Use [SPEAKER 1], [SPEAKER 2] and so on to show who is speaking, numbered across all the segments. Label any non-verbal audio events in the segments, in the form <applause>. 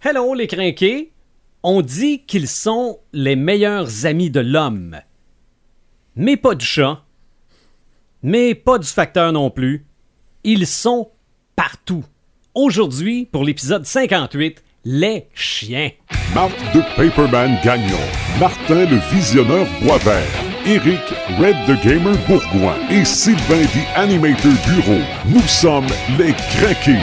[SPEAKER 1] Hello les crinqués! On dit qu'ils sont les meilleurs amis de l'homme. Mais pas du chat. Mais pas du facteur non plus. Ils sont partout. Aujourd'hui, pour l'épisode 58, les chiens.
[SPEAKER 2] Marc de Paperman Gagnon, Martin le Visionneur Boisvert, Eric Red the Gamer Bourgoin et Sylvain the Animator Bureau. Nous sommes les craqués.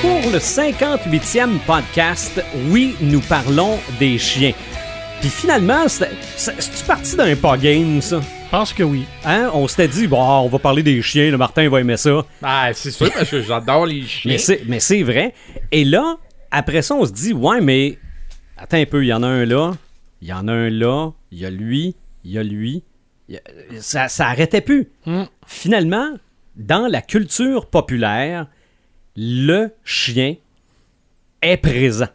[SPEAKER 1] Pour le 58e podcast, oui, nous parlons des chiens. Puis finalement, c'est- c'est- c'est-tu parti d'un pas game, ça?
[SPEAKER 3] Je pense que oui.
[SPEAKER 1] Hein? On s'était dit, bon, on va parler des chiens, le Martin va aimer ça.
[SPEAKER 3] Ah, c'est
[SPEAKER 1] <laughs>
[SPEAKER 3] sûr, parce que j'adore les chiens.
[SPEAKER 1] Mais c'est, mais c'est vrai. Et là, après ça, on se dit, ouais, mais attends un peu, il y en a un là, il y en a un là, il y a lui, il y a lui. Il y a- Ça, ça arrêtait plus. Finalement, dans la culture populaire, le chien est présent.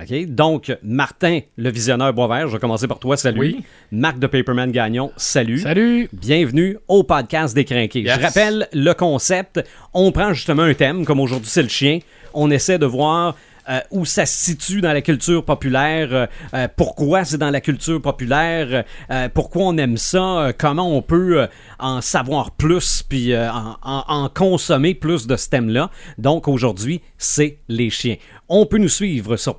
[SPEAKER 1] OK? Donc, Martin, le visionneur Boisvert, je vais commencer par toi, salut.
[SPEAKER 3] Oui.
[SPEAKER 1] Marc de Paperman Gagnon, salut.
[SPEAKER 3] Salut!
[SPEAKER 1] Bienvenue au podcast des Crinqués.
[SPEAKER 3] Yes.
[SPEAKER 1] Je rappelle le concept. On prend justement un thème, comme aujourd'hui c'est le chien. On essaie de voir euh, où ça se situe dans la culture populaire, euh, euh, pourquoi c'est dans la culture populaire, euh, pourquoi on aime ça, euh, comment on peut euh, en savoir plus, puis euh, en, en- en consommer plus de ce thème-là. Donc aujourd'hui, c'est les chiens. On peut nous suivre sur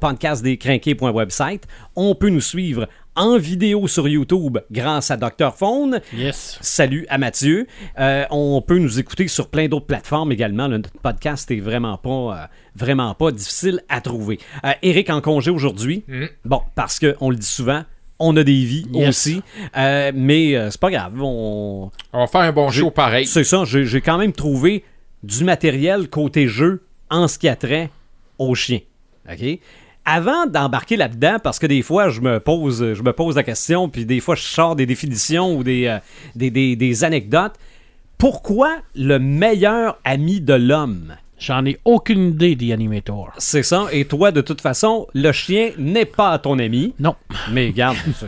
[SPEAKER 1] podcastdescrinqués.website. On peut nous suivre en vidéo sur YouTube grâce à Dr. Phone.
[SPEAKER 3] Yes.
[SPEAKER 1] Salut à Mathieu. Euh, on peut nous écouter sur plein d'autres plateformes également. Le- Notre podcast est vraiment pas, euh, vraiment pas difficile à trouver. Euh, Eric en congé aujourd'hui. Bon, parce que on le dit souvent, on a des vies
[SPEAKER 3] Yes.
[SPEAKER 1] aussi. Euh, mais euh, c'est pas grave. On...
[SPEAKER 4] On va faire un bon show pareil.
[SPEAKER 1] C'est ça, j'ai j'ai quand même trouvé du matériel côté jeu en ce qui a trait aux chiens. OK? Avant d'embarquer là-dedans, parce que des fois, je me pose, je me pose la question, puis des fois, je sors des définitions ou des, euh, des, des- des anecdotes. Pourquoi le meilleur ami de l'homme?
[SPEAKER 3] J'en ai aucune idée des animators.
[SPEAKER 1] C'est ça. Et toi, de toute façon, le chien n'est pas ton ami.
[SPEAKER 3] Non.
[SPEAKER 1] Mais
[SPEAKER 4] <laughs>
[SPEAKER 1] regarde, c'est-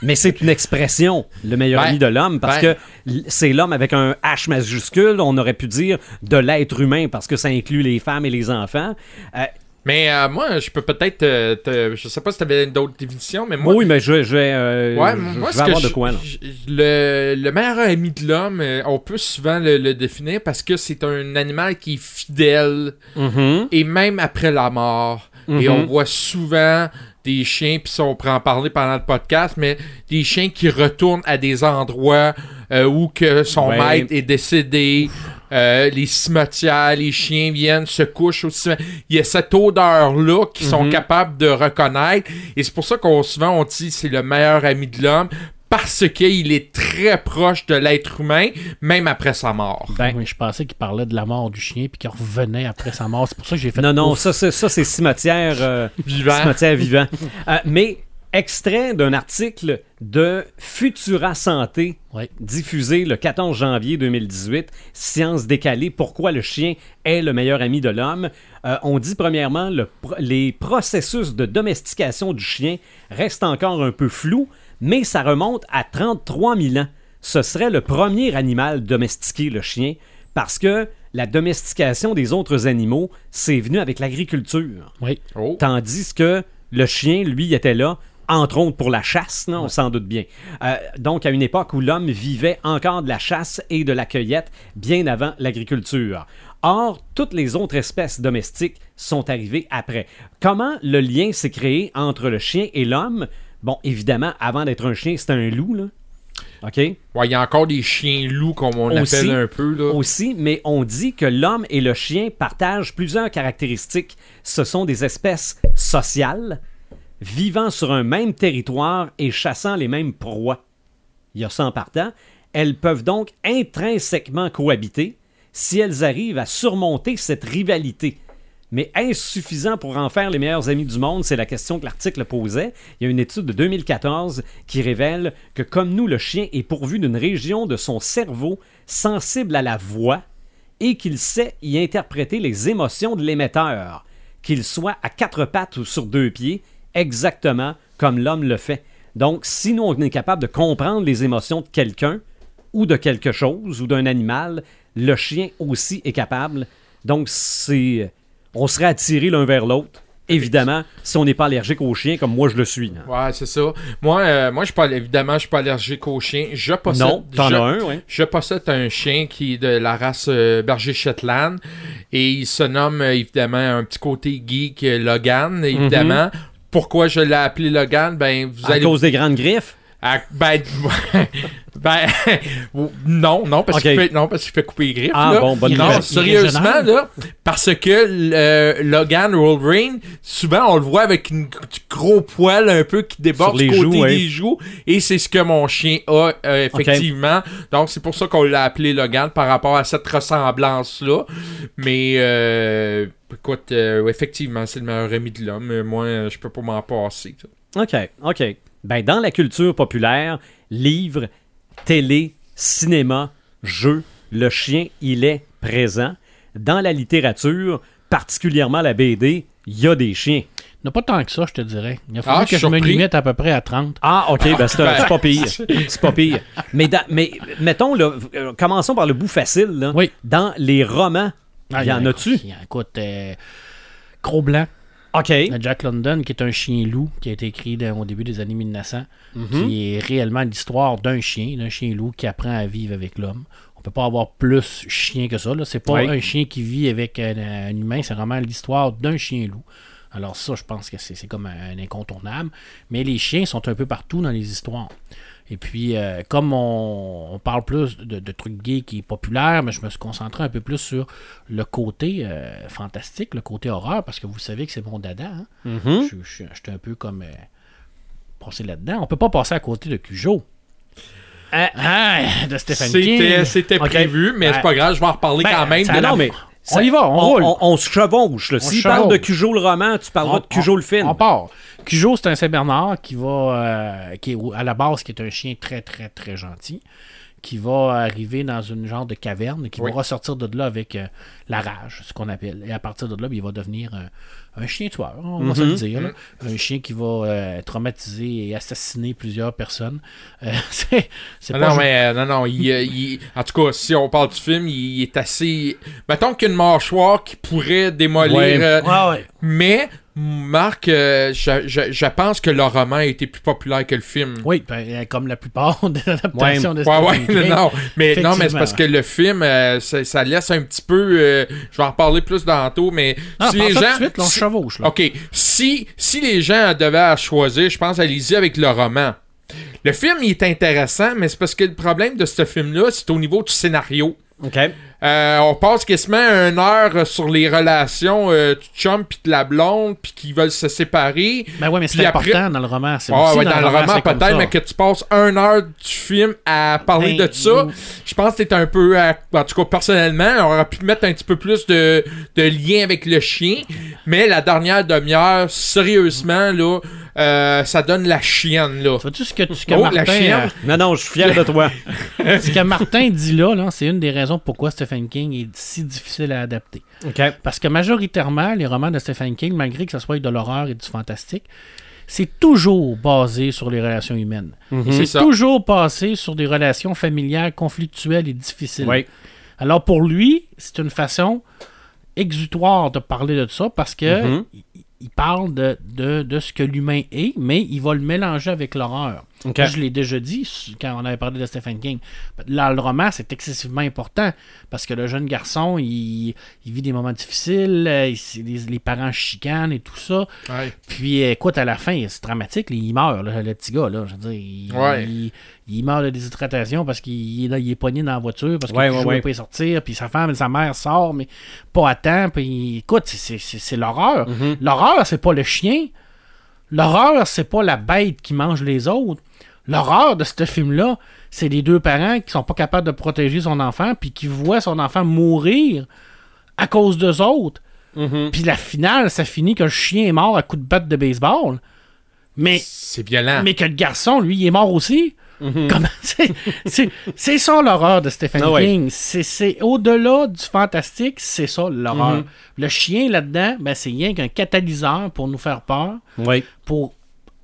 [SPEAKER 1] mais c'est une expression, le meilleur
[SPEAKER 4] Ben,
[SPEAKER 1] ami de l'homme, parce
[SPEAKER 4] ben.
[SPEAKER 1] que l- c'est l'homme avec un H majuscule, on aurait pu dire de l'être humain, parce que ça inclut les femmes et les enfants. Euh,
[SPEAKER 4] Mais euh, moi, je peux peut-être. euh, te- je sais pas si t'avais d'autres définitions, mais moi.
[SPEAKER 1] oui, mais je, je, vais, euh,
[SPEAKER 4] Ouais,
[SPEAKER 1] je-
[SPEAKER 4] moi,
[SPEAKER 1] je
[SPEAKER 4] ce
[SPEAKER 1] vais
[SPEAKER 4] que
[SPEAKER 1] avoir de
[SPEAKER 4] je-
[SPEAKER 1] quoi. là.
[SPEAKER 4] je- le, le meilleur ami de l'homme, euh, on peut souvent le, le définir parce que c'est un animal qui est fidèle
[SPEAKER 1] Mhm.
[SPEAKER 4] et même après la mort. Et
[SPEAKER 1] Mm-hmm.
[SPEAKER 4] on voit souvent des chiens, puis ça, on pourrait en parler pendant le podcast, mais des chiens qui retournent à des endroits euh, où que son
[SPEAKER 1] Ouais.
[SPEAKER 4] maître est décédé. Euh, les cimetières, les chiens viennent, se couchent aussi. Il y a cette odeur-là qu'ils
[SPEAKER 1] Mhm.
[SPEAKER 4] sont capables de reconnaître. Et c'est pour ça qu'on souvent on dit c'est le meilleur ami de l'homme parce qu'il est très proche de l'être humain, même après sa mort.
[SPEAKER 1] Ben,
[SPEAKER 3] Mais je pensais qu'il parlait de la mort du chien puis qu'il revenait après sa mort. C'est pour ça que j'ai fait.
[SPEAKER 1] non, non,
[SPEAKER 3] Ouf.
[SPEAKER 1] ça, c'est- ça, c'est cimetière,
[SPEAKER 4] <laughs>
[SPEAKER 1] euh,
[SPEAKER 4] Vivant.
[SPEAKER 1] cimetière vivant. Euh, mais extrait d'un article de Futura Santé
[SPEAKER 3] Ouais.
[SPEAKER 1] diffusé le 14 janvier 2018, Science décalée, pourquoi le chien est le meilleur ami de l'homme. Euh, on dit premièrement, le pro- les processus de domestication du chien restent encore un peu flous, mais ça remonte à 33 000 ans. Ce serait le premier animal domestiqué, le chien, parce que la domestication des autres animaux, c'est venu avec l'agriculture.
[SPEAKER 3] Oui.
[SPEAKER 4] Oh.
[SPEAKER 1] Tandis que le chien, lui, était là, entre autres pour la chasse, non, on s'en doute bien. Euh, donc, à une époque où l'homme vivait encore de la chasse et de la cueillette, bien avant l'agriculture. Or, toutes les autres espèces domestiques sont arrivées après. Comment le lien s'est créé entre le chien et l'homme? Bon, évidemment, avant d'être un chien, c'était un loup, là. OK?
[SPEAKER 4] Ouais, il y a encore des chiens loups, comme on
[SPEAKER 1] Aussi-
[SPEAKER 4] l'appelle un peu, là.
[SPEAKER 1] Aussi, mais on dit que l'homme et le chien partagent plusieurs caractéristiques. Ce sont des espèces sociales, vivant sur un même territoire et chassant les mêmes proies. Il y a ça en partant. Elles peuvent donc intrinsèquement cohabiter si elles arrivent à surmonter cette rivalité. Mais insuffisant pour en faire les meilleurs amis du monde, c'est la question que l'article posait. Il y a une étude de 2014 qui révèle que comme nous, le chien est pourvu d'une région de son cerveau sensible à la voix et qu'il sait y interpréter les émotions de l'émetteur, qu'il soit à quatre pattes ou sur deux pieds, exactement comme l'homme le fait. Donc, si nous, on est capable de comprendre les émotions de quelqu'un ou de quelque chose ou d'un animal, le chien aussi est capable. Donc, c'est, on serait attiré l'un vers l'autre, évidemment, si on n'est pas allergique aux chiens comme moi je le suis. hein.
[SPEAKER 4] Ouais, c'est ça. Moi, euh, moi je suis pas, évidemment, je suis pas allergique aux chiens. Je possède,
[SPEAKER 1] Non, t'en
[SPEAKER 4] je-
[SPEAKER 1] as un, oui.
[SPEAKER 4] Je possède un chien qui est de la race euh, berger Shetland et il se nomme euh, évidemment un petit côté geek euh, Logan, évidemment. Pourquoi je l'ai appelé Logan? Ben, vous
[SPEAKER 1] Mm-hmm. À
[SPEAKER 4] allez.
[SPEAKER 1] cause des grandes griffes.
[SPEAKER 4] à- ben, <laughs> ben, <laughs> non, non, parce
[SPEAKER 1] Ok.
[SPEAKER 4] qu'il fait, non, parce qu'il fait couper les griffes.
[SPEAKER 1] Ah,
[SPEAKER 4] là.
[SPEAKER 1] bon, bonne
[SPEAKER 4] Non,
[SPEAKER 1] nouvelle.
[SPEAKER 4] sérieusement,
[SPEAKER 3] Irraisonnable.
[SPEAKER 4] là, parce que euh, Logan Wolverine, souvent, on le voit avec une- du gros poil un peu qui déborde
[SPEAKER 1] Sur les
[SPEAKER 4] du côté
[SPEAKER 1] joues, ouais.
[SPEAKER 4] des joues, et c'est ce que mon chien a, euh, effectivement. Donc, c'est pour ça qu'on l'a appelé Logan par rapport à cette ressemblance-là. Mais, euh, écoute, euh, effectivement, c'est le meilleur ami de l'homme. Euh, Moi, euh, je peux pas m'en passer. ça.
[SPEAKER 1] OK, OK. Ben, dans la culture populaire, livres, télé, cinéma, jeux, le chien, il est présent. Dans la littérature, particulièrement la BD, il y a des chiens.
[SPEAKER 3] Il n'y a pas tant que ça, je te dirais. Il a
[SPEAKER 4] Ah,
[SPEAKER 3] fallu
[SPEAKER 4] je
[SPEAKER 3] que
[SPEAKER 4] suis
[SPEAKER 3] je me
[SPEAKER 4] surpris.
[SPEAKER 3] limite à peu près à 30.
[SPEAKER 1] Ah, OK, ben c'est <laughs>
[SPEAKER 4] ben.
[SPEAKER 1] c'est pas pire. C'est pas pire. Mais, dans- mais mettons, là, euh, commençons par le bout facile. là.
[SPEAKER 3] Oui.
[SPEAKER 1] Dans les romans,
[SPEAKER 3] Ah,
[SPEAKER 1] il y en a-tu?
[SPEAKER 3] il y en- Écoute, euh, Gros Blanc,
[SPEAKER 1] OK.
[SPEAKER 3] de Jack London, qui est un chien loup, qui a été écrit dans- au début des années 1900,
[SPEAKER 1] Mhm.
[SPEAKER 3] qui est réellement l'histoire d'un chien, d'un chien loup qui apprend à vivre avec l'homme. On peut pas avoir plus chien que ça. là. C'est pas
[SPEAKER 1] Oui.
[SPEAKER 3] un chien qui vit avec un, un humain, c'est vraiment l'histoire d'un chien loup. Alors ça, je pense que c'est c'est comme un, un incontournable. Mais les chiens sont un peu partout dans les histoires. Et puis, euh, comme on, on parle plus de, de trucs gays qui est populaire, mais je me suis concentré un peu plus sur le côté euh, fantastique, le côté horreur, parce que vous savez que c'est mon dada. hein.
[SPEAKER 1] Mhm.
[SPEAKER 3] Je- Je suis un peu comme euh, passé là-dedans. On peut pas passer à côté de Cujo.
[SPEAKER 1] Ah,
[SPEAKER 3] Ah, de Stephen
[SPEAKER 4] C'était
[SPEAKER 3] King.
[SPEAKER 4] c'était
[SPEAKER 3] Ok.
[SPEAKER 4] prévu, mais c'est
[SPEAKER 3] Ben,
[SPEAKER 4] pas grave, je vais en reparler
[SPEAKER 3] ben,
[SPEAKER 4] quand même.
[SPEAKER 3] ça
[SPEAKER 4] de la-
[SPEAKER 1] non, mais
[SPEAKER 3] On y va, on roule.
[SPEAKER 1] On, on se chevauche. Là.
[SPEAKER 3] On
[SPEAKER 1] S'il
[SPEAKER 3] se
[SPEAKER 1] parle de
[SPEAKER 3] chevauche.
[SPEAKER 1] Cujo le roman, tu parleras de Cujo le film.
[SPEAKER 3] On part. Cujo, c'est un Saint-Bernard qui va, euh, qui est au- à la base, qui est un chien très, très, très gentil, qui va arriver dans une genre de caverne, et qui
[SPEAKER 4] Oui.
[SPEAKER 3] va ressortir de là avec euh, la rage, ce qu'on appelle. Et à partir de là, ben, il va devenir euh, un, un chien tueur, hein, on va se
[SPEAKER 4] Mhm.
[SPEAKER 3] le dire. là. Un chien qui va euh, traumatiser et assassiner plusieurs personnes. Euh, <laughs> c'est c'est
[SPEAKER 4] Non,
[SPEAKER 3] pas
[SPEAKER 4] non,
[SPEAKER 3] jou-
[SPEAKER 4] mais euh, non, non, il, euh, il- en tout cas, si on parle du film, il, est assez. Mettons qu'il y a une mâchoire qui pourrait démolir.
[SPEAKER 1] Ouais.
[SPEAKER 4] euh,
[SPEAKER 3] Ouais, Ah ouais.
[SPEAKER 4] Mais, Marc, euh, je, je- je pense que le roman a été plus populaire que le film.
[SPEAKER 3] Oui, ben, euh, comme la plupart <laughs> des adaptations de
[SPEAKER 4] Ouais, ouais,
[SPEAKER 3] Stephen King.
[SPEAKER 4] <laughs> non, mais non, mais c'est
[SPEAKER 3] Effectivement.
[SPEAKER 4] parce que le film, euh, ça, ça laisse un petit peu. euh, je vais en reparler plus tantôt, mais
[SPEAKER 3] Non, Ah,
[SPEAKER 4] si
[SPEAKER 3] parle
[SPEAKER 4] les
[SPEAKER 3] ça tout de
[SPEAKER 4] gens,
[SPEAKER 3] suite, là, on
[SPEAKER 4] si-
[SPEAKER 3] chevauche, là.
[SPEAKER 4] ok, si si les gens devaient choisir, je pense à y avec le roman. Le film, il est intéressant, mais c'est parce que le problème de ce film-là, c'est au niveau du scénario.
[SPEAKER 1] OK.
[SPEAKER 4] Euh, on passe quasiment une heure euh, sur les relations euh, du chum puis de la blonde puis qui veulent se séparer.
[SPEAKER 3] Ben ouais, mais c'est
[SPEAKER 4] Puis après-
[SPEAKER 3] important dans le roman. C'est
[SPEAKER 4] Ah
[SPEAKER 3] aussi
[SPEAKER 4] ouais, dans, le roman,
[SPEAKER 3] c'est comme
[SPEAKER 4] peut-être,
[SPEAKER 3] ça.
[SPEAKER 4] mais que tu passes une heure du film à parler
[SPEAKER 3] Ben,
[SPEAKER 4] de ça,
[SPEAKER 3] ou-
[SPEAKER 4] je pense que t'es un peu... à- En tout cas, personnellement, on aurait pu mettre un petit peu plus de, de lien avec le chien, mais la dernière demi-heure, sérieusement, là, euh, ça donne la chienne, là.
[SPEAKER 3] Tu vois-tu ce que, ce que
[SPEAKER 4] Oh, la
[SPEAKER 3] Martin,
[SPEAKER 4] chienne.
[SPEAKER 1] Non, non, je suis fier de toi.
[SPEAKER 3] euh, <laughs>
[SPEAKER 4] <laughs>
[SPEAKER 3] ce que Martin dit là, là, c'est une des raisons pourquoi Stephen King est si difficile à adapter.
[SPEAKER 1] <laughs> OK.
[SPEAKER 3] Parce que majoritairement, les romans de Stephen King, malgré que ce soit de l'horreur et du fantastique, c'est toujours basé sur les relations humaines. Et
[SPEAKER 4] C'est
[SPEAKER 3] C'est
[SPEAKER 4] ça.
[SPEAKER 3] toujours passé sur des relations familiales conflictuelles et difficiles.
[SPEAKER 1] Oui.
[SPEAKER 3] Alors pour lui, c'est une façon exutoire de parler de ça parce que
[SPEAKER 1] Mhm.
[SPEAKER 3] il, il parle de, de, de ce que l'humain est, mais il va le mélanger avec l'horreur.
[SPEAKER 1] OK.
[SPEAKER 3] Ça, Je l'ai déjà dit s- quand on avait parlé de Stephen King. Là, le roman, c'est excessivement important parce que le jeune garçon, il, il vit des moments difficiles, euh, il s- les, les parents chicanent et tout ça.
[SPEAKER 4] Ouais.
[SPEAKER 3] Puis écoute, à la fin, c'est dramatique, là, il meurt, là, le petit gars. Là, je veux dire, il,
[SPEAKER 4] Ouais.
[SPEAKER 3] il- il meurt de déshydratation parce qu'il est, dans- il est poigné dans la voiture, parce que
[SPEAKER 1] Ouais,
[SPEAKER 3] le
[SPEAKER 1] ouais,
[SPEAKER 3] jour, il
[SPEAKER 1] ouais.
[SPEAKER 3] peut pas y sortir, puis sa femme et sa mère sort, mais pas à temps. Puis écoute, c'est- c'est c'est- c'est l'horreur.
[SPEAKER 1] Mm-hmm.
[SPEAKER 3] L'horreur, c'est pas le chien. L'horreur, c'est pas la bête qui mange les autres. L'horreur de ce film-là, c'est les deux parents qui sont pas capables de protéger son enfant, puis qui voient son enfant mourir à cause d'eux autres.
[SPEAKER 1] Mm-hmm.
[SPEAKER 3] Puis la finale, ça finit que le chien est mort à coup de batte de baseball. Mais,
[SPEAKER 4] C'est violent.
[SPEAKER 3] mais que le garçon, lui, il est mort aussi.
[SPEAKER 4] Mhm.
[SPEAKER 3] Comment- <laughs> c'est- c'est- C'est ça l'horreur de Stephen
[SPEAKER 1] Ah ouais.
[SPEAKER 3] King. C'est- C'est au-delà du fantastique, c'est ça l'horreur.
[SPEAKER 1] Mhm.
[SPEAKER 3] Le chien là-dedans, ben, c'est rien qu'un catalyseur pour nous faire peur,
[SPEAKER 1] Oui.
[SPEAKER 3] pour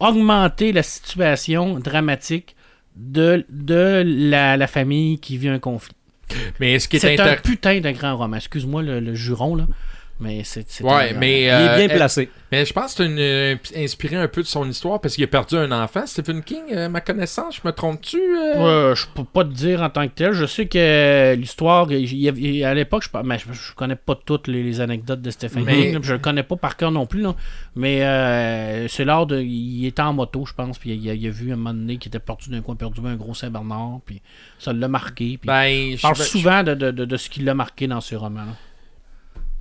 [SPEAKER 3] augmenter la situation dramatique de, de la, la famille qui vit un conflit.
[SPEAKER 4] Mais ce qui est,
[SPEAKER 3] C'est un
[SPEAKER 4] inter-
[SPEAKER 3] putain de grand roman. Excuse-moi le, le juron, là. Mais c'est. c'est un
[SPEAKER 4] Ouais,
[SPEAKER 3] grand-
[SPEAKER 4] mais,
[SPEAKER 1] Il est
[SPEAKER 4] euh,
[SPEAKER 1] bien
[SPEAKER 4] elle-
[SPEAKER 1] placé.
[SPEAKER 4] Mais je pense que c'est une, euh, inspiré un peu de son histoire parce qu'il a perdu un enfant. Stephen King, euh, ma connaissance, je me trompe-tu? euh?
[SPEAKER 3] Euh, je peux pas te dire en tant que tel. Je sais que l'histoire, il y avait- il- à l'époque, je, par- mais je, je connais pas toutes les, les anecdotes de Stephen
[SPEAKER 4] Mais-
[SPEAKER 3] King. là, puis Je le connais pas par cœur non plus. là. Mais euh, c'est lors de. Il était en moto, je pense. Puis il, a- il a vu un moment donné qu'il était parti d'un coin perdu un gros Saint-Bernard. Puis ça l'a marqué. Puis
[SPEAKER 4] Ben,
[SPEAKER 3] je parle
[SPEAKER 4] je-
[SPEAKER 3] souvent de, de- de- de ce qui l'a marqué dans ce roman. là.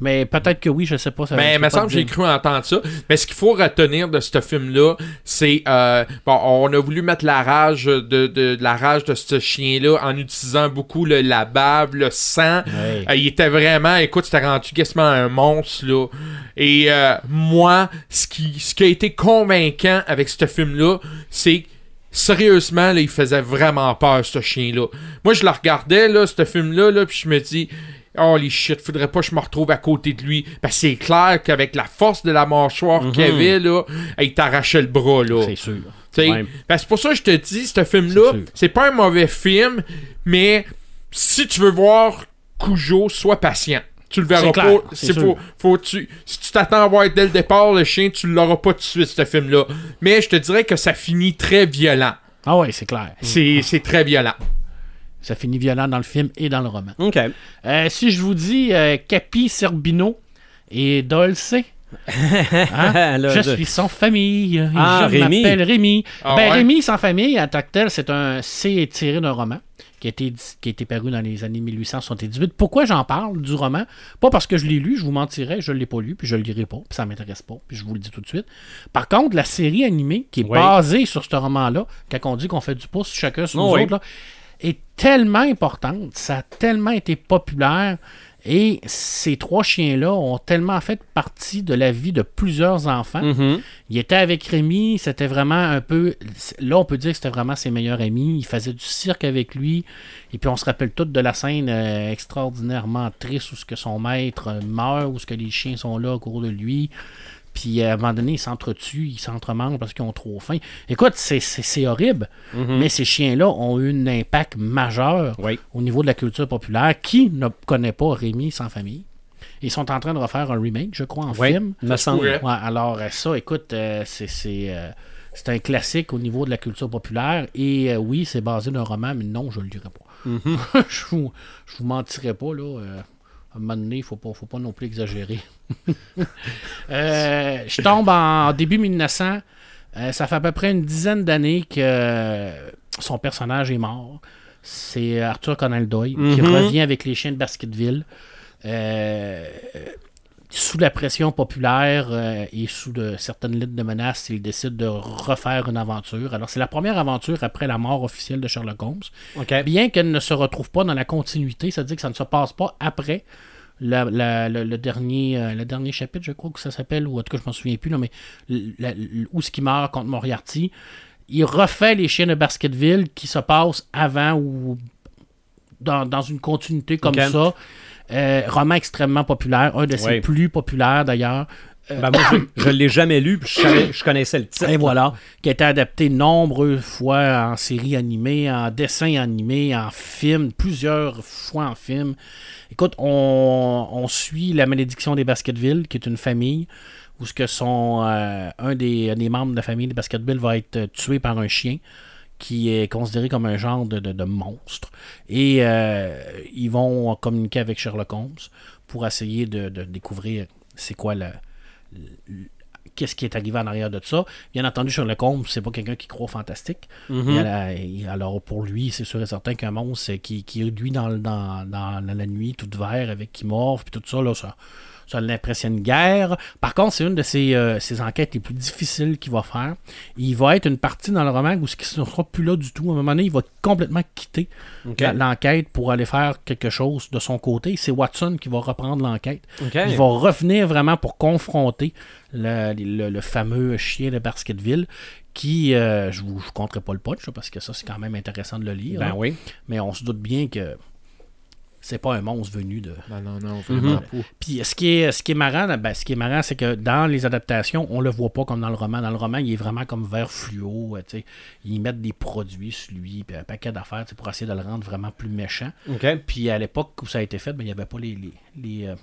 [SPEAKER 3] Mais peut-être que oui, je sais pas. Ça, euh, je
[SPEAKER 4] Mais
[SPEAKER 3] peux
[SPEAKER 4] Ben, il me
[SPEAKER 3] pas
[SPEAKER 4] semble
[SPEAKER 3] te
[SPEAKER 4] que j'ai
[SPEAKER 3] dire.
[SPEAKER 4] cru entendre ça. Mais ce qu'il faut retenir de ce film-là, c'est euh, bon, on a voulu mettre la rage de, de- de la rage de ce chien-là en utilisant beaucoup le, la bave, le sang.
[SPEAKER 3] Ouais.
[SPEAKER 4] Euh, il était vraiment, écoute, c'était rendu quasiment un monstre là. Et euh, moi, ce qui, ce qui a été convaincant avec ce film-là, c'est que, Sérieusement, là, il faisait vraiment peur, ce chien-là. Moi, je le regardais, là, ce film-là, là, puis je me dis, Oh les shit, faudrait pas que je me retrouve à côté de lui. Parce que c'est clair qu'avec la force de la mâchoire qu'il avait, là, il t'arrachait le bras, là.
[SPEAKER 3] Mhm. C'est sûr.
[SPEAKER 4] Tu sais,
[SPEAKER 1] Ouais.
[SPEAKER 4] ben, c'est pour ça que je te dis, ce film-là,
[SPEAKER 3] C'est sûr.
[SPEAKER 4] c'est pas un mauvais film, mais si tu veux voir Cujo, sois patient. Tu le verras
[SPEAKER 3] C'est clair,
[SPEAKER 4] pas.
[SPEAKER 3] c'est
[SPEAKER 4] c'est
[SPEAKER 3] sûr.
[SPEAKER 4] faut, faut tu, si tu t'attends à voir dès le départ le chien, tu l'auras pas tout de suite, ce film-là. Mais je te dirais que ça finit très violent.
[SPEAKER 3] Ah ouais, c'est clair.
[SPEAKER 4] C'est c'est très violent.
[SPEAKER 3] Ça finit violent dans le film et dans le roman.
[SPEAKER 1] OK.
[SPEAKER 3] Euh, si je vous dis euh, Capi Serbino
[SPEAKER 1] <laughs>
[SPEAKER 3] et Dolce, hein,
[SPEAKER 1] Là,
[SPEAKER 3] je
[SPEAKER 1] de-
[SPEAKER 3] suis sans famille. et
[SPEAKER 1] Ah,
[SPEAKER 3] je
[SPEAKER 1] Rémi.
[SPEAKER 3] m'appelle Rémi.
[SPEAKER 4] Ah
[SPEAKER 3] ben,
[SPEAKER 4] ouais?
[SPEAKER 3] Rémi sans famille, en tant que tel, c'est un c'est tiré d'un roman qui a, été, qui a été paru dans les années 1878. Pourquoi j'en parle du roman Pas parce que je l'ai lu, je vous mentirais, je ne l'ai pas lu, puis je ne le lirai pas, puis ça ne m'intéresse pas, puis je vous le dis tout de suite. Par contre, la série animée qui est
[SPEAKER 1] Oui.
[SPEAKER 3] basée sur ce roman-là, quand on dit qu'on fait du pouce chacun sur nous
[SPEAKER 1] Oui.
[SPEAKER 3] autres, là, est tellement importante, ça a tellement été populaire et ces trois chiens-là ont tellement fait partie de la vie de plusieurs enfants.
[SPEAKER 1] Mhm.
[SPEAKER 3] Il était avec Rémi, c'était vraiment un peu. Là, on peut dire que c'était vraiment ses meilleurs amis. Il faisait du cirque avec lui. Et puis, on se rappelle toutes de la scène euh, extraordinairement triste où ce que son maître euh, meurt, où ce que les chiens sont là autour de lui. Puis, euh, à un moment donné, ils s'entretuent, ils s'entremangent parce qu'ils ont trop faim. Écoute, c'est- c'est c'est horrible. Mais ces chiens-là ont eu un impact majeur
[SPEAKER 1] Oui.
[SPEAKER 3] au niveau de la culture populaire. Qui ne connaît pas Rémi sans famille? Ils sont en train de refaire un remake, je crois, en
[SPEAKER 1] Oui.
[SPEAKER 3] film.
[SPEAKER 1] Me semble.
[SPEAKER 4] pourrait.
[SPEAKER 3] Ouais, alors euh, ça, écoute, euh, c'est c'est, euh, c'est un classique au niveau de la culture populaire. Et euh, oui, c'est basé d'un roman, mais non, je ne le dirai pas. <laughs> je, vous, je vous mentirai pas, là. euh, à un moment donné, il faut pas, faut pas non plus exagérer. <laughs> Euh, je tombe en début 1900. Euh, ça fait à peu près une dizaine d'années que euh, son personnage est mort. C'est Arthur Conan Doyle qui
[SPEAKER 1] Mhm.
[SPEAKER 3] revient avec les chiens de Basketville. Euh, sous la pression populaire euh, et sous de certaines lettres de menaces, il décide de refaire une aventure. Alors, c'est la première aventure après la mort officielle de Sherlock Holmes.
[SPEAKER 1] OK.
[SPEAKER 3] Bien qu'elle ne se retrouve pas dans la continuité, ça veut dire que ça ne se passe pas après la- la- le, le dernier, euh, le dernier chapitre, je crois que ça s'appelle, ou en tout cas, je m'en souviens plus, là, mais l- la- l- où ce qui meurt contre Moriarty. Il refait les chiens de Basketville qui se passent avant ou dans, dans une continuité comme
[SPEAKER 1] Ok.
[SPEAKER 3] ça. Euh, roman extrêmement populaire, un de ses
[SPEAKER 1] Oui.
[SPEAKER 3] plus populaires d'ailleurs.
[SPEAKER 1] Ben, moi, je, je l'ai jamais lu, puis je, savais- je connaissais le titre.
[SPEAKER 3] Et voilà, qui a été adapté nombreuses fois en série animée, en dessin animé, en film, plusieurs fois en film. Écoute, on, on suit la malédiction des Basketville, qui est une famille où ce que son euh, un des, un des membres de la famille des Basketville va être euh, tué par un chien qui est considéré comme un genre de, de- de monstre. Et euh, ils vont communiquer avec Sherlock Holmes pour essayer de, de découvrir c'est quoi le, qu'est-ce qui est arrivé en arrière de ça. Bien entendu, Sherlock Holmes, c'est pas quelqu'un qui croit au fantastique. Il y a la- il- alors, pour lui, c'est sûr et certain qu'un monstre c'est qui, qui est lui dans, le- dans, dans- dans la nuit, tout vert, avec qui morve, puis tout ça, là, ça, ça ne l'impressionne guère. Par contre, c'est une de ses, euh, ses enquêtes les plus difficiles qu'il va faire. Il va être une partie dans le roman où ce qui ne sera plus là du tout. À un moment donné, il va complètement quitter
[SPEAKER 1] Ok.
[SPEAKER 3] la- l'enquête pour aller faire quelque chose de son côté. C'est Watson qui va reprendre l'enquête.
[SPEAKER 1] OK.
[SPEAKER 3] Il va revenir vraiment pour confronter le, le- le fameux chien de Basketville qui, euh, je vous je vous conterai pas le punch là, parce que ça, c'est quand même intéressant de le lire.
[SPEAKER 1] Ben
[SPEAKER 3] hein.
[SPEAKER 1] oui.
[SPEAKER 3] Mais on se doute bien que c'est pas un monstre venu de.
[SPEAKER 4] Non, non, non, vraiment pas.
[SPEAKER 3] Puis ce qui est, ce qui est marrant, là, ben, ce qui est marrant, c'est que dans les adaptations, on le voit pas comme dans le roman. Dans le roman, il est vraiment comme vert fluo. euh, tu sais. ils mettent des produits sur lui, puis un paquet d'affaires tu sais, pour essayer de le rendre vraiment plus méchant.
[SPEAKER 1] OK.
[SPEAKER 3] Puis à l'époque où ça a été fait, ben, il n'y avait pas les. les- les, euh,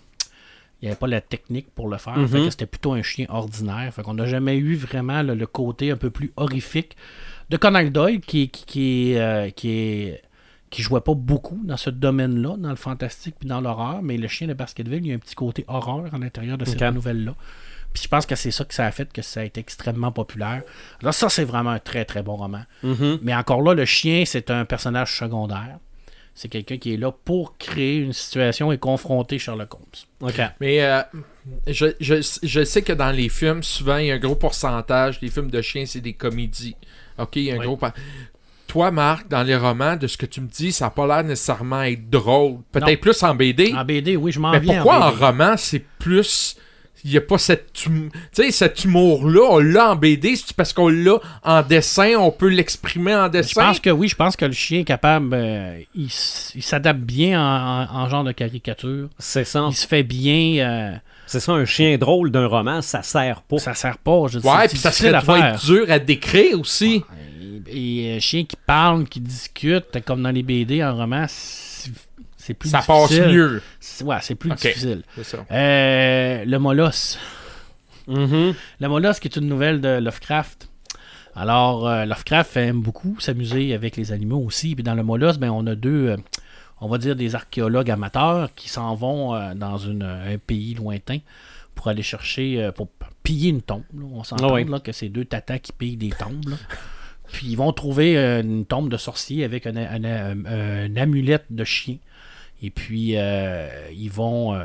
[SPEAKER 3] il y avait pas la technique pour le faire.
[SPEAKER 1] Mhm.
[SPEAKER 3] Fait que C'était plutôt un chien ordinaire. Fait qu'on n'a jamais eu vraiment le, le côté un peu plus horrifique de Conan Doyle qui, qui, qui, est, euh, qui est- qui jouait pas beaucoup dans ce domaine-là, dans le fantastique puis dans l'horreur. Mais le chien de Basketville, il y a un petit côté horreur à l'intérieur de cette
[SPEAKER 1] Ok.
[SPEAKER 3] nouvelle-là. Puis je pense que c'est ça que ça a fait que ça a été extrêmement populaire. Alors ça, c'est vraiment un très très bon roman.
[SPEAKER 1] Mhm.
[SPEAKER 3] Mais encore là, le chien, c'est un personnage secondaire. C'est quelqu'un qui est là pour créer une situation et confronter Sherlock Holmes.
[SPEAKER 1] OK.
[SPEAKER 4] Mais euh, je, je- je sais que dans les films, souvent, il y a un gros pourcentage. Les films de chiens, c'est des comédies. OK, il y a un
[SPEAKER 3] Oui.
[SPEAKER 4] gros... par- Toi, Marc, dans les romans, de ce que tu me dis, ça n'a pas l'air nécessairement être drôle.
[SPEAKER 3] Non. Ah,
[SPEAKER 4] Peut-être plus en BD.
[SPEAKER 3] En BD, oui, je m'en
[SPEAKER 4] mais
[SPEAKER 3] viens.
[SPEAKER 4] pourquoi en,
[SPEAKER 3] BD.
[SPEAKER 4] roman, c'est plus... Il n'y a pas cette... hum- Tu sais, cet humour-là, on l'a en BD, c'est parce qu'on l'a en dessin, on peut l'exprimer en
[SPEAKER 3] Je
[SPEAKER 4] dessin.
[SPEAKER 3] pense que oui, je pense que le chien est capable. euh, il s- il s'adapte bien en, en- en genre de caricature.
[SPEAKER 1] C'est ça.
[SPEAKER 3] Il se fait bien. euh,
[SPEAKER 1] C'est ça, un chien drôle d'un roman, ça sert pas.
[SPEAKER 3] ça sert pas. Je
[SPEAKER 4] Ouais, puis ça serait
[SPEAKER 3] la
[SPEAKER 4] doit être dur à décrire aussi.
[SPEAKER 3] Et, et, euh, chien qui parle, qui discute, comme dans les BD en roman, c'est c'est plus
[SPEAKER 4] Ça passe
[SPEAKER 3] difficile.
[SPEAKER 4] mieux.
[SPEAKER 3] C'est- Ouais, c'est plus
[SPEAKER 4] Ok.
[SPEAKER 3] difficile.
[SPEAKER 4] C'est ça.
[SPEAKER 3] Euh, le molosse.
[SPEAKER 1] Mhm.
[SPEAKER 3] La Mollusque est une nouvelle de Lovecraft. Alors, euh, Lovecraft aime beaucoup s'amuser avec les animaux aussi. Puis dans le Mollusque, ben, on a deux, euh, on va dire, des archéologues amateurs qui s'en vont euh, dans une- un pays lointain pour aller chercher, euh, pour piller une tombe. là. On s'entend
[SPEAKER 1] Ah oui.
[SPEAKER 3] là, que c'est deux tatas qui pillent des tombes. là. Puis ils vont trouver euh, une tombe de sorcier avec une, une- une- une amulette de chien. Et puis, euh, ils vont... euh,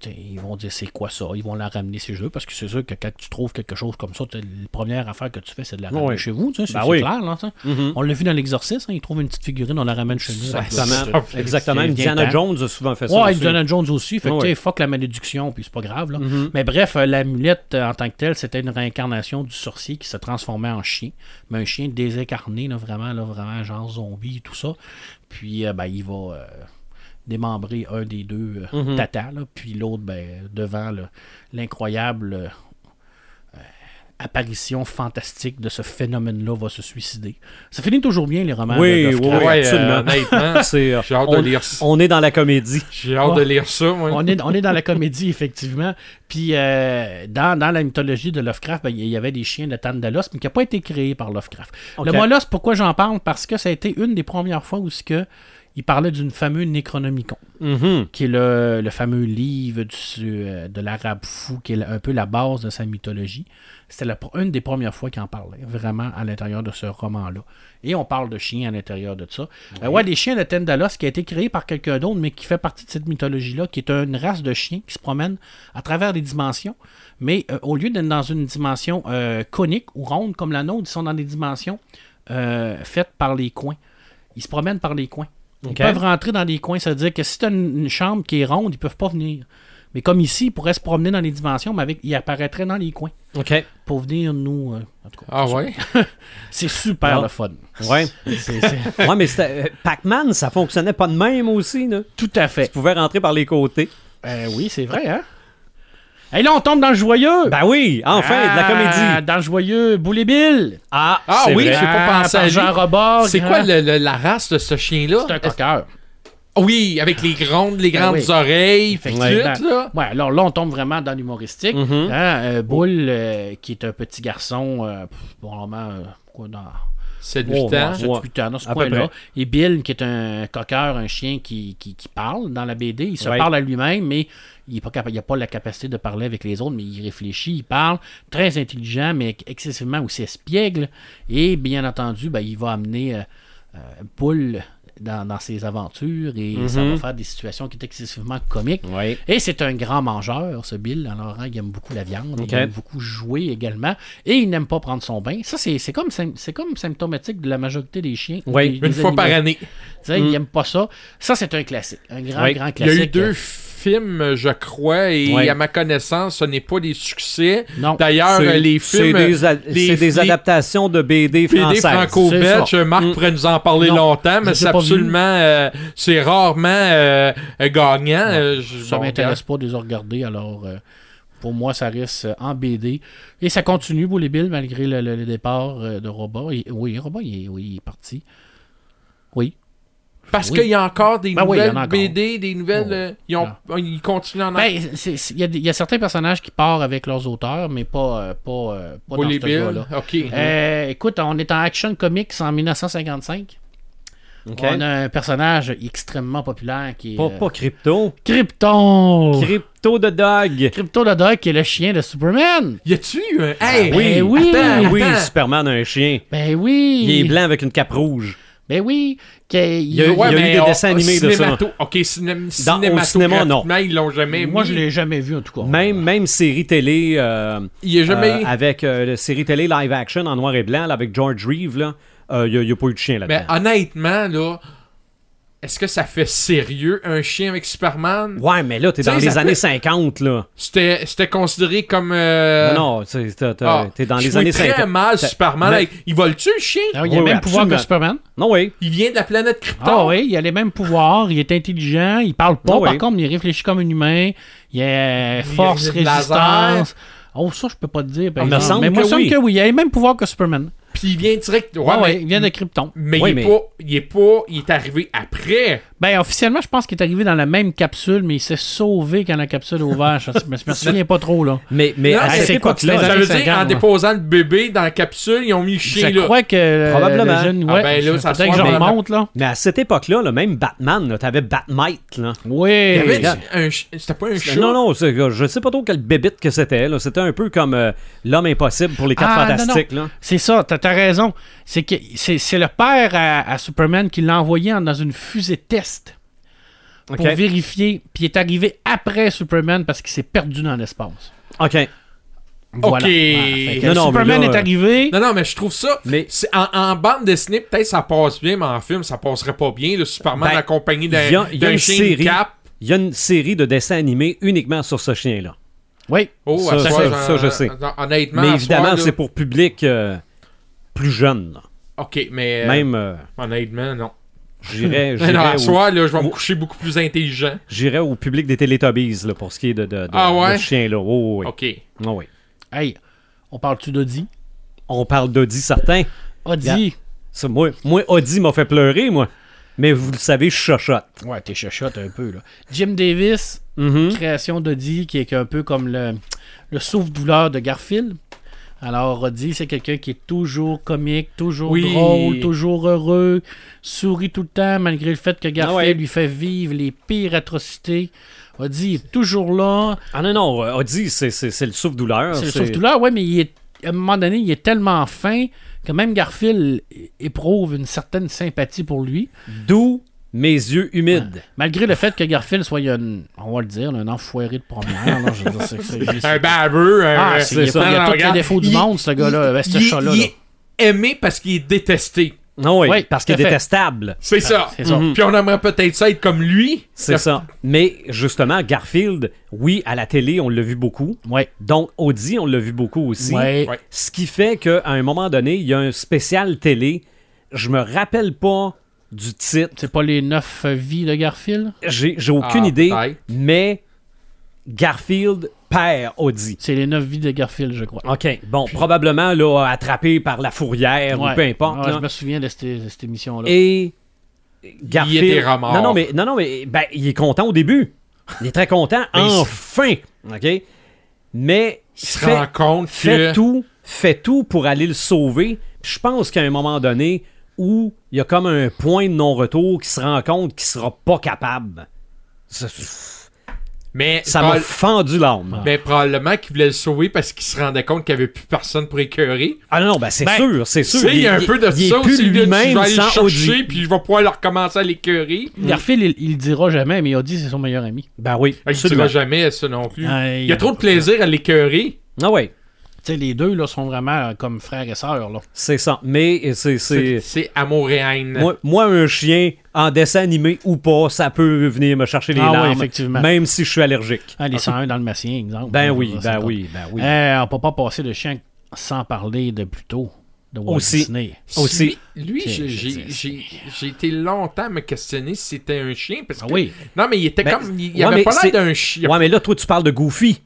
[SPEAKER 3] T'sais, ils vont dire c'est quoi ça, ils vont la ramener chez eux parce que c'est sûr que quand tu trouves quelque chose comme ça, t'as- la première affaire que tu fais c'est de la ramener
[SPEAKER 1] Oui.
[SPEAKER 3] chez vous, tu sais, c'est
[SPEAKER 1] Ben
[SPEAKER 3] c'est
[SPEAKER 1] oui.
[SPEAKER 3] clair. Là, t'sais.
[SPEAKER 1] Mhm.
[SPEAKER 3] On l'a vu dans l'exorciste, hein, ils trouvent une petite figurine, on la ramène chez nous.
[SPEAKER 1] Exactement.
[SPEAKER 4] c'est-
[SPEAKER 1] Exactement.
[SPEAKER 3] c'est bien
[SPEAKER 1] Indiana
[SPEAKER 3] temps.
[SPEAKER 1] Jones a souvent fait ça.
[SPEAKER 3] Ouais,
[SPEAKER 1] aussi.
[SPEAKER 3] Indiana Jones aussi, fait que,
[SPEAKER 1] Ah oui.
[SPEAKER 3] t'sais, fuck la malédiction, puis c'est pas grave. Là.
[SPEAKER 1] Mm-hmm.
[SPEAKER 3] Mais bref, euh, l'amulette euh, en tant que telle, c'était une réincarnation du sorcier qui se transformait en chien, mais un chien désincarné, là, vraiment, là, vraiment genre zombie et tout ça. Puis euh, ben, il va euh, démembrer un des deux euh,
[SPEAKER 1] Mhm.
[SPEAKER 3] tatas, là, puis l'autre ben, devant là, l'incroyable euh, euh, apparition fantastique de ce phénomène-là va se suicider. Ça finit toujours bien les romans.
[SPEAKER 1] Oui,
[SPEAKER 3] de Lovecraft.
[SPEAKER 1] Ah oui,
[SPEAKER 4] Ouais,
[SPEAKER 1] absolument.
[SPEAKER 4] euh,
[SPEAKER 1] <laughs>
[SPEAKER 4] honnêtement,
[SPEAKER 1] C'est, euh,
[SPEAKER 4] J'ai hâte de
[SPEAKER 1] on,
[SPEAKER 4] lire ça.
[SPEAKER 1] on est dans la comédie.
[SPEAKER 4] J'ai hâte de lire ça, moi.
[SPEAKER 3] on, est, on est dans la comédie, effectivement. Puis, euh, dans, dans la mythologie de Lovecraft, ben, il y avait des chiens de Tandalos, mais qui n'a pas été créé par Lovecraft. Le
[SPEAKER 1] Ok.
[SPEAKER 3] Molos, pourquoi j'en parle Parce que ça a été une des premières fois où ce que il parlait d'une fameuse Necronomicon,
[SPEAKER 1] Mhm.
[SPEAKER 3] qui est le, le fameux livre du- euh, de l'arabe fou, qui est un peu la base de sa mythologie. C'était la pr- une des premières fois qu'il en parlait, vraiment, à l'intérieur de ce roman-là. Et on parle de chiens à l'intérieur de ça. Euh, ouais, les chiens de Tendalos, qui a été créé par quelqu'un d'autre, mais qui fait partie de cette mythologie-là, qui est une race de chiens qui se promène à travers les dimensions. Mais euh, au lieu d'être dans une dimension euh, conique ou ronde comme la nôtre, ils sont dans des dimensions euh, faites par les coins. Ils se promènent par les coins. Ils
[SPEAKER 1] Ok.
[SPEAKER 3] peuvent rentrer dans les coins. Ça veut dire que si tu as une, une chambre qui est ronde, ils peuvent pas venir. Mais comme ici, ils pourraient se promener dans les dimensions, mais avec, ils apparaîtraient dans les coins
[SPEAKER 1] OK.
[SPEAKER 3] pour venir nous. euh, en tout cas,
[SPEAKER 4] Ah ouais? Ah.
[SPEAKER 3] c'est super
[SPEAKER 1] Non.
[SPEAKER 3] le fun.
[SPEAKER 1] Ouais.
[SPEAKER 3] C'est- c'est-
[SPEAKER 1] ouais, mais c'était- euh, Pac-Man, ça fonctionnait pas de même aussi. Là.
[SPEAKER 3] tout à fait.
[SPEAKER 1] Tu pouvais rentrer par les côtés.
[SPEAKER 3] Euh, oui, c'est vrai, hein? Et là, on tombe dans le joyeux!
[SPEAKER 1] Ben oui, enfin, de la
[SPEAKER 3] Ah,
[SPEAKER 1] comédie.
[SPEAKER 3] Dans le joyeux, Boule et Bill!
[SPEAKER 1] Ah,
[SPEAKER 4] Ah
[SPEAKER 1] c'est
[SPEAKER 4] oui,
[SPEAKER 1] vrai.
[SPEAKER 4] j'ai pas pensé à
[SPEAKER 3] par
[SPEAKER 4] lui.
[SPEAKER 3] Jean Robert.
[SPEAKER 4] C'est
[SPEAKER 3] grand-
[SPEAKER 4] quoi le- le- la race de ce chien-là?
[SPEAKER 3] C'est un coqueur.
[SPEAKER 4] Oui, avec les grandes, les
[SPEAKER 3] Ah
[SPEAKER 4] grandes
[SPEAKER 3] oui.
[SPEAKER 4] oreilles, puis tout,
[SPEAKER 3] Effectivement.
[SPEAKER 4] là. Mm-hmm.
[SPEAKER 3] Ouais, alors là, on tombe vraiment dans l'humoristique.
[SPEAKER 1] Mhm.
[SPEAKER 3] Hein, euh, Boule, euh, qui est un petit garçon, euh, pff, probablement, euh, pourquoi dans...
[SPEAKER 4] C'est du
[SPEAKER 1] Oh,
[SPEAKER 4] temps.
[SPEAKER 1] ouais.
[SPEAKER 3] sept, huit ans, dans ce
[SPEAKER 1] à peu
[SPEAKER 3] coin-là.
[SPEAKER 1] près.
[SPEAKER 3] Et Bill, qui est un coqueur, un chien qui, qui, qui parle dans la BD, il se
[SPEAKER 1] Ouais.
[SPEAKER 3] parle à lui-même, mais il n'a pas, capa- il a pas la capacité de parler avec les autres, mais il réfléchit, il parle, très intelligent, mais excessivement aussi espiègle. Et bien entendu, ben, il va amener euh, euh, Poule dans, dans ses aventures et ça
[SPEAKER 1] Mm-hmm.
[SPEAKER 3] va faire des situations qui sont excessivement comiques.
[SPEAKER 1] Oui.
[SPEAKER 3] Et c'est un grand mangeur, ce Bill. Alors, hein, il aime beaucoup la viande,
[SPEAKER 1] Ok.
[SPEAKER 3] il aime beaucoup jouer également, et il n'aime pas prendre son bain. Ça, c'est c'est comme, sym- c'est comme symptomatique de la majorité des chiens.
[SPEAKER 1] Oui,
[SPEAKER 3] des-
[SPEAKER 4] Une
[SPEAKER 3] des
[SPEAKER 4] fois par
[SPEAKER 3] animaux.
[SPEAKER 4] année. Mm.
[SPEAKER 3] Tu sais, Il n'aime pas ça. Ça, c'est un classique. Un grand,
[SPEAKER 1] Oui.
[SPEAKER 3] grand
[SPEAKER 4] Il y a
[SPEAKER 3] classique. Euh,
[SPEAKER 4] eu deux films, je crois, et
[SPEAKER 1] Ouais.
[SPEAKER 4] à ma connaissance, ce n'est pas des succès.
[SPEAKER 3] Non.
[SPEAKER 4] D'ailleurs,
[SPEAKER 1] C'est-
[SPEAKER 4] euh, les
[SPEAKER 1] c'est
[SPEAKER 4] films.
[SPEAKER 1] des, a-
[SPEAKER 4] les-
[SPEAKER 1] c'est des
[SPEAKER 4] les-
[SPEAKER 1] adaptations de BD
[SPEAKER 4] PD
[SPEAKER 1] françaises.
[SPEAKER 4] franco-belge,
[SPEAKER 3] C'est Mm.
[SPEAKER 4] euh, Marc pourrait nous en parler
[SPEAKER 3] Non,
[SPEAKER 4] longtemps, mais
[SPEAKER 3] je l'ai
[SPEAKER 4] c'est
[SPEAKER 3] pas vu.
[SPEAKER 4] absolument, euh, c'est rarement euh, euh, gagnant. euh, je-
[SPEAKER 3] Ça
[SPEAKER 4] bon,
[SPEAKER 3] m'intéresse pas de les regarder, alors euh, pour moi, ça reste euh, en BD. Et ça continue, Bully Bill, malgré le, le- le départ euh, de Robot. Et- oui, Robot, il est, oui, il est parti. Oui.
[SPEAKER 4] Parce
[SPEAKER 3] Oui.
[SPEAKER 4] qu'il y a encore des
[SPEAKER 3] Ben oui, il y en
[SPEAKER 4] nouvelles
[SPEAKER 3] a encore.
[SPEAKER 4] BD, des nouvelles.
[SPEAKER 3] Oh.
[SPEAKER 4] euh, ils, ont- ils continuent en
[SPEAKER 3] Ben, c'est- c'est- il y, a des- il y a certains personnages qui partent avec leurs auteurs, mais pas, euh, pas, euh, pas dans
[SPEAKER 4] Bully
[SPEAKER 3] ce
[SPEAKER 4] Bill.
[SPEAKER 3] gars-là.
[SPEAKER 4] OK.
[SPEAKER 3] Euh, écoute, on est en Action Comics en 1955.
[SPEAKER 1] Ok.
[SPEAKER 3] On a un personnage extrêmement populaire qui est
[SPEAKER 1] Pas,
[SPEAKER 3] euh,
[SPEAKER 1] pas crypto.
[SPEAKER 3] Krypton.
[SPEAKER 1] Crypto de dog.
[SPEAKER 3] Crypto le Dog qui est le chien de Superman.
[SPEAKER 4] Y a-tu un. Hey,
[SPEAKER 3] Ah oui. oui.
[SPEAKER 1] Attends, oui,
[SPEAKER 4] attends.
[SPEAKER 1] Superman a un chien.
[SPEAKER 3] Ben oui.
[SPEAKER 1] Il est blanc avec une cape rouge.
[SPEAKER 3] Ben oui. que- il-
[SPEAKER 1] y a- il y a eu
[SPEAKER 4] mais
[SPEAKER 1] des dessins animés de ça.
[SPEAKER 4] cinémato- OK, ciné-
[SPEAKER 1] au cinéma, non.
[SPEAKER 4] cinématographiquement, ils l'ont jamais
[SPEAKER 3] Moi,
[SPEAKER 4] mis.
[SPEAKER 3] je l'ai jamais vu, en tout cas.
[SPEAKER 1] Même, même série télé. euh,
[SPEAKER 4] Il y a jamais.
[SPEAKER 1] euh, avec euh, la série télé live action en noir et blanc là, avec George Reeve, là, euh, il n'y a, pas eu de chien
[SPEAKER 4] mais ah,
[SPEAKER 1] là-dedans.
[SPEAKER 4] honnêtement, là, est-ce que ça fait sérieux un chien avec Superman?
[SPEAKER 1] Ouais, mais là, t'es
[SPEAKER 4] Tu
[SPEAKER 1] dans
[SPEAKER 4] sais,
[SPEAKER 1] les
[SPEAKER 4] ça
[SPEAKER 1] années
[SPEAKER 4] fait-
[SPEAKER 1] 50, là.
[SPEAKER 4] C'était c'était considéré comme. euh,
[SPEAKER 1] Non, t'es t'es- t'es-
[SPEAKER 4] ah,
[SPEAKER 1] Euh, t'es dans
[SPEAKER 4] je
[SPEAKER 1] les
[SPEAKER 4] suis
[SPEAKER 1] années
[SPEAKER 4] très
[SPEAKER 1] 50.
[SPEAKER 4] mal Superman.
[SPEAKER 1] Mais-
[SPEAKER 4] avec- Il vole tu le chien?
[SPEAKER 3] Ah oui, il
[SPEAKER 1] Oui,
[SPEAKER 3] a le même
[SPEAKER 1] oui,
[SPEAKER 3] pouvoir que
[SPEAKER 1] absolument.
[SPEAKER 3] Superman.
[SPEAKER 1] Non, oui.
[SPEAKER 4] Il vient de la planète Krypton.
[SPEAKER 3] Ah oui, il a les mêmes pouvoirs, il est intelligent, il parle pas,
[SPEAKER 1] Ah
[SPEAKER 3] par
[SPEAKER 1] oui.
[SPEAKER 3] contre, mais il réfléchit comme un humain, il a force,
[SPEAKER 4] il y a de
[SPEAKER 3] résistance. Oh, ça, je peux pas te dire.
[SPEAKER 4] Ah,
[SPEAKER 3] par
[SPEAKER 1] Il me
[SPEAKER 3] exemple.
[SPEAKER 1] semble
[SPEAKER 3] mais moi,
[SPEAKER 1] que
[SPEAKER 3] il semble
[SPEAKER 1] oui.
[SPEAKER 3] que oui, il a les mêmes pouvoirs que Superman.
[SPEAKER 4] Puis il vient direct. Ouais,
[SPEAKER 3] Ah
[SPEAKER 4] mais,
[SPEAKER 3] oui, il vient de Krypton.
[SPEAKER 4] mais
[SPEAKER 1] Oui,
[SPEAKER 4] il, est
[SPEAKER 1] mais-
[SPEAKER 4] Pas, il est pas. Il est arrivé après.
[SPEAKER 3] Ben, officiellement, je pense qu'il est arrivé dans la même capsule, mais il s'est sauvé quand la capsule a ouvert. Je me je me souviens pas trop, là.
[SPEAKER 1] Mais, mais
[SPEAKER 4] Non,
[SPEAKER 1] à
[SPEAKER 4] c'est-
[SPEAKER 1] cette
[SPEAKER 3] c'est quoi que
[SPEAKER 1] époque-là,
[SPEAKER 3] les
[SPEAKER 4] Ça
[SPEAKER 3] années
[SPEAKER 4] veut dire,
[SPEAKER 3] 50,
[SPEAKER 4] en
[SPEAKER 3] ouais.
[SPEAKER 4] déposant le bébé dans la capsule, ils ont mis le
[SPEAKER 3] Je
[SPEAKER 4] chien là.
[SPEAKER 3] crois que euh,
[SPEAKER 1] Probablement.
[SPEAKER 3] le jeune,
[SPEAKER 4] Ah
[SPEAKER 3] ouais,
[SPEAKER 4] ben là, ça
[SPEAKER 3] peut-être que
[SPEAKER 4] se
[SPEAKER 3] je
[SPEAKER 4] voit, mais-
[SPEAKER 3] remonte, là.
[SPEAKER 1] mais à cette époque-là, là, même Batman, là, t'avais Batmite, là.
[SPEAKER 3] Oui.
[SPEAKER 4] Il y avait
[SPEAKER 1] regarde.
[SPEAKER 4] un ch- C'était pas un chien.
[SPEAKER 1] Non, non, c'est- je sais pas trop quelle bébite que c'était. là. C'était un peu comme euh, l'homme impossible pour les quatre
[SPEAKER 3] Ah, non,
[SPEAKER 1] fantastiques.
[SPEAKER 3] non.
[SPEAKER 1] là.
[SPEAKER 3] C'est ça, t'as as raison. C'est que c'est c'est le père à, à Superman qui l'a envoyé en- dans une fusée test pour
[SPEAKER 1] Ok.
[SPEAKER 3] vérifier, puis il est arrivé après Superman parce qu'il s'est perdu dans l'espace.
[SPEAKER 1] OK.
[SPEAKER 3] Voilà.
[SPEAKER 4] Ok.
[SPEAKER 3] Ouais, fait que
[SPEAKER 1] Non, non,
[SPEAKER 3] Superman
[SPEAKER 1] mais là,
[SPEAKER 3] est arrivé.
[SPEAKER 4] Non, non, mais je trouve ça.
[SPEAKER 1] Mais-
[SPEAKER 4] c'est- En, en bande dessinée, peut-être ça passe bien, mais en film, ça passerait pas bien. Le Superman
[SPEAKER 1] Ben,
[SPEAKER 4] accompagné
[SPEAKER 1] Il y
[SPEAKER 4] d'un
[SPEAKER 1] a, il y a
[SPEAKER 4] d'un
[SPEAKER 1] une
[SPEAKER 4] chien de
[SPEAKER 1] série.
[SPEAKER 4] cap.
[SPEAKER 1] Il y a une série de dessins animés uniquement sur ce chien-là.
[SPEAKER 3] Oui.
[SPEAKER 4] Oh,
[SPEAKER 1] Ça,
[SPEAKER 4] à
[SPEAKER 1] ça,
[SPEAKER 4] soir,
[SPEAKER 1] ça, je
[SPEAKER 4] j'en-
[SPEAKER 1] sais.
[SPEAKER 4] non, Honnêtement,
[SPEAKER 1] Mais
[SPEAKER 4] à
[SPEAKER 1] évidemment,
[SPEAKER 4] soir, là-
[SPEAKER 1] c'est pour public euh, plus jeune. là.
[SPEAKER 4] Ok, mais. euh,
[SPEAKER 1] Même, euh,
[SPEAKER 4] Honnêtement, non. <laughs>
[SPEAKER 1] j'irais
[SPEAKER 4] Mais non, à
[SPEAKER 1] j'irais au,
[SPEAKER 4] soir, là, je vais me coucher beaucoup plus intelligent.
[SPEAKER 1] j'irais au public des Teletubbies là, pour ce qui est de, de, de,
[SPEAKER 4] Ah ouais?
[SPEAKER 1] de ce chien-là. Oh, oui.
[SPEAKER 4] Ok.
[SPEAKER 1] Oh, oui.
[SPEAKER 3] Hey, on parle-tu d'Audi?
[SPEAKER 1] On parle d'Audi, certain.
[SPEAKER 3] Audi.
[SPEAKER 1] Yeah. Ça, Moi, moi Audi m'a fait pleurer, moi. Mais vous le savez, je chochotte.
[SPEAKER 3] Ouais, t'es chuchote un peu, là. Jim Davis,
[SPEAKER 1] Mhm.
[SPEAKER 3] création d'Audi, qui est un peu comme le, le souffle-douleur de Garfield. Alors, Audi, c'est quelqu'un qui est toujours comique, toujours
[SPEAKER 4] Oui.
[SPEAKER 3] drôle, toujours heureux, sourit tout le temps, malgré le fait que Garfield
[SPEAKER 1] Ah ouais.
[SPEAKER 3] lui fait vivre les pires atrocités. Audi est toujours là.
[SPEAKER 1] Ah non, non, euh, Audi, c'est, c'est, Ah, c'est le souffle-douleur.
[SPEAKER 3] C'est le souffle-douleur, ouais, mais il est, à un moment donné, il est tellement fin que même Garfield é- éprouve une certaine sympathie pour lui.
[SPEAKER 1] D'où mes yeux humides.
[SPEAKER 3] Malgré le fait que Garfield soit, un, on va le dire, un enfoiré de première. là, je veux dire,
[SPEAKER 1] <laughs>
[SPEAKER 3] c'est- c'est-
[SPEAKER 4] Un baveux. Un...
[SPEAKER 3] Ah, c'est- il y a,
[SPEAKER 1] ça.
[SPEAKER 3] il y a
[SPEAKER 4] Non, non,
[SPEAKER 3] tous les
[SPEAKER 4] regarde,
[SPEAKER 3] défauts du
[SPEAKER 4] il-
[SPEAKER 3] monde, ce gars-là, ben, ce
[SPEAKER 4] il-
[SPEAKER 3] chat-là.
[SPEAKER 4] il
[SPEAKER 3] là.
[SPEAKER 4] est aimé parce qu'il est détesté.
[SPEAKER 1] Non, Ah oui,
[SPEAKER 3] Ah. Oui,
[SPEAKER 1] parce
[SPEAKER 3] tout
[SPEAKER 1] qu'il
[SPEAKER 3] à
[SPEAKER 1] est
[SPEAKER 3] fait.
[SPEAKER 1] détestable.
[SPEAKER 4] C'est ça.
[SPEAKER 3] c'est ça.
[SPEAKER 4] Mhm. Puis on aimerait peut-être ça être comme lui.
[SPEAKER 1] C'est ça. Mais justement, Garfield, oui, à la télé, on l'a vu beaucoup.
[SPEAKER 3] Ouais.
[SPEAKER 1] Donc, Audi, on l'a vu beaucoup aussi.
[SPEAKER 3] Ouais.
[SPEAKER 4] Ouais.
[SPEAKER 1] Ce qui fait qu'à un moment donné, il y a un spécial télé. Je me rappelle pas du titre.
[SPEAKER 3] C'est pas les neuf euh, vies de Garfield?
[SPEAKER 1] J'ai, j'ai aucune
[SPEAKER 4] Ah,
[SPEAKER 1] idée.
[SPEAKER 4] peut-être.
[SPEAKER 1] Mais Garfield perd Audi.
[SPEAKER 3] C'est les neuf vies de Garfield, je crois.
[SPEAKER 1] OK. Bon, probablement là, attrapé par la fourrière
[SPEAKER 3] Ouais.
[SPEAKER 1] ou peu importe.
[SPEAKER 3] Ouais,
[SPEAKER 1] là.
[SPEAKER 3] je me souviens de cette, de cette émission-là.
[SPEAKER 1] Et Garfield.
[SPEAKER 4] était remords.
[SPEAKER 1] Non, non, mais, non, non, mais ben, il est content au début. Il est très content.
[SPEAKER 4] Mais <laughs> il se-
[SPEAKER 1] enfin! OK? Mais
[SPEAKER 4] Il se
[SPEAKER 1] fait,
[SPEAKER 4] rend compte
[SPEAKER 1] fait
[SPEAKER 4] que.
[SPEAKER 1] tout, fait tout pour aller le sauver. Puis je pense qu'à un moment donné où il y a comme un point de non-retour qui se rend compte qu'il sera pas capable. Ça-
[SPEAKER 4] Mais
[SPEAKER 1] Ça
[SPEAKER 4] probable-
[SPEAKER 1] m'a fendu l'âme.
[SPEAKER 4] mais probablement qu'il voulait le sauver parce qu'il se rendait compte qu'il n'y avait plus personne pour écœurer.
[SPEAKER 1] Ah non, non, ben c'est
[SPEAKER 3] Ben,
[SPEAKER 1] sûr, c'est
[SPEAKER 4] Tu
[SPEAKER 1] sûr.
[SPEAKER 4] sais, il y a un peu de
[SPEAKER 1] il est
[SPEAKER 4] ça
[SPEAKER 1] plus
[SPEAKER 4] aussi. lui, Je vais
[SPEAKER 1] lui-même
[SPEAKER 4] aller le
[SPEAKER 1] sans
[SPEAKER 4] chercher,
[SPEAKER 1] Audi.
[SPEAKER 4] puis je vais pouvoir leur recommencer à l'écœurer.
[SPEAKER 3] Garfield, il, il le dira jamais, mais Audi, c'est son meilleur ami.
[SPEAKER 1] Ben oui,
[SPEAKER 4] Ah, Il ne
[SPEAKER 1] absolument.
[SPEAKER 4] dira jamais ça non plus.
[SPEAKER 3] Ah,
[SPEAKER 4] il y a trop de plaisir à l'écœurer.
[SPEAKER 1] Ah oui,
[SPEAKER 3] Tu sais, les deux là, sont vraiment euh, comme frères et sœurs. Là.
[SPEAKER 1] c'est ça. Mais euh, c'est... c'est-
[SPEAKER 4] C'est- C'est amour et haine.
[SPEAKER 1] Moi, moi, un chien, en dessin animé ou pas, ça peut venir me chercher les
[SPEAKER 3] Ah ouais,
[SPEAKER 1] larmes,
[SPEAKER 3] effectivement.
[SPEAKER 1] même si je suis allergique.
[SPEAKER 3] Ah, les 101 dans le Massien, exemple.
[SPEAKER 1] Ben
[SPEAKER 3] Là,
[SPEAKER 1] oui,
[SPEAKER 3] c'est
[SPEAKER 1] ben
[SPEAKER 3] comme-
[SPEAKER 1] oui, ben oui.
[SPEAKER 3] Eh, on peut pas passer de chien sans parler de plus tôt de Walt
[SPEAKER 1] Aussi.
[SPEAKER 3] Disney.
[SPEAKER 1] Aussi.
[SPEAKER 4] Lui,
[SPEAKER 3] Ok,
[SPEAKER 4] j'ai-
[SPEAKER 3] je
[SPEAKER 4] j'ai-
[SPEAKER 3] dis-
[SPEAKER 4] j'ai j'ai été longtemps à me questionner si c'était un chien. Parce que,
[SPEAKER 3] Ah oui.
[SPEAKER 4] Non, mais il était
[SPEAKER 1] Ben,
[SPEAKER 4] comme. Il
[SPEAKER 1] ouais,
[SPEAKER 4] n'y avait
[SPEAKER 1] mais
[SPEAKER 4] pas
[SPEAKER 1] c'est-
[SPEAKER 4] l'air d'un chien.
[SPEAKER 1] Ouais, mais là, toi, tu parles de Goofy.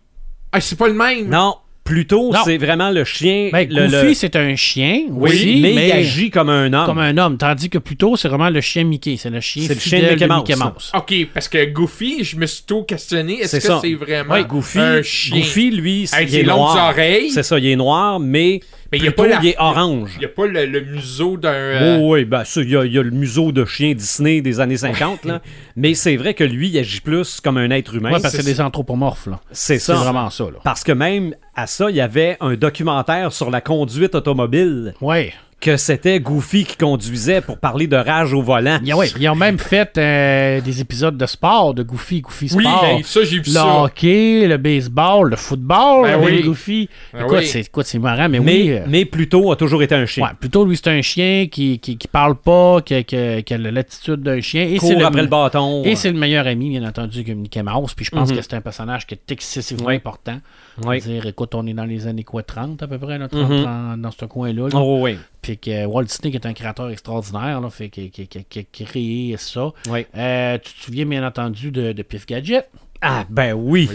[SPEAKER 4] Ah, c'est pas le même.
[SPEAKER 1] Non, plutôt,
[SPEAKER 3] Non.
[SPEAKER 1] c'est vraiment le chien.
[SPEAKER 3] Ben,
[SPEAKER 1] le-
[SPEAKER 3] Goofy,
[SPEAKER 1] le-
[SPEAKER 3] c'est un chien,
[SPEAKER 1] Oui,
[SPEAKER 3] aussi,
[SPEAKER 1] mais, il agit comme un homme.
[SPEAKER 3] comme un homme. Tandis que plutôt, c'est vraiment le chien Mickey. C'est le chien
[SPEAKER 1] C'est le chien
[SPEAKER 3] fidèle
[SPEAKER 1] Mickey
[SPEAKER 3] de
[SPEAKER 1] Mouse.
[SPEAKER 3] Mickey Mouse.
[SPEAKER 4] Ok, parce que Goofy, je me suis tout questionné. Est-ce
[SPEAKER 1] C'est
[SPEAKER 4] que
[SPEAKER 1] ça.
[SPEAKER 4] c'est vraiment
[SPEAKER 1] Ouais, Goofy,
[SPEAKER 4] un chien?
[SPEAKER 1] Goofy, lui, c'est
[SPEAKER 4] Avec
[SPEAKER 1] il est
[SPEAKER 4] ses longues
[SPEAKER 1] noir.
[SPEAKER 4] oreilles.
[SPEAKER 1] C'est ça, il est noir, mais,
[SPEAKER 4] Mais il y a
[SPEAKER 1] plutôt,
[SPEAKER 4] pas la-
[SPEAKER 1] il est orange.
[SPEAKER 4] Il n'y a pas le, le museau d'un. euh,
[SPEAKER 1] Oh, oui, ben, ça, il y, a, il y a le museau de chien Disney des années 50, là. mais c'est vrai que lui, il agit plus comme un être humain.
[SPEAKER 3] Ouais, parce que
[SPEAKER 4] c'est-
[SPEAKER 3] c'est des anthropomorphes. là.
[SPEAKER 1] c'est
[SPEAKER 3] C'est
[SPEAKER 1] ça.
[SPEAKER 3] vraiment ça. Là.
[SPEAKER 1] Parce que même à ça, il y avait un documentaire sur la conduite automobile
[SPEAKER 3] Ouais.
[SPEAKER 1] que c'était Goofy qui conduisait pour parler de rage au volant.
[SPEAKER 3] Ils, ouais, ils ont même fait euh, des épisodes de sport, de Goofy, Goofy
[SPEAKER 4] Oui,
[SPEAKER 3] Sport.
[SPEAKER 4] ben, ça, j'ai vu
[SPEAKER 3] le
[SPEAKER 4] ça.
[SPEAKER 3] hockey, le baseball, le football,
[SPEAKER 4] Ben
[SPEAKER 3] avec
[SPEAKER 4] oui.
[SPEAKER 3] Goofy.
[SPEAKER 4] Ben
[SPEAKER 3] écoute,
[SPEAKER 4] oui.
[SPEAKER 3] c'est, écoute, c'est marrant, mais,
[SPEAKER 1] Mais,
[SPEAKER 3] oui. euh,
[SPEAKER 1] mais plutôt a toujours été un chien.
[SPEAKER 3] ouais, plutôt, lui, c'est un chien qui, qui, qui parle pas, qui, qui- qui a l'attitude d'un chien. Et
[SPEAKER 1] Court
[SPEAKER 3] c'est le,
[SPEAKER 1] après le bâton.
[SPEAKER 3] Et c'est le meilleur ami, bien entendu, que Mickey Mouse. Puis je pense
[SPEAKER 1] Mhm.
[SPEAKER 3] que c'est un personnage qui est excessivement
[SPEAKER 1] Oui.
[SPEAKER 3] important.
[SPEAKER 1] Oui.
[SPEAKER 3] Dire, écoute, on est dans les années quoi, 30 à peu près, là, 30,
[SPEAKER 1] Mhm.
[SPEAKER 3] 30, dans ce coin-là. là.
[SPEAKER 1] Oh, oui.
[SPEAKER 3] Puis que euh, Walt Disney, qui est un créateur extraordinaire, là, fait, qui, qui- qui- qui a créé ça.
[SPEAKER 1] Oui.
[SPEAKER 3] Euh, tu te souviens, bien entendu, de, de Piff Gadget.
[SPEAKER 1] Ah, ben oui.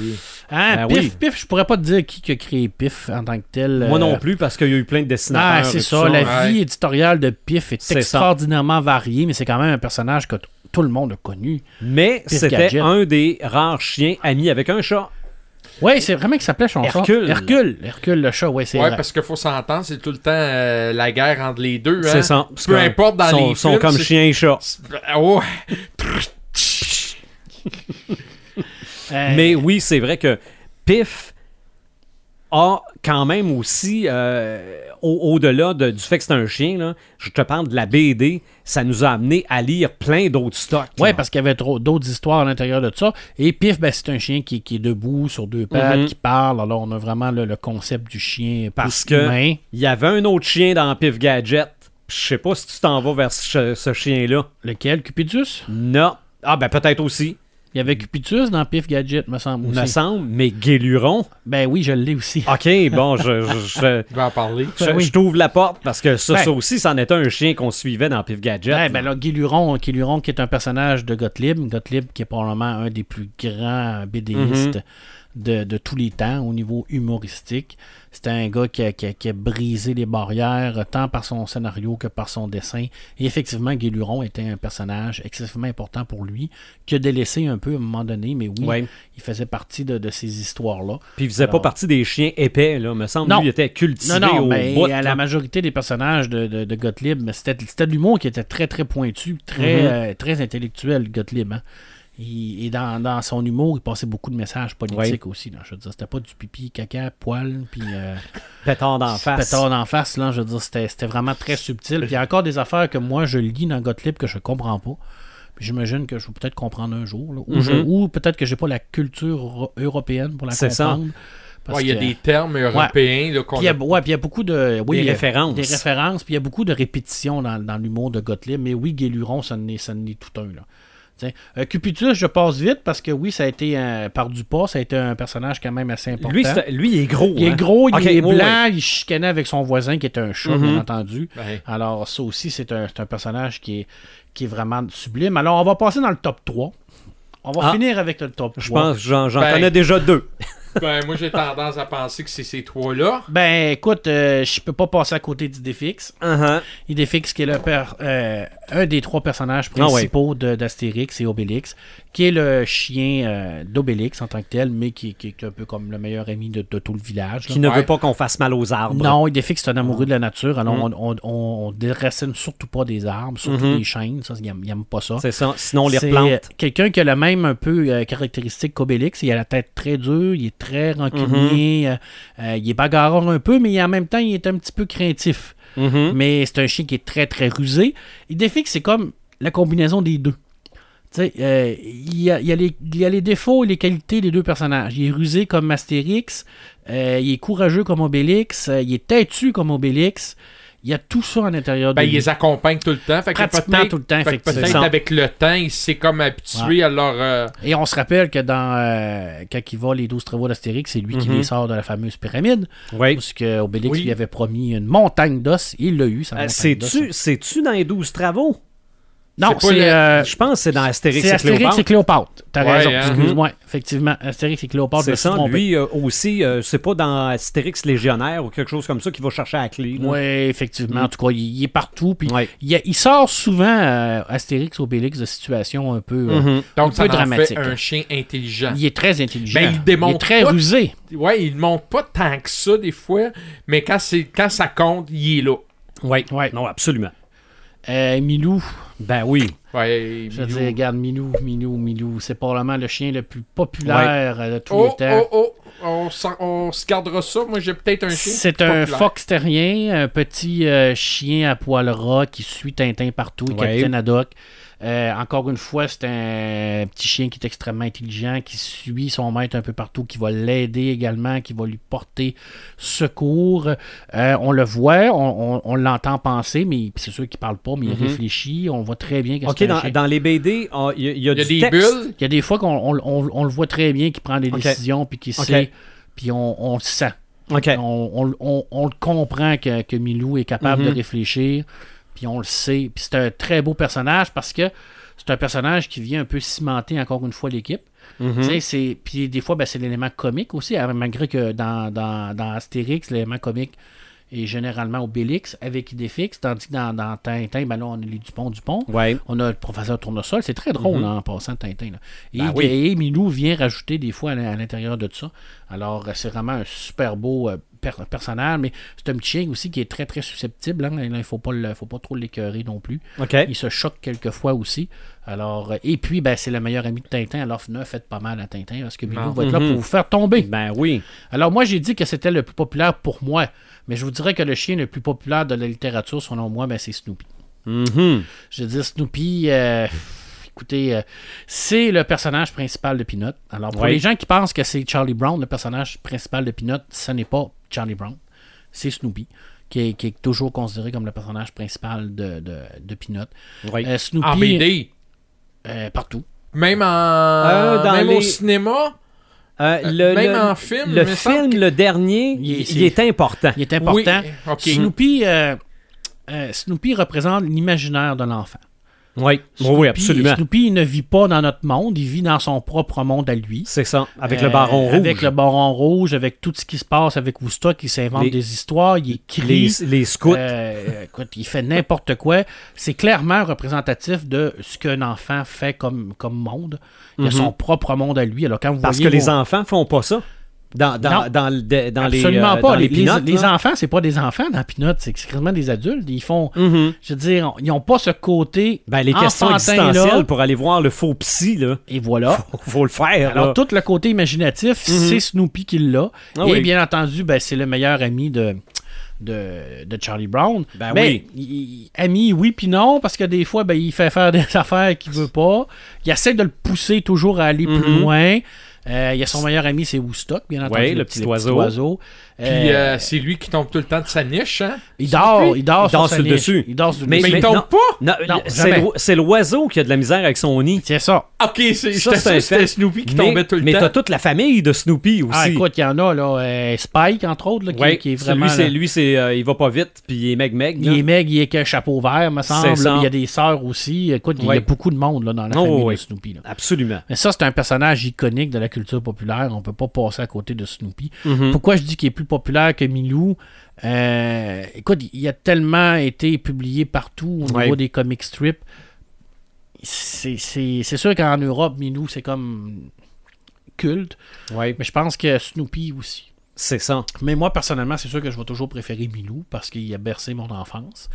[SPEAKER 3] Hein,
[SPEAKER 1] Ben
[SPEAKER 3] Piff,
[SPEAKER 1] oui.
[SPEAKER 3] Piff, je pourrais pas te dire qui qui a créé Piff en tant que tel.
[SPEAKER 1] Moi
[SPEAKER 3] euh,
[SPEAKER 1] non plus, parce qu'il y a eu plein de dessinateurs.
[SPEAKER 3] ah,
[SPEAKER 1] et
[SPEAKER 3] c'est
[SPEAKER 1] tout
[SPEAKER 3] ça. La
[SPEAKER 4] ouais.
[SPEAKER 3] vie éditoriale de Piff est,
[SPEAKER 1] C'est ça.
[SPEAKER 3] extraordinairement variée, mais c'est quand même un personnage que t- tout le monde a connu.
[SPEAKER 1] Mais
[SPEAKER 3] Pif
[SPEAKER 1] c'était
[SPEAKER 3] Gadget.
[SPEAKER 1] un des rares chiens amis avec un chat.
[SPEAKER 3] Oui, c'est vraiment que ça plaît, son chat.
[SPEAKER 1] Hercule.
[SPEAKER 3] Hercule. Hercule, le chat, oui, c'est
[SPEAKER 4] Ouais,
[SPEAKER 3] vrai.
[SPEAKER 4] parce qu'il faut s'entendre, c'est tout le temps euh, la guerre entre les deux. hein.
[SPEAKER 1] C'est ça.
[SPEAKER 4] Peu importe dans
[SPEAKER 1] sont,
[SPEAKER 4] les
[SPEAKER 1] sont
[SPEAKER 4] films,
[SPEAKER 1] comme
[SPEAKER 4] c'est-
[SPEAKER 1] chien et chat.
[SPEAKER 4] Ah, ouais.
[SPEAKER 3] Euh,
[SPEAKER 1] Mais oui, c'est vrai que Piff a quand même aussi, euh, au- au-delà de- du fait que c'est un chien, là, je te parle de la BD, ça nous a amené à lire plein d'autres stocks.
[SPEAKER 3] Ouais, parce qu'il y avait trop d'autres histoires à l'intérieur de ça. Et Pif, ben, c'est un chien qui, qui est debout sur deux pattes,
[SPEAKER 1] Mhm.
[SPEAKER 3] qui parle. Alors, on a vraiment le, le concept du chien
[SPEAKER 1] Parce
[SPEAKER 3] parce
[SPEAKER 1] que-
[SPEAKER 3] que humain.
[SPEAKER 1] Il y avait un autre chien dans Piff Gadget. Je sais pas si tu t'en vas vers ce, ce chien-là.
[SPEAKER 3] Lequel Cupidus
[SPEAKER 1] Non. Ah, ben peut-être aussi,
[SPEAKER 3] Il y avait Cupidus dans Pif Gadget, me semble.
[SPEAKER 1] me
[SPEAKER 3] aussi.
[SPEAKER 1] semble, mais Guéluron.
[SPEAKER 3] Ben oui, je l'ai aussi.
[SPEAKER 1] Ok, bon, je, je, je-
[SPEAKER 4] Je vais en parler.
[SPEAKER 1] je-
[SPEAKER 3] Ben oui.
[SPEAKER 1] je t'ouvre la porte parce que ça,
[SPEAKER 3] Ben.
[SPEAKER 1] ça aussi, c'en était un chien qu'on suivait dans Piff Gadget.
[SPEAKER 3] Ouais, ben là, Guiluron, Guiluron, qui est un personnage de Gottlieb. Gottlieb, qui est probablement un des plus grands BDistes de, de tous les temps au niveau humoristique. C'est un gars qui a, qui a- qui a brisé les barrières, euh, tant par son scénario que par son dessin. Et effectivement, Guiluron était un personnage excessivement important pour lui, qui a délaissé un peu à un moment donné, mais oui,
[SPEAKER 1] Ouais.
[SPEAKER 3] il faisait partie de, de ces histoires-là.
[SPEAKER 1] Puis il faisait
[SPEAKER 3] Alors-
[SPEAKER 1] pas partie des chiens épais, là. Me semble,
[SPEAKER 3] Non.
[SPEAKER 1] lui, il était
[SPEAKER 3] Non,
[SPEAKER 1] cultivé
[SPEAKER 3] non,
[SPEAKER 1] au
[SPEAKER 3] mais
[SPEAKER 1] bout.
[SPEAKER 3] à
[SPEAKER 1] là.
[SPEAKER 3] la majorité des personnages de, de, de Gottlieb, mais c'était c'était de l'humour qui était très, très pointu, très,
[SPEAKER 1] Mhm.
[SPEAKER 3] euh, très intellectuel, Gottlieb. hein. Il- et dans, dans son humour, il passait beaucoup de messages politiques aussi. là. je veux dire, c'était pas du pipi, caca, poil, puis euh,
[SPEAKER 1] Pétard d'en face.
[SPEAKER 3] pétard d'en face. Là, je veux dire, c'était c'était vraiment très subtil. Puis il y a encore des affaires que moi, je lis dans Gottlieb que je comprends pas. Puis J'imagine que je vais peut-être comprendre un jour, là, ou, je-
[SPEAKER 1] Mhm.
[SPEAKER 3] ou peut-être que j'ai pas la culture euro- européenne pour la
[SPEAKER 1] C'est ça.
[SPEAKER 3] comprendre. parce
[SPEAKER 4] Ouais, il y a
[SPEAKER 3] que-
[SPEAKER 4] des termes européens là, qu'on
[SPEAKER 3] puis il y
[SPEAKER 4] a-
[SPEAKER 3] a, ouais, puis il y a beaucoup de. Oui,
[SPEAKER 1] Des
[SPEAKER 3] il y a-
[SPEAKER 1] références.
[SPEAKER 3] Des références, puis il y a beaucoup de répétitions dans, dans l'humour de Gottlieb. Mais oui, Guéluron, ça en est, ça en est tout un. Là. Tiens, euh, Cupitus, je passe vite parce que oui, ça a été euh, par du pas, ça a été un personnage quand même assez important.
[SPEAKER 1] Lui, c'est- lui, il est gros.
[SPEAKER 3] il est
[SPEAKER 1] hein.
[SPEAKER 3] gros, il
[SPEAKER 1] Ok, ouais,
[SPEAKER 3] est blanc,
[SPEAKER 1] ouais.
[SPEAKER 3] il chicanait avec son voisin qui était un chat, bien
[SPEAKER 1] Mhm.
[SPEAKER 3] entendu.
[SPEAKER 4] Ouais.
[SPEAKER 3] Alors, ça aussi, c'est un, c'est un personnage qui est, qui est vraiment sublime. Alors, on va passer dans le top 3. On va
[SPEAKER 1] Ah.
[SPEAKER 3] finir avec le top 3.
[SPEAKER 1] Je pense, j'en, j'en
[SPEAKER 4] Ben.
[SPEAKER 1] connais déjà deux.
[SPEAKER 4] Ben, moi, j'ai tendance à penser que c'est ces trois-là.
[SPEAKER 3] Ben écoute, euh, je peux pas passer à côté d'Idéfix.
[SPEAKER 1] Uh-huh.
[SPEAKER 3] Idéfix qui est le per- euh, un des trois personnages
[SPEAKER 1] Ah ouais.
[SPEAKER 3] principaux de- d'Astérix et Obélix, qui est le chien euh, d'Obélix en tant que tel, mais qui, qui est un peu comme le meilleur ami de, de tout le village. là.
[SPEAKER 1] Qui ne
[SPEAKER 4] Ouais.
[SPEAKER 1] veut pas Mm. qu'on fasse mal aux arbres.
[SPEAKER 3] Non, Idéfix c'est un amoureux de la nature, alors on, on, on, on déracine surtout pas des arbres, surtout des chênes, ça, il aime, il aime pas ça.
[SPEAKER 1] Mm-hmm. C'est ça. Sinon, on les
[SPEAKER 3] C'est,
[SPEAKER 1] replante.
[SPEAKER 3] euh, Quelqu'un qui a le même un peu euh, caractéristique qu'Obélix. Il a la tête très dure, il est très rancunier,
[SPEAKER 1] Mm-hmm.
[SPEAKER 3] euh, euh, il est bagarreur un peu, mais en même temps, il est un petit peu craintif.
[SPEAKER 4] Hmm?
[SPEAKER 1] Mhm.
[SPEAKER 3] Mais c'est un chien qui est très, très rusé. Il défie que c'est comme la combinaison des deux. Tu sais, euh, il, y a, il y a les, il y a les défauts et les qualités des deux personnages. Il est rusé comme Astérix, euh, il est courageux comme Obélix, euh, il est têtu comme Obélix. Il y a tout ça à l'intérieur
[SPEAKER 4] Ben,
[SPEAKER 3] de
[SPEAKER 4] ils
[SPEAKER 3] lui.
[SPEAKER 4] les accompagnent tout le temps. Fait que
[SPEAKER 3] Pratiquement
[SPEAKER 4] peut-être-
[SPEAKER 3] tout le temps,
[SPEAKER 4] fait que
[SPEAKER 3] effectivement.
[SPEAKER 4] Peut-être avec le temps, il s'est comme habitué à leur. euh,
[SPEAKER 3] Et on se rappelle que dans euh, quand il va les 12 travaux d'Astérix, c'est lui qui
[SPEAKER 1] Mhm.
[SPEAKER 3] les sort de la fameuse pyramide.
[SPEAKER 1] Oui.
[SPEAKER 3] Parce que Obélix
[SPEAKER 4] Mm-hmm. Oui.
[SPEAKER 3] lui avait promis une montagne d'os. Il l'a eu, sa
[SPEAKER 1] Euh,
[SPEAKER 3] montagne
[SPEAKER 1] C'est-tu
[SPEAKER 3] d'os.
[SPEAKER 1] c'est-tu dans les 12 travaux?
[SPEAKER 3] Non,
[SPEAKER 4] c'est pas
[SPEAKER 3] c'est
[SPEAKER 4] le-
[SPEAKER 3] euh,
[SPEAKER 1] Je pense que c'est dans Astérix
[SPEAKER 3] c'est
[SPEAKER 1] et
[SPEAKER 3] Astérix
[SPEAKER 1] Cléopâtre.
[SPEAKER 3] et Cléopâtre. T'as
[SPEAKER 4] Ouais,
[SPEAKER 3] raison,
[SPEAKER 4] hein.
[SPEAKER 3] excuse-moi. Effectivement, Astérix et Cléopâtre. je me
[SPEAKER 1] C'est
[SPEAKER 3] suis
[SPEAKER 1] ça,
[SPEAKER 3] trompé.
[SPEAKER 1] lui euh, aussi, euh, c'est pas dans Astérix Légionnaire ou quelque chose comme ça qu'il va chercher à la clé. là.
[SPEAKER 3] Oui,
[SPEAKER 4] Mm.
[SPEAKER 3] effectivement. En tout cas, il, il est partout. Puis
[SPEAKER 1] Ouais.
[SPEAKER 3] il, y a- il sort souvent euh, Astérix, Obélix de situations un peu, euh,
[SPEAKER 1] Mhm.
[SPEAKER 3] un
[SPEAKER 4] Donc, ça
[SPEAKER 3] peu
[SPEAKER 4] en
[SPEAKER 3] dramatiques.
[SPEAKER 4] fait un chien intelligent.
[SPEAKER 3] Il est très intelligent.
[SPEAKER 4] Mm-hmm. Ben, il démontre
[SPEAKER 3] est très
[SPEAKER 4] pas-
[SPEAKER 3] rusé.
[SPEAKER 4] Ouais, il ne montre pas tant que ça, des fois, mais quand, c'est- quand ça compte, il est là.
[SPEAKER 1] Ouais.
[SPEAKER 3] Ouais.
[SPEAKER 1] Non, absolument.
[SPEAKER 3] Euh, Milou,
[SPEAKER 1] Ben oui.
[SPEAKER 4] Ouais,
[SPEAKER 3] Je veux
[SPEAKER 4] Milou.
[SPEAKER 3] dire, regarde, Milou, Milou, Milou, c'est probablement le chien le plus populaire euh, de tous
[SPEAKER 4] Oh,
[SPEAKER 3] les temps.
[SPEAKER 4] oh, oh, on s'en- on se gardera ça. Moi, j'ai peut-être un chien.
[SPEAKER 3] C'est
[SPEAKER 4] plus
[SPEAKER 3] un
[SPEAKER 4] populaire.
[SPEAKER 3] fox terrien, un petit euh, chien à poil ras qui suit Tintin partout, le
[SPEAKER 1] Ouais.
[SPEAKER 3] Capitaine Haddock. Euh, encore une fois, c'est un petit chien qui est extrêmement intelligent, qui suit son maître un peu partout, qui va l'aider également, qui va lui porter secours. Euh, on le voit, on, on- on l'entend penser, mais c'est sûr qu'il parle pas, mais il réfléchit. On voit très bien que
[SPEAKER 1] OK,
[SPEAKER 3] c'est un
[SPEAKER 1] dans,
[SPEAKER 3] chien.
[SPEAKER 1] dans les BD, ah, il y, a- il y a
[SPEAKER 4] Il y a
[SPEAKER 1] du
[SPEAKER 4] des
[SPEAKER 1] texte.
[SPEAKER 4] bulles.
[SPEAKER 3] Il y a des fois qu'on on- on- on le voit très bien qui prend des
[SPEAKER 1] Ok.
[SPEAKER 3] décisions, puis qui
[SPEAKER 1] Ok.
[SPEAKER 3] sait, puis on, on le sent.
[SPEAKER 1] OK.
[SPEAKER 3] On, on- on- on le comprend que, que Milou est capable de réfléchir, puis on le sait. Puis c'est un très beau personnage parce que c'est un personnage qui vient un peu cimenter encore une fois l'équipe. Tu sais, c'est- Puis des fois, ben, c'est l'élément comique aussi, hein, malgré que dans, dans, dans Astérix, l'élément comique est généralement Obélix avec Idéfix, tandis que dans, dans Tintin, ben là, on a les Dupont-Dupont.
[SPEAKER 1] Ouais.
[SPEAKER 3] On a le professeur Tournesol, c'est très drôle hein, en passant Tintin. là. Et,
[SPEAKER 1] Mhm. Ben oui.
[SPEAKER 3] et Milou vient rajouter des fois à, l'in- à l'intérieur de ça. Alors, euh, c'est vraiment un super beau euh, per- personnage, mais c'est un petit chien aussi qui est très très susceptible. hein. Il ne faut, pas le- faut pas trop l'écœurer non plus.
[SPEAKER 1] OK.
[SPEAKER 3] Il se choque quelquefois aussi. Alors, euh, et puis, ben, c'est le meilleur ami de Tintin. Alors, ne faites pas mal à Tintin parce que Milou
[SPEAKER 4] Non.
[SPEAKER 3] va être là pour vous faire tomber.
[SPEAKER 1] Mhm. Ben oui.
[SPEAKER 3] Alors moi j'ai dit que c'était le plus populaire pour moi, mais je vous dirais que le chien le plus populaire de la littérature, selon moi, ben, c'est Snoopy.
[SPEAKER 1] Mhm.
[SPEAKER 3] Je dis Snoopy, euh, écoutez, euh, c'est le personnage principal de Peanut. Alors pour
[SPEAKER 1] Oui.
[SPEAKER 3] les gens qui pensent que c'est Charlie Brown, le personnage principal de Peanut, ce n'est pas Charlie Brown, c'est Snoopy, qui est, qui est toujours considéré comme le personnage principal de, de, de Peanut.
[SPEAKER 1] Oui.
[SPEAKER 3] Euh, Snoopy,
[SPEAKER 4] En BD.
[SPEAKER 3] euh, partout.
[SPEAKER 4] Même en.
[SPEAKER 1] Euh, dans
[SPEAKER 4] même
[SPEAKER 1] les-
[SPEAKER 4] au cinéma.
[SPEAKER 1] Euh,
[SPEAKER 4] euh, même en film,
[SPEAKER 1] le
[SPEAKER 4] il me semble
[SPEAKER 1] film, le dernier,
[SPEAKER 3] Il est-
[SPEAKER 1] il, il est important.
[SPEAKER 3] Il est important.
[SPEAKER 4] Oui, ok.
[SPEAKER 3] Snoopy, euh, euh, Snoopy représente l'imaginaire de l'enfant.
[SPEAKER 1] Oui.
[SPEAKER 3] Snoopy-
[SPEAKER 1] oui, absolument.
[SPEAKER 3] Snoopy, il ne vit pas dans notre monde, il vit dans son propre monde à lui.
[SPEAKER 1] C'est ça. Avec
[SPEAKER 3] Euh,
[SPEAKER 1] le baron rouge.
[SPEAKER 3] Avec le baron rouge, avec tout ce qui se passe avec Woodstock, il s'invente
[SPEAKER 1] Les-
[SPEAKER 3] des histoires, il
[SPEAKER 1] les,
[SPEAKER 3] écrit.
[SPEAKER 1] les scouts.
[SPEAKER 3] Euh, écoute, il fait n'importe quoi. C'est clairement représentatif de ce qu'un enfant fait comme, comme monde. Il a son propre monde à lui. Alors, quand vous
[SPEAKER 1] Mhm. parce que
[SPEAKER 3] voyez
[SPEAKER 1] les
[SPEAKER 3] vos-
[SPEAKER 1] enfants font pas ça. Dans, dans,
[SPEAKER 3] Non.
[SPEAKER 1] dans, le- de- dans les.
[SPEAKER 3] Absolument
[SPEAKER 1] euh,
[SPEAKER 3] pas.
[SPEAKER 1] dans
[SPEAKER 3] les, les-
[SPEAKER 1] pinottes,
[SPEAKER 3] les
[SPEAKER 1] là.
[SPEAKER 3] enfants, c'est pas des enfants dans Pinot, c'est quasiment des adultes. Ils font,
[SPEAKER 1] Mhm.
[SPEAKER 3] je veux dire, ils ont pas ce côté.
[SPEAKER 1] Ben, les questions
[SPEAKER 3] enfantin, là.
[SPEAKER 1] existentielles pour aller voir le faux psy, là. <laughs>
[SPEAKER 3] Et voilà.
[SPEAKER 1] Faut le faire.
[SPEAKER 3] Alors,
[SPEAKER 1] là. Mhm.
[SPEAKER 3] tout le côté imaginatif, c'est Snoopy qui l'a.
[SPEAKER 1] Ah
[SPEAKER 3] et
[SPEAKER 1] oui.
[SPEAKER 3] bien entendu, ben, c'est le meilleur ami de, de, de Charlie Brown.
[SPEAKER 1] Ben
[SPEAKER 3] Mais il- il- ami, oui, puis non, parce que des fois, ben, il fait faire des <laughs> affaires qu'il veut pas. Il essaie de le pousser
[SPEAKER 1] Mhm.
[SPEAKER 3] toujours à aller plus loin. Euh, il y a son meilleur ami, c'est Woodstock, bien entendu.
[SPEAKER 1] le petit oiseau.
[SPEAKER 4] Puis
[SPEAKER 3] Euh,
[SPEAKER 4] euh, c'est lui qui tombe tout le temps de sa niche, hein?
[SPEAKER 3] il dort, il dort,
[SPEAKER 1] Il dort
[SPEAKER 3] sa
[SPEAKER 1] sur le
[SPEAKER 3] niche.
[SPEAKER 1] dessus.
[SPEAKER 3] Il dort sur le
[SPEAKER 1] Mais-
[SPEAKER 4] Mais
[SPEAKER 3] dessus.
[SPEAKER 4] il tombe
[SPEAKER 1] non.
[SPEAKER 4] pas!
[SPEAKER 1] Non,
[SPEAKER 3] Non,
[SPEAKER 1] c'est
[SPEAKER 3] jamais.
[SPEAKER 1] l'o- c'est l'oiseau qui a de la misère avec son nid.
[SPEAKER 3] C'est ça.
[SPEAKER 4] Ok, c'est-
[SPEAKER 1] Ça,
[SPEAKER 4] j'étais sûr
[SPEAKER 1] c'est un
[SPEAKER 4] que c'était
[SPEAKER 1] fait.
[SPEAKER 4] Snoopy qui
[SPEAKER 1] mais,
[SPEAKER 4] tombait tout le
[SPEAKER 1] mais
[SPEAKER 4] temps.
[SPEAKER 1] t'as toute la famille de Snoopy aussi.
[SPEAKER 3] Ah, écoute, il y en a, là, euh, Spike, entre autres, là, qui,
[SPEAKER 1] Ouais,
[SPEAKER 3] qui est
[SPEAKER 1] c'est-
[SPEAKER 3] vraiment...
[SPEAKER 1] lui, c'est,
[SPEAKER 3] là,
[SPEAKER 1] lui, c'est, euh, il va pas vite, puis il est meg meg.
[SPEAKER 3] Il est maigre, il est que chapeau vert, me semble.
[SPEAKER 1] C'est
[SPEAKER 3] là.
[SPEAKER 1] ça.
[SPEAKER 3] Il y a des sœurs aussi. Écoute, il y
[SPEAKER 1] Ouais.
[SPEAKER 3] a beaucoup de monde là, dans la
[SPEAKER 1] Oh,
[SPEAKER 3] famille
[SPEAKER 1] ouais.
[SPEAKER 3] de Snoopy. là.
[SPEAKER 1] Absolument.
[SPEAKER 3] Mais ça, c'est un personnage iconique de la culture populaire. On peut pas passer à côté de Snoopy.
[SPEAKER 1] Mm.
[SPEAKER 3] Pourquoi je dis qu'il est plus populaire que Milou Euh, Écoute, il a tellement été publié partout au
[SPEAKER 1] Ouais.
[SPEAKER 3] niveau des comic strips. C'est c'est- c'est sûr qu'en Europe, Milou, c'est comme culte.
[SPEAKER 1] Ouais,
[SPEAKER 3] Mais je pense que Snoopy aussi.
[SPEAKER 1] c'est ça.
[SPEAKER 3] Mais moi, personnellement, c'est sûr que je vais toujours préférer Milou parce qu'il a bercé mon enfance.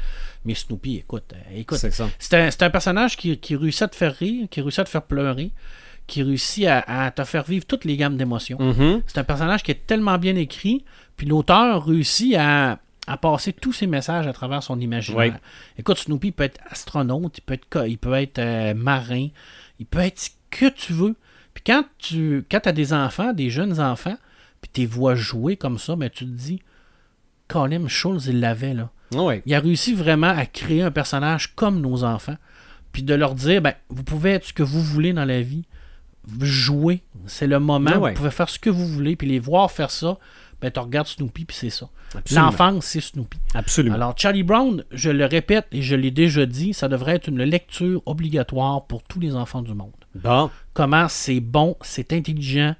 [SPEAKER 3] Mais Snoopy, écoute, euh, écoute.
[SPEAKER 1] C'est ça.
[SPEAKER 3] C'est un, c'est un personnage qui, qui réussit à te faire rire, qui réussit à te faire pleurer, qui réussit à, à te faire vivre toutes les gammes d'émotions.
[SPEAKER 1] Mhm.
[SPEAKER 3] C'est un personnage qui est tellement bien écrit, puis l'auteur réussit à, à passer tous ses messages à travers son imaginaire.
[SPEAKER 1] Ouais.
[SPEAKER 3] Écoute, Snoopy peut être astronaute, il peut être, co- il peut être euh, marin, il peut être ce que tu veux. Puis quand tu quand as des enfants, des jeunes enfants, puis tu les vois jouer comme ça, mais tu te dis, Colin Schulz, il l'avait, là.
[SPEAKER 1] Ouais.
[SPEAKER 3] Il a réussi vraiment à créer un personnage comme nos enfants, puis de leur dire, ben, vous pouvez être ce que vous voulez dans la vie, jouer, c'est le moment,
[SPEAKER 1] Ah ouais.
[SPEAKER 3] vous pouvez faire ce que vous voulez, puis les voir faire ça, ben, tu regardes Snoopy, puis c'est ça.
[SPEAKER 1] Absolument.
[SPEAKER 3] L'enfance, c'est Snoopy.
[SPEAKER 1] Absolument.
[SPEAKER 3] Alors, Charlie Brown, je le répète et je l'ai déjà dit, ça devrait être une lecture obligatoire pour tous les enfants du monde.
[SPEAKER 1] Bon.
[SPEAKER 3] Comment c'est bon, c'est intelligent,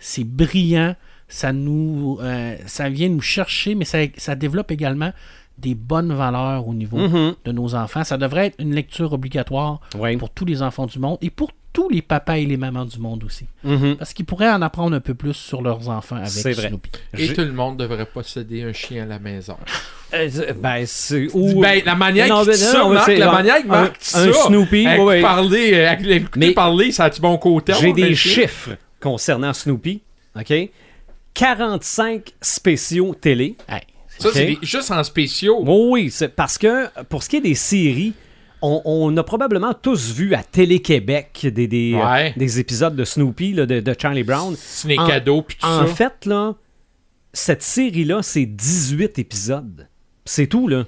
[SPEAKER 3] c'est brillant, ça nous, euh, ça vient nous chercher, mais ça, ça développe également des bonnes valeurs au niveau
[SPEAKER 1] Mhm.
[SPEAKER 3] de nos enfants. Ça devrait être une lecture obligatoire
[SPEAKER 1] Ouais.
[SPEAKER 3] pour tous les enfants du monde et pour tous les papas et les mamans du monde aussi.
[SPEAKER 1] Mhm.
[SPEAKER 3] Parce qu'ils pourraient en apprendre un peu plus sur leurs enfants avec
[SPEAKER 1] C'est vrai.
[SPEAKER 3] Snoopy.
[SPEAKER 4] Et
[SPEAKER 1] J'ai-
[SPEAKER 4] tout le monde devrait posséder un chien à la maison.
[SPEAKER 1] Euh, c'est- ben, c'est ou-
[SPEAKER 4] Ben, la manière
[SPEAKER 1] Non,
[SPEAKER 4] qu'il
[SPEAKER 1] ben,
[SPEAKER 4] dit
[SPEAKER 1] non,
[SPEAKER 4] ça,
[SPEAKER 1] non,
[SPEAKER 4] Marc,
[SPEAKER 1] c'est-
[SPEAKER 4] la
[SPEAKER 1] un-
[SPEAKER 4] manière qu'il
[SPEAKER 1] un-
[SPEAKER 4] Marc dit
[SPEAKER 1] un
[SPEAKER 4] ça,
[SPEAKER 1] Snoopy,
[SPEAKER 4] avec
[SPEAKER 1] ouais, ouais.
[SPEAKER 4] parler, euh, avec l'écouter
[SPEAKER 1] Mais-
[SPEAKER 4] parler, ça a du bon côté.
[SPEAKER 1] J'ai
[SPEAKER 4] on a
[SPEAKER 1] des
[SPEAKER 4] le chien.
[SPEAKER 1] chiffres concernant Snoopy. OK? 45 spéciaux télé.
[SPEAKER 3] Hey.
[SPEAKER 4] Ça, c'est
[SPEAKER 1] Ok.
[SPEAKER 4] des- juste en spéciaux.
[SPEAKER 1] Oui, oui, c'est parce que pour ce qui est des séries, on, on a probablement tous vu à Télé-Québec des, des, euh,
[SPEAKER 4] Ouais.
[SPEAKER 1] des épisodes de Snoopy, là, de, de Charlie Brown.
[SPEAKER 4] C'est des
[SPEAKER 1] En-
[SPEAKER 4] cadeaux, puis tout
[SPEAKER 1] En
[SPEAKER 4] ça.
[SPEAKER 1] fait, là, cette série-là, c'est 18 épisodes. C'est tout, là.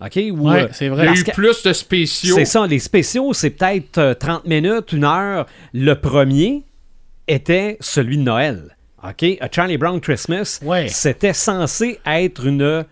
[SPEAKER 1] OK? Ou,
[SPEAKER 3] Ouais,
[SPEAKER 1] euh,
[SPEAKER 3] c'est
[SPEAKER 4] Il y
[SPEAKER 3] vrai.
[SPEAKER 4] a
[SPEAKER 1] parce
[SPEAKER 4] eu
[SPEAKER 1] que-
[SPEAKER 4] plus de spéciaux.
[SPEAKER 1] C'est ça, les spéciaux, c'est peut-être euh, 30 minutes, une heure. Le premier était celui de Noël. OK? A Charlie Brown Christmas,
[SPEAKER 3] Ouais.
[SPEAKER 1] c'était censé être une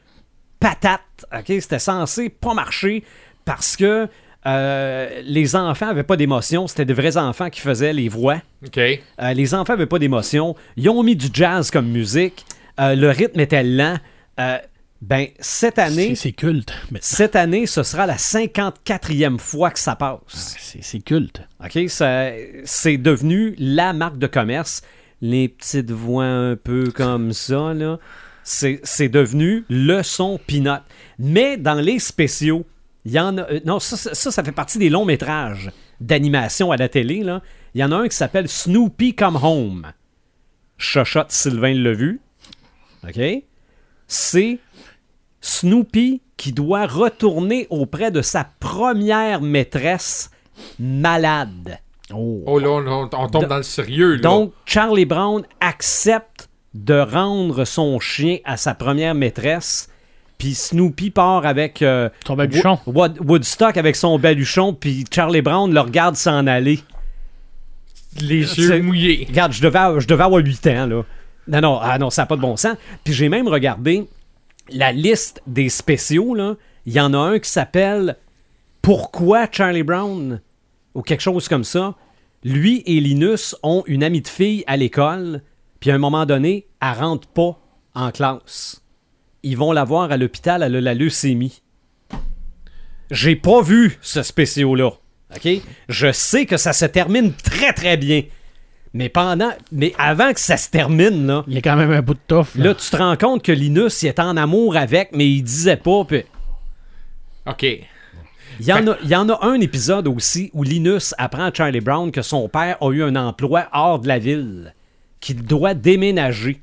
[SPEAKER 1] patate. OK? C'était censé pas marcher parce que euh, les enfants n'avaient pas d'émotion. C'était des vrais enfants qui faisaient les voix.
[SPEAKER 4] OK.
[SPEAKER 1] Euh, les enfants n'avaient pas d'émotion. Ils ont mis du jazz comme musique. Euh, le rythme était lent. Euh, ben, cette année,
[SPEAKER 3] C'est- C'est culte. Mais
[SPEAKER 1] cette année, ce sera la 54e fois que ça passe.
[SPEAKER 3] C'est c'est culte.
[SPEAKER 1] OK? Ça- C'est devenu la marque de commerce. Les petites voix un peu comme ça, là. C'est c'est devenu le son peanut. Mais dans les spéciaux, il y en a. euh, non, ça, ça, ça, ça fait partie des longs métrages d'animation à la télé, là. Il y en a un qui s'appelle Snoopy Come Home. Chochotte Sylvain l'a vu. OK? C'est Snoopy qui doit retourner auprès de sa première maîtresse malade.
[SPEAKER 4] Oh là, on, on- on tombe
[SPEAKER 1] Donc-
[SPEAKER 4] dans le sérieux. Là.
[SPEAKER 1] Donc, Charlie Brown accepte de rendre son chien à sa première maîtresse. Puis Snoopy part avec euh,
[SPEAKER 3] Son baluchon.
[SPEAKER 1] Wo- Wood- Woodstock avec son baluchon, puis Charlie Brown le regarde s'en aller.
[SPEAKER 4] les
[SPEAKER 1] c'est-
[SPEAKER 4] yeux mouillés.
[SPEAKER 1] Regarde, je devais, je devais avoir 8 ans, là. Non, non, ah non ça n'a pas de bon sens. Puis j'ai même regardé la liste des spéciaux, là. Il y en a un qui s'appelle Pourquoi Charlie Brown ou quelque chose comme ça. Lui et Linus ont une amie de fille à l'école, puis à un moment donné, elle rentre pas en classe. Ils vont la voir à l'hôpital, elle a la leucémie. J'ai pas vu ce spéciaux-là. OK? Je sais que ça se termine très très bien. Mais pendant. Mais avant que ça se termine, là,
[SPEAKER 3] Il y a quand même un bout de toffe.
[SPEAKER 1] là, tu te rends compte que Linus il était en amour avec, mais il disait pas. Puis
[SPEAKER 4] OK.
[SPEAKER 1] il y, en a, il y en a un épisode aussi où Linus apprend à Charlie Brown que son père a eu un emploi hors de la ville, qu'il doit déménager.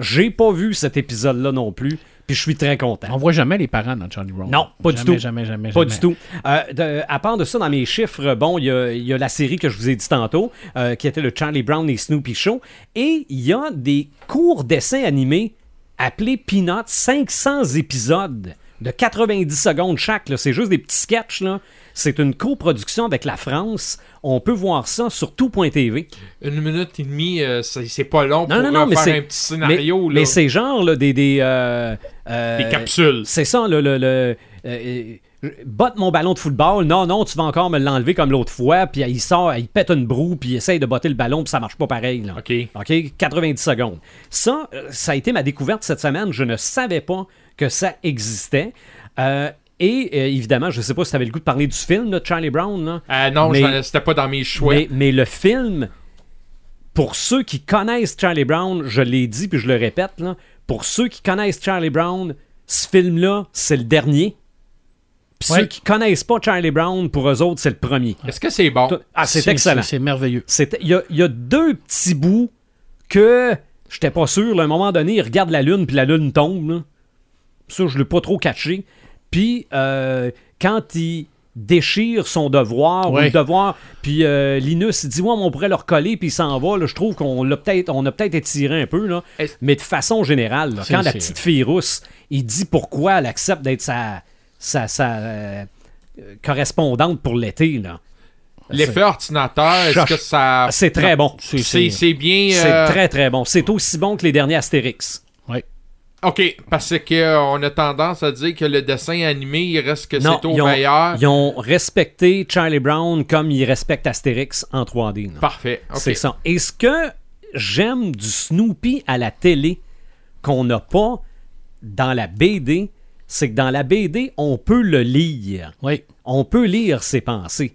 [SPEAKER 1] J'ai pas vu cet épisode-là non plus, puis je suis très content.
[SPEAKER 3] On voit jamais les parents dans Charlie Brown.
[SPEAKER 1] Non, pas du
[SPEAKER 3] Jamais,
[SPEAKER 1] tout.
[SPEAKER 3] Jamais, jamais,
[SPEAKER 1] Pas
[SPEAKER 3] jamais.
[SPEAKER 1] du tout. Euh, de- à part de ça, dans mes chiffres, bon, il y a, il y a la série que je vous ai dit tantôt, euh, qui était le Charlie Brown et Snoopy Show, et il y a des courts dessins animés Appelez Peanut 500 épisodes de 90 secondes chaque. là. C'est juste des petits sketchs. là. C'est une coproduction avec la France. On peut voir ça sur tout.tv.
[SPEAKER 4] Une minute et demie, euh, c'est c'est pas
[SPEAKER 1] Non,
[SPEAKER 4] long pour
[SPEAKER 1] non, non,
[SPEAKER 4] euh,
[SPEAKER 1] mais
[SPEAKER 4] faire
[SPEAKER 1] c'est.
[SPEAKER 4] un petit scénario.
[SPEAKER 1] mais,
[SPEAKER 4] là.
[SPEAKER 1] mais c'est genre là, des. Des, euh, euh,
[SPEAKER 4] Des capsules.
[SPEAKER 1] C'est ça, le. le, le- euh, euh, botte mon ballon de football. Non, non, tu vas encore me l'enlever comme l'autre fois. Puis il sort, il pète une broue, puis il essaye de botter le ballon, puis ça marche pas pareil. là.
[SPEAKER 4] OK.
[SPEAKER 1] OK, 90 secondes. Ça, euh, ça a été ma découverte cette semaine. Je ne savais pas que ça existait. Euh, et euh, évidemment, je ne sais pas si tu avais le goût de parler du film, là, de Charlie Brown. là.
[SPEAKER 4] Ah non,
[SPEAKER 1] Mais-
[SPEAKER 4] j'en- c'était pas dans mes choix.
[SPEAKER 1] Mais, mais le film, pour ceux qui connaissent Charlie Brown, je l'ai dit puis je le répète, là, pour ceux qui connaissent Charlie Brown, ce film-là, c'est le dernier. Puis
[SPEAKER 3] Ouais.
[SPEAKER 1] ceux qui connaissent pas Charlie Brown, pour eux autres, c'est le premier.
[SPEAKER 4] Est-ce que c'est bon?
[SPEAKER 1] Ah, c'est excellent.
[SPEAKER 3] C'est merveilleux.
[SPEAKER 1] C'était- Il y a, il y a deux petits bouts que j'étais pas sûr. là. à un moment donné, il regarde la lune, puis la lune tombe. là. Ça, je l'ai pas trop catché. Puis, euh, quand il déchire son devoir, ou
[SPEAKER 3] Ouais.
[SPEAKER 1] le devoir, puis euh, Linus, il dit Ouais, mais on pourrait le recoller, puis il s'en va. là. je trouve qu'on l'a peut-être on a peut-être étiré un peu. Là.
[SPEAKER 4] Est-ce-
[SPEAKER 1] Mais de façon générale, là,
[SPEAKER 3] C'est-
[SPEAKER 1] quand la
[SPEAKER 3] c'est-
[SPEAKER 1] petite fille rousse, il dit pourquoi elle accepte d'être sa, sa, sa, euh, correspondante pour l'été. là.
[SPEAKER 4] L'effet ordinateur, est-ce
[SPEAKER 1] Choche.
[SPEAKER 4] que ça.
[SPEAKER 1] Ah, C'est très bon.
[SPEAKER 3] C'est-
[SPEAKER 4] C'est c'est bien.
[SPEAKER 1] C'est
[SPEAKER 4] euh,
[SPEAKER 1] très très bon. C'est aussi bon que les derniers Astérix.
[SPEAKER 3] Ouais.
[SPEAKER 4] OK, parce que euh, on a tendance à dire que le dessin animé, il reste que c'est
[SPEAKER 1] ils
[SPEAKER 4] au
[SPEAKER 1] ont,
[SPEAKER 4] meilleur.
[SPEAKER 1] ils ont respecté Charlie Brown comme ils respectent Astérix en 3D. là.
[SPEAKER 4] Parfait. OK.
[SPEAKER 1] C'est ça. Et ce que j'aime du Snoopy à la télé qu'on n'a pas dans la BD, c'est que dans la BD, on peut le lire.
[SPEAKER 3] Oui.
[SPEAKER 1] On peut lire ses pensées.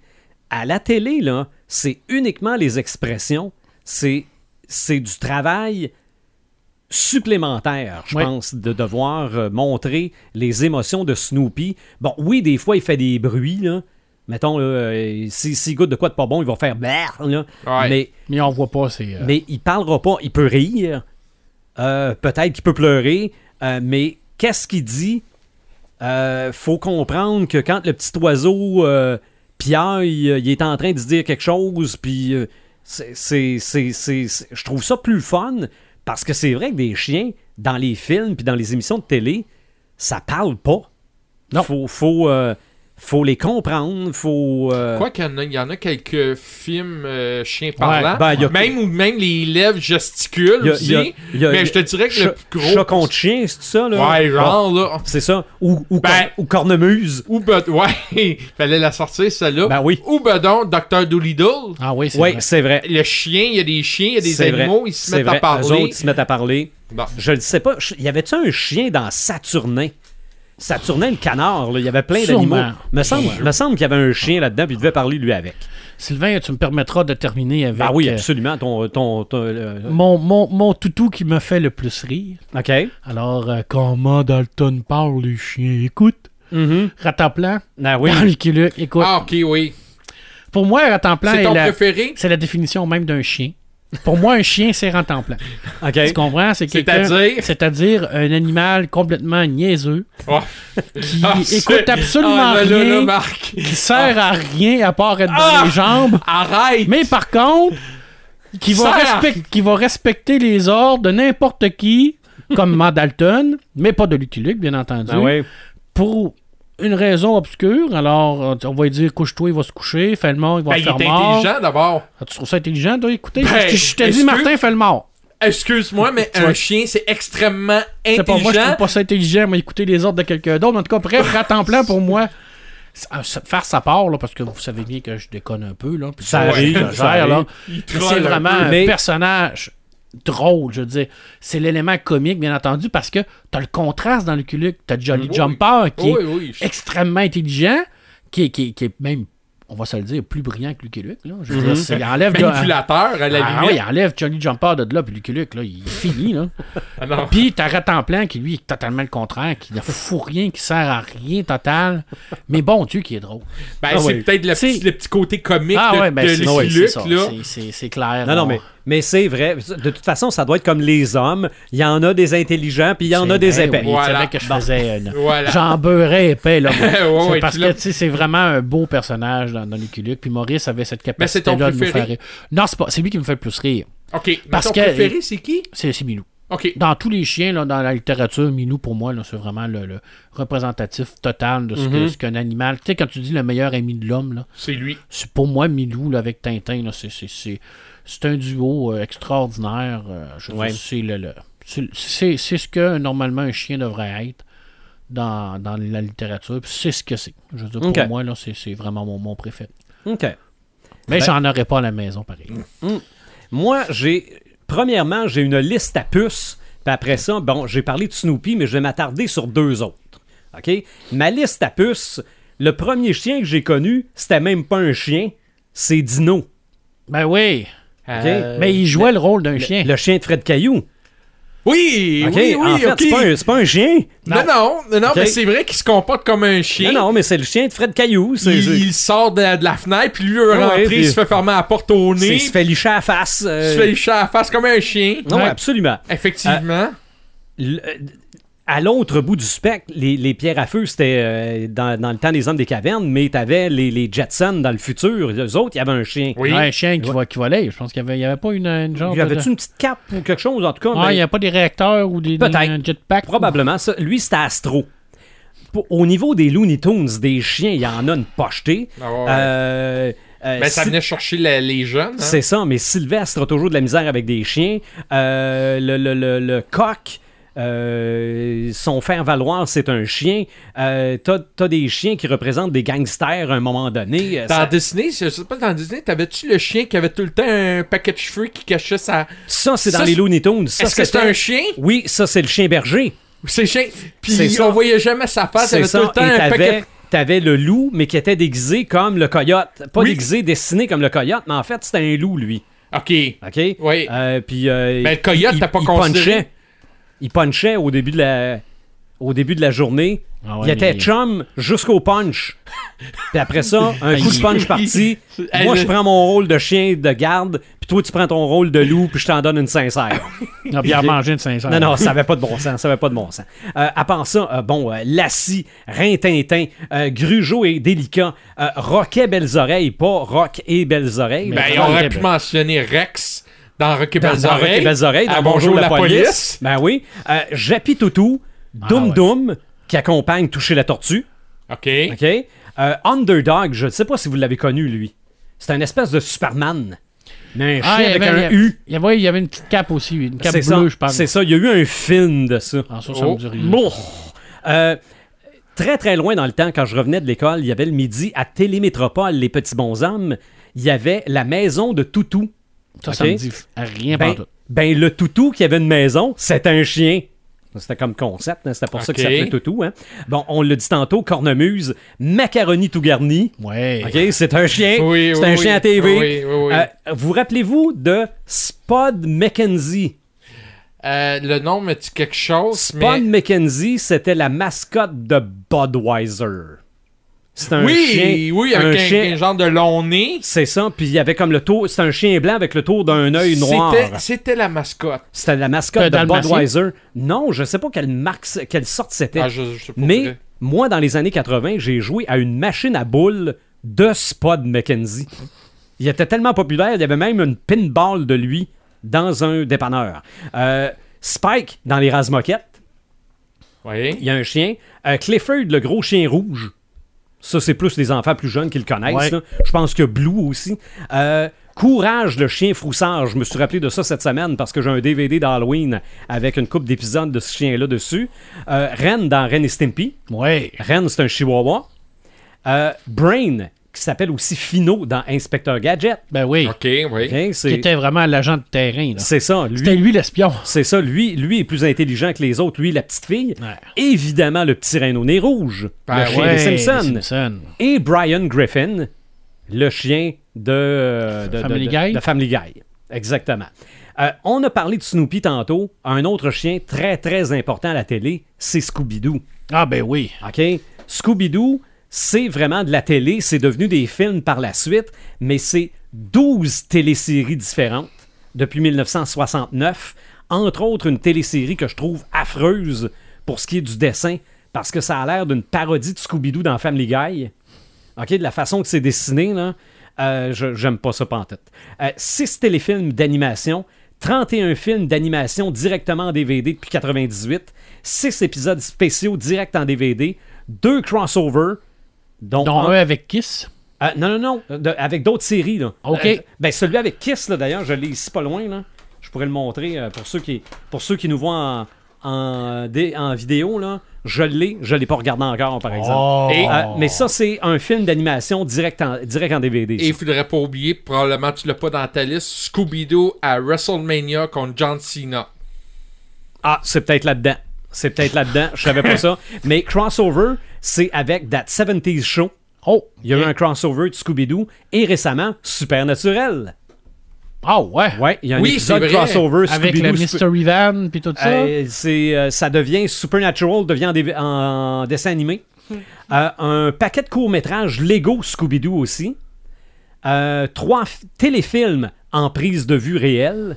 [SPEAKER 1] À la télé, là, c'est uniquement les expressions. C'est, c'est du travail supplémentaire, je
[SPEAKER 3] Oui.
[SPEAKER 1] pense, de devoir euh, montrer les émotions de Snoopy. Bon, oui, des fois, il fait des bruits, là. Mettons, là, euh, s'il s'il goûte de quoi de pas bon, il va faire Bleh là.
[SPEAKER 4] Ouais.
[SPEAKER 1] Mais
[SPEAKER 3] Mais on voit pas, c'est. euh,
[SPEAKER 1] mais il parlera pas. Il peut rire. Euh, Peut-être qu'il peut pleurer. euh, mais qu'est-ce qu'il dit? Euh, faut comprendre que quand le petit oiseau euh, piaille, euh, il est en train de se dire quelque chose. Puis euh, c'est- c'est- c'est- c'est- c'est- je trouve ça plus fun parce que c'est vrai que des chiens, dans les films puis dans les émissions de télé, ça parle pas.
[SPEAKER 3] Non.
[SPEAKER 1] Faut, faut, euh, faut les comprendre. Faut. euh,
[SPEAKER 4] Quoi qu'il y en a, il y en a quelques films euh, chiens parlants.
[SPEAKER 1] ben, il y a-
[SPEAKER 4] même où même les lèvres gesticulent
[SPEAKER 1] il y a- il
[SPEAKER 4] aussi.
[SPEAKER 1] y a- il y a-
[SPEAKER 4] mais je te dirais que le
[SPEAKER 1] Chat-
[SPEAKER 4] plus gros.
[SPEAKER 1] Chat contre chien, c'est ça, là? Ah.
[SPEAKER 4] Ouais, genre, là.
[SPEAKER 1] C'est ça. Ou, ou,
[SPEAKER 4] Ben-
[SPEAKER 1] cor- ou cornemuse.
[SPEAKER 4] Ou ben- <laughs> ouais, fallait la sortir celle-là.
[SPEAKER 1] Ben oui.
[SPEAKER 4] Ou ben donc, Dr. Doolittle.
[SPEAKER 3] Ah oui, c'est
[SPEAKER 1] Oui,
[SPEAKER 3] vrai.
[SPEAKER 1] c'est vrai.
[SPEAKER 4] Le chien, il y a des chiens, il y a des
[SPEAKER 1] C'est vrai.
[SPEAKER 4] animaux, ils se
[SPEAKER 1] C'est
[SPEAKER 4] mettent
[SPEAKER 1] vrai.
[SPEAKER 4] à parler.
[SPEAKER 1] Eux autres, ils se mettent à parler.
[SPEAKER 4] Bon.
[SPEAKER 1] Je ne sais pas. ch- Y avait-tu un chien dans Saturnin? Saturnin, le canard, là, il y avait plein
[SPEAKER 3] Sûrement.
[SPEAKER 1] d'animaux. Me semble, me semble qu'il y avait un chien là-dedans, puis il devait parler lui avec.
[SPEAKER 3] Sylvain, tu me permettras de terminer avec
[SPEAKER 1] Ah
[SPEAKER 4] Ben
[SPEAKER 1] oui,
[SPEAKER 3] euh,
[SPEAKER 1] absolument. Ton, ton, ton- euh,
[SPEAKER 3] mon, mon, mon toutou qui me fait le plus rire.
[SPEAKER 1] OK.
[SPEAKER 3] Alors, euh, comment Dalton parle, les chiens écoute.
[SPEAKER 1] Mhm.
[SPEAKER 3] Rataplan,
[SPEAKER 1] Ah oui.
[SPEAKER 3] parle qui Luke, écoute.
[SPEAKER 4] Mm-hmm. Ah, ok, oui.
[SPEAKER 3] Pour moi, Rataplan
[SPEAKER 4] C'est
[SPEAKER 3] est,
[SPEAKER 4] ton
[SPEAKER 3] la,
[SPEAKER 4] préféré?
[SPEAKER 3] c'est la définition même d'un chien. Pour moi, un chien, c'est Rataplan.
[SPEAKER 1] OK.
[SPEAKER 3] Tu comprends? C'est quelqu'un-
[SPEAKER 4] C'est-à-dire?
[SPEAKER 3] C'est-à-dire un animal complètement niaiseux
[SPEAKER 4] Oh.
[SPEAKER 3] qui
[SPEAKER 4] Ah, c'est-
[SPEAKER 3] écoute absolument
[SPEAKER 4] Ah, là, là, là,
[SPEAKER 3] rien,
[SPEAKER 4] Marc.
[SPEAKER 3] qui sert à rien à part être dans
[SPEAKER 4] Ah!
[SPEAKER 3] les jambes.
[SPEAKER 4] Arrête!
[SPEAKER 3] Mais par contre, qui va,
[SPEAKER 4] Sert!
[SPEAKER 3] respect- qui va respecter les ordres de n'importe qui,
[SPEAKER 4] <laughs>
[SPEAKER 3] comme Mandalton, mais pas de Lucky Luke, bien entendu,
[SPEAKER 4] Ben
[SPEAKER 1] Ah oui.
[SPEAKER 3] pour une raison obscure. Alors, euh, on va lui dire couche-toi, il va se coucher, fais le mort, il va
[SPEAKER 4] Ben, il est
[SPEAKER 3] faire mort.
[SPEAKER 4] intelligent d'abord.
[SPEAKER 3] Ah, tu trouves ça intelligent, toi, écoutez?
[SPEAKER 4] Ben,
[SPEAKER 3] je, je te
[SPEAKER 4] est-ce
[SPEAKER 3] dis,
[SPEAKER 4] que-
[SPEAKER 3] Martin, fais le mort.
[SPEAKER 4] Excuse-moi, mais un
[SPEAKER 3] vois-
[SPEAKER 4] chien, c'est extrêmement
[SPEAKER 3] C'est pas moi, je trouve
[SPEAKER 4] intelligent.
[SPEAKER 3] pas ça intelligent, mais écouter les ordres de quelqu'un d'autre. En tout cas, bref, à temps plein pour moi. c'est- ah, ça- Faire sa part, là, parce que vous savez bien que je déconne un peu. Là, puis
[SPEAKER 1] Ça
[SPEAKER 3] je
[SPEAKER 1] arrive,
[SPEAKER 3] gère,
[SPEAKER 1] ça
[SPEAKER 3] là.
[SPEAKER 1] arrive.
[SPEAKER 4] Il
[SPEAKER 3] Mais
[SPEAKER 4] troll
[SPEAKER 3] c'est
[SPEAKER 4] un
[SPEAKER 3] vraiment
[SPEAKER 4] peu.
[SPEAKER 3] un
[SPEAKER 1] Mais-
[SPEAKER 3] personnage drôle, je veux dire. C'est l'élément comique, bien entendu, parce que t'as le contraste dans le culuc. T'as Jolly
[SPEAKER 4] Oui.
[SPEAKER 3] Jumper qui
[SPEAKER 4] Oui,
[SPEAKER 3] est
[SPEAKER 4] oui. je-
[SPEAKER 3] extrêmement intelligent, qui est, qui, est- qui est même, on va se le dire, plus brillant que Lucky Luke. Là. Je veux dire, c'est- il enlève...
[SPEAKER 4] Manipulateur, à Mhm. la
[SPEAKER 3] hein. Ah oui, il
[SPEAKER 4] limite.
[SPEAKER 3] enlève Johnny Jumper de là, puis Lucky Luke, là, il est fini,
[SPEAKER 4] <laughs>
[SPEAKER 3] là.
[SPEAKER 4] Ah non.
[SPEAKER 3] Puis t'as Ratemplan qui lui est totalement le contraire, qui ne fout rien, qui sert à rien total. Mais bon Dieu, qui est drôle.
[SPEAKER 4] Ben,
[SPEAKER 3] Ah
[SPEAKER 4] c'est
[SPEAKER 3] oui.
[SPEAKER 4] peut-être le,
[SPEAKER 3] C'est-
[SPEAKER 4] petit- le petit côté comique de, de
[SPEAKER 3] c'est
[SPEAKER 4] Lucky
[SPEAKER 3] ouais, c'est
[SPEAKER 4] Luke,
[SPEAKER 3] ça,
[SPEAKER 4] là.
[SPEAKER 3] c'est- c'est- c'est clair.
[SPEAKER 1] Non, non,
[SPEAKER 3] on-
[SPEAKER 1] mais, mais c'est vrai. De toute façon, ça doit être comme les hommes. Il y en a des intelligents, puis il y en
[SPEAKER 3] c'est-
[SPEAKER 1] a des
[SPEAKER 3] ben
[SPEAKER 1] épais.
[SPEAKER 3] oui,
[SPEAKER 4] Voilà.
[SPEAKER 3] Tu savais que je faisais une...
[SPEAKER 4] Voilà.
[SPEAKER 3] J'en beurrais épais,
[SPEAKER 4] <laughs>
[SPEAKER 3] là. moi.
[SPEAKER 4] Ouais, ouais,
[SPEAKER 3] c'est parce
[SPEAKER 4] tu l'as-
[SPEAKER 3] que, tu sais, c'est vraiment un beau personnage dans, dans Lucky Luke. Puis Maurice avait cette
[SPEAKER 4] Mais Ben, c'est ton
[SPEAKER 3] capacité-là de nous faire
[SPEAKER 4] préféré?
[SPEAKER 3] rire. Non, c'est pas... C'est lui qui me fait le plus rire.
[SPEAKER 4] OK. Mais
[SPEAKER 3] Parce
[SPEAKER 4] ton
[SPEAKER 3] que-
[SPEAKER 4] préféré, c'est qui?
[SPEAKER 3] C'est c'est Milou.
[SPEAKER 4] OK.
[SPEAKER 3] Dans tous les chiens, là, dans la littérature, Milou, pour moi, là, c'est vraiment le, le représentatif total de ce que-
[SPEAKER 4] Mhm.
[SPEAKER 3] ce qu'un animal. Tu sais, quand tu dis le meilleur ami de l'homme, là,
[SPEAKER 4] C'est lui.
[SPEAKER 3] c'est- pour moi, Milou là, avec Tintin, là, c'est, c'est, c'est, c'est un duo euh, extraordinaire. euh, je veux
[SPEAKER 1] Ouais.
[SPEAKER 3] dire, c'est, le, le- c'est, c'est- c'est ce que normalement un chien devrait être dans, dans la littérature. puis c'est ce que c'est. Je veux dire, pour
[SPEAKER 1] Ok.
[SPEAKER 3] moi, là, c'est, c'est vraiment mon, mon préféré.
[SPEAKER 1] OK.
[SPEAKER 3] Mais
[SPEAKER 1] Ben- Mm.
[SPEAKER 3] j'en aurais pas à la maison, pareil.
[SPEAKER 1] Moi, j'ai. Premièrement, j'ai une liste à puces. Puis après ça, bon, j'ai parlé de Snoopy, mais je vais m'attarder sur deux autres. OK? Ma liste à puces, le premier chien que j'ai connu, c'était même pas un chien, c'est Dino. OK?
[SPEAKER 3] Ben oui!
[SPEAKER 4] Euh,
[SPEAKER 3] Mais il jouait le, rôle d'un chien.
[SPEAKER 1] Le chien de Fred Caillou.
[SPEAKER 4] Oui,
[SPEAKER 1] OK?
[SPEAKER 4] Eh oui, oui,
[SPEAKER 1] en fait,
[SPEAKER 4] ok.
[SPEAKER 1] c'est pas un- c'est pas, un chien.
[SPEAKER 4] Non, non, non, non,
[SPEAKER 1] Ok.
[SPEAKER 4] mais c'est vrai qu'il se comporte comme un chien.
[SPEAKER 1] Non, non, mais c'est le chien de Fred Caillou. C'est,
[SPEAKER 4] il,
[SPEAKER 1] c'est-
[SPEAKER 4] il sort de, de la fenêtre, puis lui, veut
[SPEAKER 1] Ouais,
[SPEAKER 4] rentrer,
[SPEAKER 1] puis-
[SPEAKER 4] il se fait fermer la porte au
[SPEAKER 1] c'est-
[SPEAKER 4] nez,
[SPEAKER 1] il se fait licher à la face.
[SPEAKER 4] il
[SPEAKER 1] euh,
[SPEAKER 4] se fait lécher à la face comme un chien.
[SPEAKER 1] Non,
[SPEAKER 3] Ouais.
[SPEAKER 1] absolument.
[SPEAKER 4] Effectivement.
[SPEAKER 1] Le- euh, à l'autre bout du spectre, les, les pierres à feu, c'était euh, dans, dans le temps des hommes des cavernes, mais t'avais les, les Jetsons dans le futur. Les autres, il y avait un chien.
[SPEAKER 4] oui.
[SPEAKER 3] Un chien qui, vo- qui volait. Je pense qu'il n'y avait, il y avait pas une, une genre.
[SPEAKER 1] Il
[SPEAKER 3] de-
[SPEAKER 1] avait-tu une petite cape ou quelque chose, en tout cas?
[SPEAKER 3] Ah,
[SPEAKER 1] mais
[SPEAKER 3] il n'y avait pas des réacteurs ou des,
[SPEAKER 1] Peut-être.
[SPEAKER 3] un jetpack.
[SPEAKER 1] Probablement. Ça. Lui, c'était Astro. P- Au niveau des Looney Tunes, des chiens, il y en a une pochetée.
[SPEAKER 4] Ah ouais, ouais.
[SPEAKER 1] Euh, euh,
[SPEAKER 4] Mais Ben, ça
[SPEAKER 1] si-
[SPEAKER 4] venait chercher la- les jeunes. hein.
[SPEAKER 1] C'est ça, mais Sylvestre a toujours de la misère avec des chiens. Euh, le, le- le- le coq, euh, son faire valoir, c'est un chien. Euh, T'as t'as des chiens qui représentent des gangsters à un moment donné. Euh,
[SPEAKER 4] Dans
[SPEAKER 1] ça-
[SPEAKER 4] Disney, je sais pas, dans Disney, t'avais-tu le chien qui avait tout le temps un paquet de cheveux qui cachait sa.
[SPEAKER 1] Ça, c'est dans
[SPEAKER 4] ça,
[SPEAKER 1] les
[SPEAKER 4] c'est-
[SPEAKER 1] Looney Tunes. Ça,
[SPEAKER 4] Est-ce que c'était un chien
[SPEAKER 1] Oui, ça, c'est le chien berger.
[SPEAKER 4] ou c'est chien?
[SPEAKER 1] C'est
[SPEAKER 4] Puis
[SPEAKER 1] ça.
[SPEAKER 4] on voyait jamais sa face,
[SPEAKER 1] C'est
[SPEAKER 4] t'avais
[SPEAKER 1] ça.
[SPEAKER 4] tout le temps
[SPEAKER 1] Et
[SPEAKER 4] un paquet.
[SPEAKER 1] t'avais... T'avais le loup, mais qui était déguisé comme le coyote. Pas
[SPEAKER 4] Oui.
[SPEAKER 1] déguisé, dessiné comme le coyote, mais en fait, c'était un loup, lui.
[SPEAKER 4] Ok. Ben,
[SPEAKER 1] OK?
[SPEAKER 4] Oui.
[SPEAKER 1] Euh, puis, euh,
[SPEAKER 4] Mais le coyote,
[SPEAKER 1] il-
[SPEAKER 4] t'as pas
[SPEAKER 1] il
[SPEAKER 4] considéré.
[SPEAKER 1] punchait. Il punchait au début de la, au début de la journée.
[SPEAKER 3] Ah ouais,
[SPEAKER 1] il était
[SPEAKER 3] mais-
[SPEAKER 1] chum jusqu'au punch. puis après ça, un
[SPEAKER 3] Il-
[SPEAKER 1] coup de punch
[SPEAKER 4] <laughs>
[SPEAKER 1] parti.
[SPEAKER 4] Elle-
[SPEAKER 1] Moi, je prends mon rôle de chien de garde, puis toi, tu prends ton rôle de loup, puis je t'en donne une
[SPEAKER 3] <laughs>
[SPEAKER 1] sincère.
[SPEAKER 3] Il
[SPEAKER 1] <laughs>
[SPEAKER 3] a bien mangé une 500.
[SPEAKER 1] non, non, ça avait pas de bon sens, ça avait pas de bon sens. Euh, à part ça, euh, bon, euh, Lassie, Rintintin, euh, Grugeot et Délicat, euh, Roquet Belles Oreilles, pas Rock et Belles Oreilles.
[SPEAKER 3] Mais
[SPEAKER 4] Ben,
[SPEAKER 3] Dans
[SPEAKER 4] on aurait
[SPEAKER 3] Québec.
[SPEAKER 4] pu mentionner Rex dans Rocky
[SPEAKER 1] dans,
[SPEAKER 4] Belles
[SPEAKER 1] dans Rock et
[SPEAKER 4] Oreilles. Ah,
[SPEAKER 1] Belles Oreilles, dans
[SPEAKER 4] à
[SPEAKER 1] Bonjour la, police. Ben oui. Euh, Jappy Toutou, Doom
[SPEAKER 3] Ah, ouais.
[SPEAKER 1] Doom, qui accompagne Toucher la Tortue.
[SPEAKER 4] OK.
[SPEAKER 1] OK? Euh, Underdog, je ne sais pas si vous l'avez connu, lui. C'est un espèce de Superman. Mais un chien
[SPEAKER 3] Ah, il y
[SPEAKER 1] avec
[SPEAKER 3] avait-
[SPEAKER 1] un
[SPEAKER 3] il y avait-
[SPEAKER 1] U.
[SPEAKER 3] Il y, avait, il y avait une petite cape aussi, une cape
[SPEAKER 1] C'est
[SPEAKER 3] bleue,
[SPEAKER 1] ça.
[SPEAKER 3] je pense.
[SPEAKER 1] C'est ça. Il y a eu un film de ça.
[SPEAKER 3] En ça, ça me
[SPEAKER 4] Oh.
[SPEAKER 3] dit rien.
[SPEAKER 1] Bon. Euh, très, très loin dans le temps, quand je revenais de l'école, il y avait le midi à Télémétropole, les petits bonshommes. Il y avait la maison de Toutou.
[SPEAKER 3] Ça, ça me
[SPEAKER 1] Ok.
[SPEAKER 3] dit f- à rien
[SPEAKER 1] Ben,
[SPEAKER 3] partout.
[SPEAKER 1] ben, le toutou qui avait une maison, c'était un chien. C'était comme concept, hein, c'était pour ça que ça
[SPEAKER 4] Ok.
[SPEAKER 1] s'appelait toutou. hein. Bon, on l'a dit tantôt, cornemuse, macaroni tout garni.
[SPEAKER 3] Ouais.
[SPEAKER 1] OK, c'est un chien.
[SPEAKER 4] Oui,
[SPEAKER 1] c'est
[SPEAKER 4] oui,
[SPEAKER 1] un
[SPEAKER 4] oui.
[SPEAKER 1] chien à TV.
[SPEAKER 4] Oui, oui, oui.
[SPEAKER 1] Euh, vous rappelez-vous de Spud McKenzie?
[SPEAKER 4] Euh, le nom me dit quelque chose,
[SPEAKER 1] Spud
[SPEAKER 4] mais...
[SPEAKER 1] McKenzie, c'était la mascotte de Budweiser. C'est un
[SPEAKER 4] oui,
[SPEAKER 1] chien.
[SPEAKER 4] oui,
[SPEAKER 1] un
[SPEAKER 4] avec un,
[SPEAKER 1] chien-
[SPEAKER 4] un genre de long nez.
[SPEAKER 1] C'est ça, puis il y avait comme le tour. C'est un chien blanc avec le tour d'un œil noir.
[SPEAKER 4] C'était- C'était la mascotte.
[SPEAKER 1] C'était la
[SPEAKER 3] C'était un
[SPEAKER 1] mascotte de
[SPEAKER 3] dalmatien?
[SPEAKER 1] Budweiser. Non, je sais pas quelle marque, c- quelle sorte c'était.
[SPEAKER 4] Ah, je- je sais pas
[SPEAKER 1] mais
[SPEAKER 4] vrai.
[SPEAKER 1] moi, dans les années 80, j'ai joué à une machine à boules de Spud McKenzie. Il était tellement populaire, il y avait même une pinball de lui dans un dépanneur. Euh, Spike dans les Razmoquettes, il
[SPEAKER 4] Oui.
[SPEAKER 1] y a un chien. Euh, Clifford, le gros chien rouge. Ça, c'est plus les enfants plus jeunes qui le connaissent.
[SPEAKER 3] Ouais.
[SPEAKER 1] là. Je pense que Blue aussi. Euh, Courage, le chien froussard. Je me suis rappelé de ça cette semaine parce que j'ai un DVD d'Halloween avec une coupe d'épisodes de ce chien-là dessus. Euh, Ren dans Ren et Stimpy.
[SPEAKER 3] Ouais.
[SPEAKER 1] Ren, c'est un chihuahua. Euh, Brain, qui s'appelle aussi Fino dans Inspecteur Gadget.
[SPEAKER 3] Ben oui.
[SPEAKER 4] OK, oui.
[SPEAKER 1] Ok,
[SPEAKER 3] Qui
[SPEAKER 1] c'est,
[SPEAKER 3] était vraiment l'agent de terrain. là.
[SPEAKER 1] c'est ça.
[SPEAKER 3] C'était
[SPEAKER 1] Lui,
[SPEAKER 3] lui l'espion.
[SPEAKER 1] c'est ça. Lui, lui est plus intelligent que les autres. Lui, la petite fille.
[SPEAKER 3] Ouais.
[SPEAKER 1] Évidemment, le petit rhino nez rouge.
[SPEAKER 4] Ben
[SPEAKER 1] le chien
[SPEAKER 3] Ouais,
[SPEAKER 1] des Simpsons.
[SPEAKER 3] les Simpsons.
[SPEAKER 1] et Brian Griffin, le chien de, euh, de, de-
[SPEAKER 3] Family
[SPEAKER 1] de-
[SPEAKER 3] Guy?
[SPEAKER 1] de Family Guy. Exactement. Euh, on a parlé de Snoopy tantôt. Un autre chien très, très important à la télé, c'est Scooby-Doo.
[SPEAKER 3] Ah ben oui.
[SPEAKER 1] OK? Scooby-Doo, c'est vraiment de la télé. C'est devenu des films par la suite, mais c'est 12 téléséries différentes depuis 1969. Entre autres, une télésérie que je trouve affreuse pour ce qui est du dessin, parce que ça a l'air d'une parodie de Scooby-Doo dans Family Guy. OK, de la façon que c'est dessiné, là, euh, je- j'aime pas ça pantoute. Euh, six téléfilms d'animation, 31 films d'animation directement en DVD depuis 98, 6 épisodes spéciaux directs en DVD, 2 crossovers, dont,
[SPEAKER 3] Dont
[SPEAKER 1] un-
[SPEAKER 3] un avec Kiss.
[SPEAKER 1] euh, non, non, non, de- avec d'autres séries. Là.
[SPEAKER 3] OK.
[SPEAKER 1] Euh, ben, celui avec Kiss, là, d'ailleurs, je l'ai ici pas loin. Là. Je pourrais le montrer euh, pour, ceux qui, pour ceux qui nous voient en, en, dé- en vidéo. Là. Je l'ai, je l'ai pas regardé encore, par exemple.
[SPEAKER 3] Oh.
[SPEAKER 1] Et, euh, mais ça, c'est un film d'animation direct en, direct en DVD.
[SPEAKER 4] Et il faudrait pas oublier, probablement tu l'as pas dans ta liste, Scooby-Doo à WrestleMania contre John Cena.
[SPEAKER 1] Ah, c'est peut-être là-dedans. C'est peut-être là-dedans. Je savais pas
[SPEAKER 4] <laughs>
[SPEAKER 1] ça. Mais crossover, c'est avec That 70s Show.
[SPEAKER 3] Oh,
[SPEAKER 1] Il y a eu un crossover de Scooby-Doo et récemment Supernatural.
[SPEAKER 3] Ah ouais.
[SPEAKER 1] Ouais, il y a un
[SPEAKER 4] Oui,
[SPEAKER 1] épisode
[SPEAKER 4] c'est vrai.
[SPEAKER 1] crossover
[SPEAKER 3] Avec
[SPEAKER 1] Scooby-Doo,
[SPEAKER 3] le
[SPEAKER 1] Sup-
[SPEAKER 3] Mystery Van puis tout ça.
[SPEAKER 1] Euh, c'est, euh, ça devient Supernatural, devient en, dé- en dessin animé. Euh, un paquet de courts-métrages Lego Scooby-Doo aussi. Euh, trois f- téléfilms en prise de vue réelle.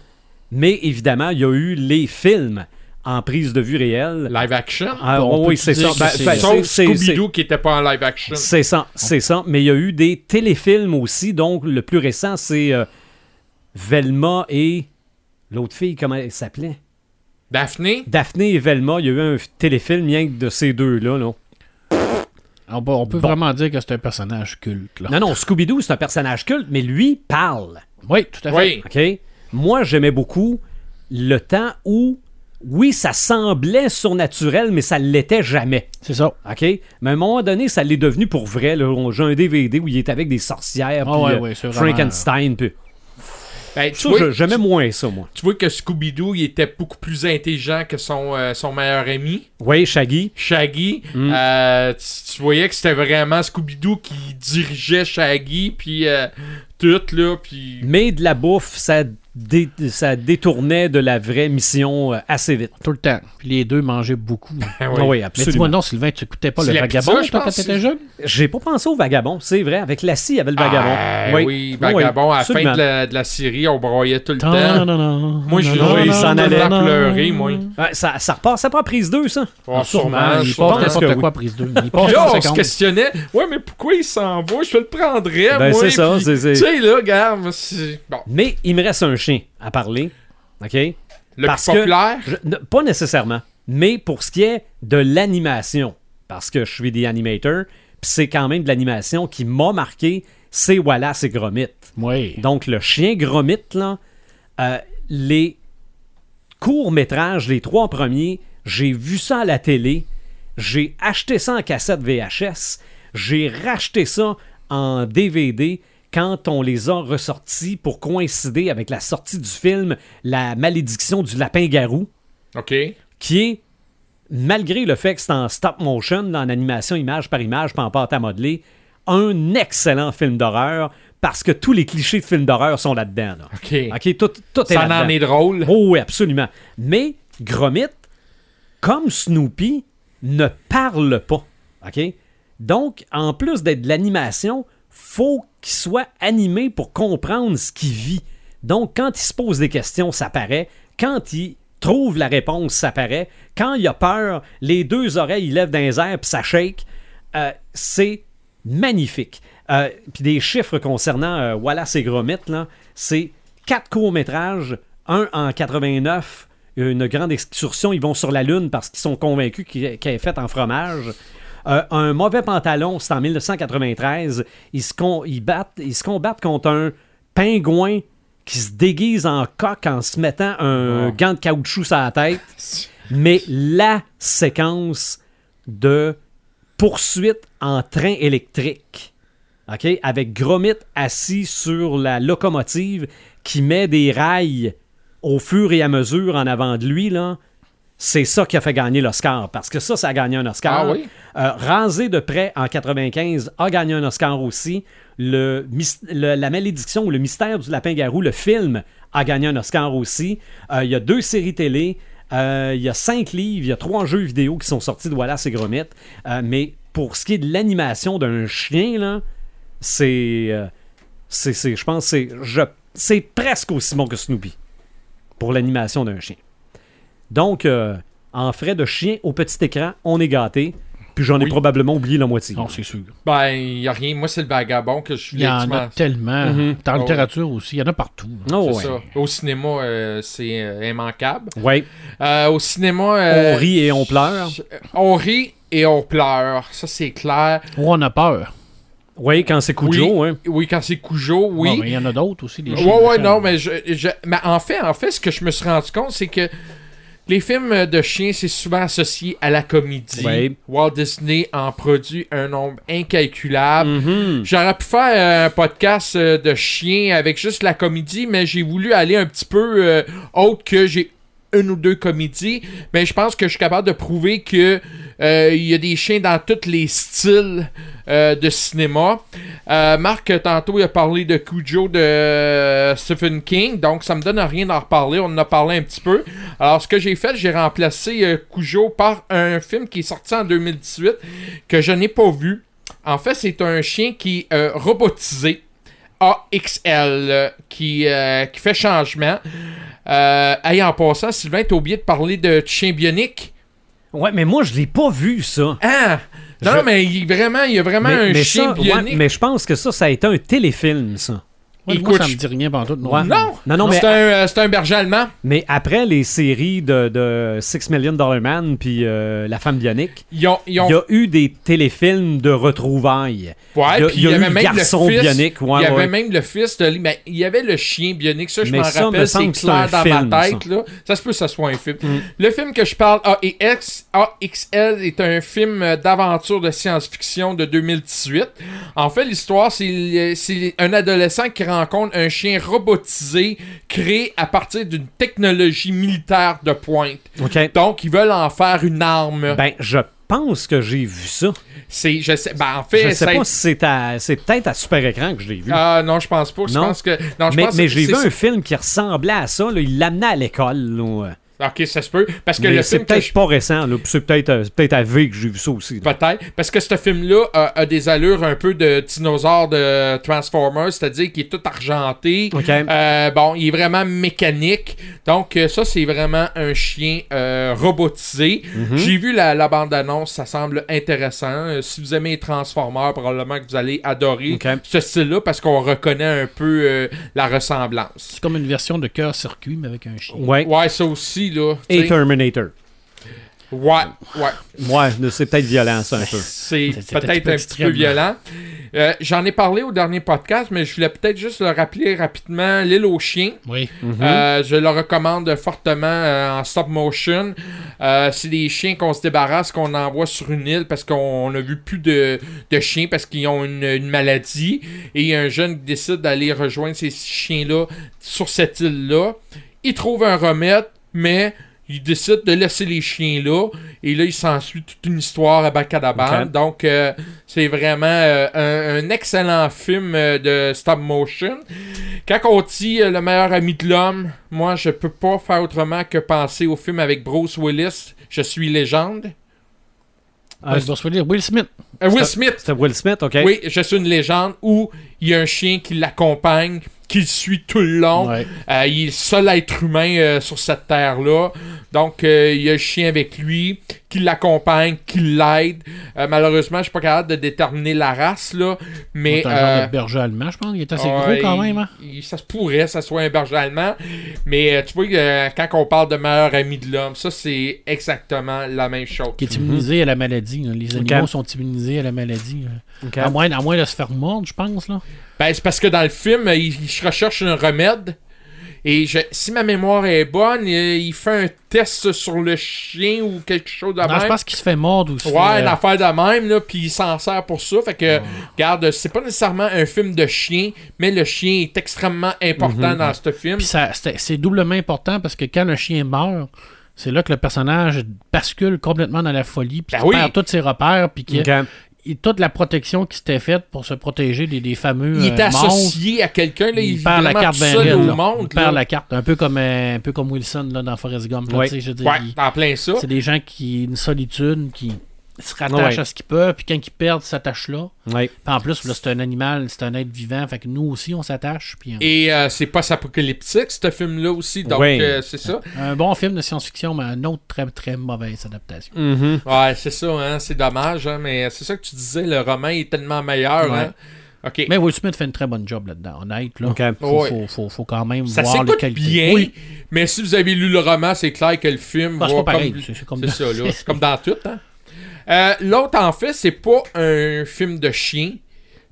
[SPEAKER 1] Mais évidemment, il y a eu les films en prise de vue réelle.
[SPEAKER 4] Live action.
[SPEAKER 1] Ah,
[SPEAKER 3] Bon, on
[SPEAKER 1] oui,
[SPEAKER 3] peut-tu
[SPEAKER 1] c'est ça.
[SPEAKER 3] dire que
[SPEAKER 1] Ben,
[SPEAKER 3] c'est-
[SPEAKER 1] ben, c'est- c'est-
[SPEAKER 4] Sauf
[SPEAKER 1] c'est-
[SPEAKER 4] Scooby-Doo qui était pas en live action.
[SPEAKER 1] c'est ça, c'est ça. Mais il y a eu des téléfilms aussi. Donc, le plus récent, c'est euh, Velma et l'autre fille, comment elle s'appelait
[SPEAKER 4] Daphné,
[SPEAKER 1] Daphné et Velma. Il y a eu un f- téléfilm rien que de ces deux-là. là.
[SPEAKER 3] on, peut- on peut
[SPEAKER 1] Bon.
[SPEAKER 3] vraiment dire que c'est un personnage culte. Là.
[SPEAKER 1] Non, non, Scooby-Doo, c'est un personnage culte, mais lui parle.
[SPEAKER 3] Oui, tout à fait.
[SPEAKER 4] oui.
[SPEAKER 1] OK? Moi, j'aimais beaucoup le temps où, oui, ça semblait surnaturel, mais ça ne l'était jamais.
[SPEAKER 3] C'est ça.
[SPEAKER 1] OK? Mais à un moment donné, ça l'est devenu pour vrai. là. On- J'ai un DVD où il est avec des sorcières,
[SPEAKER 3] Ah
[SPEAKER 1] puis
[SPEAKER 3] ouais,
[SPEAKER 1] euh,
[SPEAKER 3] ouais, c'est vraiment-
[SPEAKER 1] Frankenstein, puis...
[SPEAKER 4] Ben, tu,
[SPEAKER 1] Ça,
[SPEAKER 4] vois,
[SPEAKER 1] je- j'aimais moins ça, moi.
[SPEAKER 4] tu vois que Scooby-Doo, il était beaucoup plus intelligent que son, euh, son meilleur ami,
[SPEAKER 1] Oui, Shaggy.
[SPEAKER 4] Shaggy.
[SPEAKER 1] Mm.
[SPEAKER 4] Euh, tu, tu voyais que c'était vraiment Scooby-Doo qui dirigeait Shaggy, puis euh, tout, là, puis...
[SPEAKER 1] Mais de la bouffe, ça, dé- ça détournait de la vraie mission euh, assez vite.
[SPEAKER 3] Tout le temps. Puis les deux
[SPEAKER 1] <laughs>
[SPEAKER 3] mangeaient beaucoup.
[SPEAKER 4] Ah
[SPEAKER 1] Oui,
[SPEAKER 4] oui.
[SPEAKER 3] Mais dis-moi
[SPEAKER 1] absolument.
[SPEAKER 3] non, Sylvain, tu écoutais pas
[SPEAKER 4] C'est
[SPEAKER 3] le
[SPEAKER 4] la pizza,
[SPEAKER 3] vagabond
[SPEAKER 4] je
[SPEAKER 3] toi, quand
[SPEAKER 4] pense.
[SPEAKER 3] t'étais jeune?
[SPEAKER 1] J'ai pas pensé au vagabond, c'est vrai. Avec la scie, il y avait le vagabond.
[SPEAKER 4] Ah, oui, Vagabond, à la fin de la, de la série, on broyait tout le temps. Moi, je
[SPEAKER 1] non,
[SPEAKER 4] il
[SPEAKER 1] non,
[SPEAKER 4] s'en
[SPEAKER 1] non,
[SPEAKER 4] allait
[SPEAKER 1] non, Ah,
[SPEAKER 4] pleurer, moi.
[SPEAKER 1] Ouais, ça, ça repassait pas à prise 2, ça.
[SPEAKER 4] Oh,
[SPEAKER 3] Ah, Sûrement,
[SPEAKER 4] sûrement,
[SPEAKER 3] il
[SPEAKER 4] sûrement.
[SPEAKER 3] passe
[SPEAKER 1] pense que
[SPEAKER 3] n'importe
[SPEAKER 1] oui.
[SPEAKER 3] quoi à prise 2. Il
[SPEAKER 4] Puis
[SPEAKER 3] passe
[SPEAKER 4] là, on
[SPEAKER 3] 30
[SPEAKER 4] se
[SPEAKER 3] secondes.
[SPEAKER 4] questionnait, ouais, mais pourquoi il s'en va? Je le prendrais,
[SPEAKER 1] Ben,
[SPEAKER 4] moi.
[SPEAKER 1] c'est ça,
[SPEAKER 4] puis-
[SPEAKER 1] c'est- c'est-
[SPEAKER 4] Tu sais, là, regarde, moi, c'est- bon,
[SPEAKER 1] Mais il me reste un chien à parler. OK?
[SPEAKER 4] le
[SPEAKER 1] Parce
[SPEAKER 4] plus
[SPEAKER 1] que-
[SPEAKER 4] populaire,
[SPEAKER 1] Je- ne- pas nécessairement, mais pour ce qui est de l'animation, parce que je suis des animateurs, puis c'est quand même de l'animation qui m'a marqué, c'est Wallace et Gromit.
[SPEAKER 3] Oui.
[SPEAKER 1] Donc, le chien Gromit, là, euh, les courts-métrages, les trois premiers, j'ai vu ça à la télé, j'ai acheté ça en cassette VHS, j'ai racheté ça en DVD quand on les a ressortis pour coïncider avec la sortie du film La malédiction du lapin-garou,
[SPEAKER 4] OK,
[SPEAKER 1] qui est, malgré le fait que c'est en stop motion, là, en animation image par image, pas en pâte à modeler, un excellent film d'horreur parce que tous les clichés de films d'horreur sont là-dedans. là.
[SPEAKER 4] OK.
[SPEAKER 1] OK, tout, tout est
[SPEAKER 4] Ça en
[SPEAKER 1] là-dedans.
[SPEAKER 4] est drôle.
[SPEAKER 1] Oh oui, absolument. Mais Gromit, comme Snoopy, ne parle pas. OK? Donc, en plus d'être de l'animation, faut qu'il soit animé pour comprendre ce qu'il vit. Donc, quand il se pose des questions, ça paraît. Quand il trouve la réponse, ça paraît. Quand il a peur, les deux oreilles, il lève dans les airs, puis ça shake. Euh, c'est magnifique. Euh, Puis des chiffres concernant euh, Wallace et Gromit, là, c'est quatre courts-métrages, un en 89, une grande excursion, ils vont sur la Lune parce qu'ils sont convaincus qu'il- qu'elle est faite en fromage. Euh, un mauvais pantalon, c'est en 1993. Ils se, con- ils battent, ils se combattent contre un pingouin qui se déguise en coq en se mettant un gant de caoutchouc sur la tête. Mais la séquence de poursuite en train électrique, OK, avec Gromit assis sur la locomotive qui met des rails au fur et à mesure en avant de lui, là, c'est ça qui a fait gagner l'Oscar, parce que ça, ça a gagné un Oscar.
[SPEAKER 4] Ah oui?
[SPEAKER 1] Euh, Rasé de près en 95 a gagné un Oscar aussi. Le, mys- le- la malédiction ou le mystère du lapin-garou, le film, a gagné un Oscar aussi. Euh, Il y a deux séries télé, euh, il y a cinq livres, il y a trois jeux vidéo qui sont sortis de Wallace et Gromit. Euh, mais pour ce qui est de l'animation d'un chien, là, c'est, euh, c'est, c'est- je pense, que c'est, je, c'est presque aussi bon que Snoopy pour l'animation d'un chien. Donc, euh, en frais de chien au petit écran, on est gâté. Puis j'en ai
[SPEAKER 4] Oui.
[SPEAKER 1] probablement oublié la moitié.
[SPEAKER 3] Non, c'est sûr.
[SPEAKER 4] Ben, il n'y a rien. Moi, c'est le vagabond que je
[SPEAKER 3] Il
[SPEAKER 4] voulais
[SPEAKER 3] y en
[SPEAKER 4] que tu
[SPEAKER 3] a
[SPEAKER 4] m'en-
[SPEAKER 3] tellement. Dans la
[SPEAKER 4] Ah ouais.
[SPEAKER 3] littérature aussi, il y en a partout. là.
[SPEAKER 1] Oh,
[SPEAKER 4] C'est
[SPEAKER 1] ouais.
[SPEAKER 4] ça. Au cinéma, euh, c'est euh, immanquable.
[SPEAKER 1] Ouais.
[SPEAKER 4] Euh, au cinéma.
[SPEAKER 1] on
[SPEAKER 4] euh,
[SPEAKER 1] rit et on pleure.
[SPEAKER 4] On rit et on pleure. Ça, c'est clair.
[SPEAKER 3] Ou on a peur.
[SPEAKER 1] Oui, quand c'est Cujo,
[SPEAKER 4] oui,
[SPEAKER 1] hein. ben,
[SPEAKER 4] oui, quand c'est Cujo, oui.
[SPEAKER 3] Ouais, mais il y en a d'autres aussi. Des
[SPEAKER 4] Ouais,
[SPEAKER 3] films
[SPEAKER 4] ouais,
[SPEAKER 3] de chiens.
[SPEAKER 4] non, mais, je, je- mais en fait, en fait, ce que je me suis rendu compte, c'est que les films de chiens, c'est souvent associé à la comédie.
[SPEAKER 1] Ouais.
[SPEAKER 4] Walt Disney en produit un nombre incalculable.
[SPEAKER 3] Mm-hmm.
[SPEAKER 1] Mhm.
[SPEAKER 4] J'aurais pu faire un podcast euh, de chiens avec juste la comédie, mais j'ai voulu aller un petit peu euh, autre que j'ai une ou deux comédies, mais je pense que je suis capable de prouver que euh, il y a des chiens dans tous les styles euh, de cinéma. Euh, Marc, tantôt, il a parlé de Cujo de euh, Stephen King, donc ça me donne rien d'en reparler. On en a parlé un petit peu. Alors, ce que j'ai fait, j'ai remplacé euh, Cujo par un film qui est sorti en 2018 que je n'ai pas vu. En fait, c'est un chien qui est euh, robotisé. AXL euh, qui, euh, qui fait changement. Euh, hey, en passant, Sylvain, t'as oublié de parler de chien bionique.
[SPEAKER 1] Ouais, mais moi, je l'ai pas vu, ça.
[SPEAKER 4] Ah! Non,
[SPEAKER 1] Je-
[SPEAKER 4] mais il, vraiment, il y a vraiment
[SPEAKER 1] mais,
[SPEAKER 4] un
[SPEAKER 1] mais
[SPEAKER 4] chien
[SPEAKER 1] ça, ouais,
[SPEAKER 4] bionique.
[SPEAKER 1] mais je pense que ça, ça a été un téléfilm, ça.
[SPEAKER 3] Ouais, moi,
[SPEAKER 4] Écoute,
[SPEAKER 3] ça me
[SPEAKER 4] je-
[SPEAKER 3] dit rien pendant tout.
[SPEAKER 1] Ouais.
[SPEAKER 4] Non!
[SPEAKER 1] Non, non, mais-
[SPEAKER 4] C'est un, euh, c'est un berger allemand.
[SPEAKER 1] Mais après les séries de, de Six Million Dollar Man puis euh, La Femme Bionique,
[SPEAKER 4] Ils ont. Ils
[SPEAKER 1] il
[SPEAKER 4] ont...
[SPEAKER 1] y a eu des téléfilms de retrouvailles.
[SPEAKER 4] Ouais,
[SPEAKER 1] il y a-
[SPEAKER 4] puis
[SPEAKER 1] il y a eu
[SPEAKER 4] avait même
[SPEAKER 1] Garçon
[SPEAKER 4] le fils,
[SPEAKER 1] bionique, ouais,
[SPEAKER 4] il y avait
[SPEAKER 1] ouais.
[SPEAKER 4] même le fils de lui, mais il y avait le chien bionique, ça je
[SPEAKER 1] Mais
[SPEAKER 4] m'en
[SPEAKER 1] ça, me
[SPEAKER 4] rappelle,
[SPEAKER 1] semble
[SPEAKER 4] c'est
[SPEAKER 1] que c'est un
[SPEAKER 4] clair dans
[SPEAKER 1] film,
[SPEAKER 4] ma tête. Là. Ça se peut que ça soit un film. Le film que je parle, AEX, AXL, est un film euh, d'aventure de science-fiction de 2018. En fait, l'histoire, c'est euh, c'est un adolescent qui rencontre un chien robotisé créé à partir d'une technologie militaire de pointe.
[SPEAKER 1] OK?
[SPEAKER 4] Donc, ils veulent en faire une arme.
[SPEAKER 1] Ben, je pense que j'ai vu ça.
[SPEAKER 4] c'est, je sais, ben, en fait,
[SPEAKER 1] Je sais
[SPEAKER 4] ça a
[SPEAKER 1] pas si c'est à- c'est peut-être à super écran que je l'ai vu.
[SPEAKER 4] Ah non, je pense pas. Je
[SPEAKER 1] Non.
[SPEAKER 4] pense que. Non, je
[SPEAKER 1] mais
[SPEAKER 4] pense
[SPEAKER 1] mais
[SPEAKER 4] que
[SPEAKER 1] j'ai
[SPEAKER 4] c'est-
[SPEAKER 1] vu un film qui ressemblait à ça. là. Il l'amenait à l'école. là.
[SPEAKER 4] Ok, ça se peut. Parce que
[SPEAKER 1] Mais
[SPEAKER 4] le
[SPEAKER 1] c'est
[SPEAKER 4] film que
[SPEAKER 1] peut-être
[SPEAKER 4] je...
[SPEAKER 1] pas récent. là, puis C'est peut-être euh, c'est peut-être à V que j'ai vu ça aussi. là.
[SPEAKER 4] Peut-être. Parce que ce film-là a, a des allures un peu de dinosaure de Transformers, c'est-à-dire qu'il est tout argenté.
[SPEAKER 1] Ok.
[SPEAKER 4] Euh, bon, il est vraiment mécanique. Donc, euh, ça, c'est vraiment un chien euh, robotisé.
[SPEAKER 1] Mhm.
[SPEAKER 4] J'ai vu la, la bande-annonce, ça semble intéressant. Euh, si vous aimez les Transformers, probablement que vous allez adorer
[SPEAKER 1] Ok.
[SPEAKER 4] ce style-là parce qu'on reconnaît un peu euh, la ressemblance.
[SPEAKER 3] C'est comme une version de cœur-circuit, mais avec un chien.
[SPEAKER 1] Ouais.
[SPEAKER 4] Ouais, ça aussi, là. tu
[SPEAKER 1] Et
[SPEAKER 4] sais.
[SPEAKER 1] Terminator.
[SPEAKER 4] Ouais, ouais.
[SPEAKER 1] Ouais, c'est peut-être violent ça
[SPEAKER 4] <laughs>
[SPEAKER 1] un peu.
[SPEAKER 4] C'est
[SPEAKER 3] C'est- c'est
[SPEAKER 4] peut-être un petit peu
[SPEAKER 3] extrêmement.
[SPEAKER 4] violent. Euh, J'en ai parlé au dernier podcast, mais je voulais peut-être juste le rappeler rapidement. L'île aux chiens,
[SPEAKER 3] Oui.
[SPEAKER 4] Euh, je le recommande fortement euh, en stop motion. Euh, c'est des chiens qu'on se débarrasse, qu'on envoie sur une île parce qu'on a vu plus de, de chiens parce qu'ils ont une, une maladie. Et il y a un jeune qui décide d'aller rejoindre ces chiens-là sur cette île-là. Il trouve un remède, mais il décide de laisser les chiens là. Et là, il s'ensuit toute une histoire à Bacadaban.
[SPEAKER 1] Ok.
[SPEAKER 4] Donc, euh, c'est vraiment euh, un, un excellent film euh, de stop motion. Quand on dit euh, le meilleur ami de l'homme, moi, je peux pas faire autrement que penser au film avec Bruce Willis, Je suis légende.
[SPEAKER 1] Ah,
[SPEAKER 3] Ouais, je vais se dire Will Smith.
[SPEAKER 4] Euh, Will Smith,
[SPEAKER 1] C'était Will Smith, OK?
[SPEAKER 4] oui, Je suis une légende, où il y a un chien qui l'accompagne, qui le suit tout le long.
[SPEAKER 3] Ouais.
[SPEAKER 4] Euh, il est le seul être humain euh, sur cette terre-là. Donc, euh, il y a le chien avec lui, qui l'accompagne, qui l'aide. Euh, malheureusement, je suis pas capable de déterminer la race, là, mais...
[SPEAKER 3] C'est un genre
[SPEAKER 4] euh,
[SPEAKER 3] de berger allemand, je pense. Il est assez
[SPEAKER 4] Ouais,
[SPEAKER 3] gros quand
[SPEAKER 4] il-
[SPEAKER 3] même. Hein?
[SPEAKER 4] il- ça se pourrait, ça soit un berger allemand. Mais euh, tu vois, euh, quand on parle de meilleur ami de l'homme, ça c'est exactement la même chose.
[SPEAKER 3] Qui est immunisé à la maladie. là. Les
[SPEAKER 1] Ok.
[SPEAKER 3] animaux sont immunisés à la maladie. là.
[SPEAKER 1] OK.
[SPEAKER 3] À, moins, à moins de se faire mordre, je pense. Là.
[SPEAKER 4] Ben, c'est parce que dans le film, euh, il, il recherche un remède. Et je- si ma mémoire est bonne, euh, il fait un test sur le chien ou quelque chose de
[SPEAKER 3] Non, je
[SPEAKER 4] même.
[SPEAKER 3] pense qu'il se fait mordre aussi. euh,
[SPEAKER 4] Ouais, une affaire de même, là, puis il s'en sert pour ça. Fait que, regarde, c'est pas nécessairement un film de chien, mais le chien est extrêmement important dans ce film.
[SPEAKER 3] Puis ça- c'est c'est doublement important parce que quand le chien meurt, c'est là que le personnage bascule complètement dans la folie, puis
[SPEAKER 4] Ben
[SPEAKER 3] qu'il
[SPEAKER 4] oui.
[SPEAKER 3] perd tous ses repères, puis qu'il-
[SPEAKER 1] OK.
[SPEAKER 3] et toute la protection qui s'était faite pour se protéger des, des fameux
[SPEAKER 4] Il est
[SPEAKER 3] euh, monstres.
[SPEAKER 4] associé à quelqu'un, là, il,
[SPEAKER 3] Il
[SPEAKER 4] est
[SPEAKER 3] perd la
[SPEAKER 4] vraiment
[SPEAKER 3] carte
[SPEAKER 4] tout
[SPEAKER 3] ben
[SPEAKER 4] seul
[SPEAKER 3] raide,
[SPEAKER 4] au
[SPEAKER 3] là.
[SPEAKER 4] monde.
[SPEAKER 3] Il perd
[SPEAKER 4] là.
[SPEAKER 3] la carte, un peu comme, euh, un peu comme Wilson là, dans Forrest Gump. là,
[SPEAKER 1] Ouais.
[SPEAKER 3] tu sais, je veux dire,
[SPEAKER 4] Ouais,
[SPEAKER 3] il-
[SPEAKER 4] en plein ça.
[SPEAKER 3] C'est des gens qui. une solitude, qui, se rattachent
[SPEAKER 1] Ouais.
[SPEAKER 3] à ce qu'ils peuvent, puis quand ils perdent, ils s'attachent là.
[SPEAKER 1] Ouais.
[SPEAKER 3] Puis en plus, là, c'est un animal, c'est un être vivant, fait que nous aussi, on s'attache. Puis, hein.
[SPEAKER 4] Et euh, c'est pas apocalyptique, ce film-là aussi. Donc,
[SPEAKER 1] Oui.
[SPEAKER 4] euh,
[SPEAKER 3] <laughs>
[SPEAKER 4] c'est ça.
[SPEAKER 3] Un bon film de science-fiction, mais un autre très, très mauvaise adaptation.
[SPEAKER 4] Mm.
[SPEAKER 1] Mhm.
[SPEAKER 4] Ouais, c'est ça, hein, c'est dommage, hein, mais c'est ça que tu disais, le roman est tellement meilleur.
[SPEAKER 3] Ouais.
[SPEAKER 4] hein. OK.
[SPEAKER 3] Mais Will Smith fait une très bonne job là-dedans, honnête. Là.
[SPEAKER 1] Ok.
[SPEAKER 3] Faut,
[SPEAKER 4] Ouais.
[SPEAKER 3] faut, faut, faut quand même
[SPEAKER 4] ça
[SPEAKER 3] voir les
[SPEAKER 4] s'écoute
[SPEAKER 3] qualités.
[SPEAKER 4] bien,
[SPEAKER 3] Oui.
[SPEAKER 4] mais si vous avez lu le roman, c'est clair que le film
[SPEAKER 3] Ah, c'est
[SPEAKER 4] va
[SPEAKER 3] pas pareil,
[SPEAKER 4] comme...
[SPEAKER 3] c'est- c'est comme
[SPEAKER 4] c'est
[SPEAKER 3] dans-
[SPEAKER 4] ça,
[SPEAKER 3] <laughs>
[SPEAKER 4] là, c'est comme dans tout. Hein. Euh, L'autre, en fait, c'est pas un film de chien,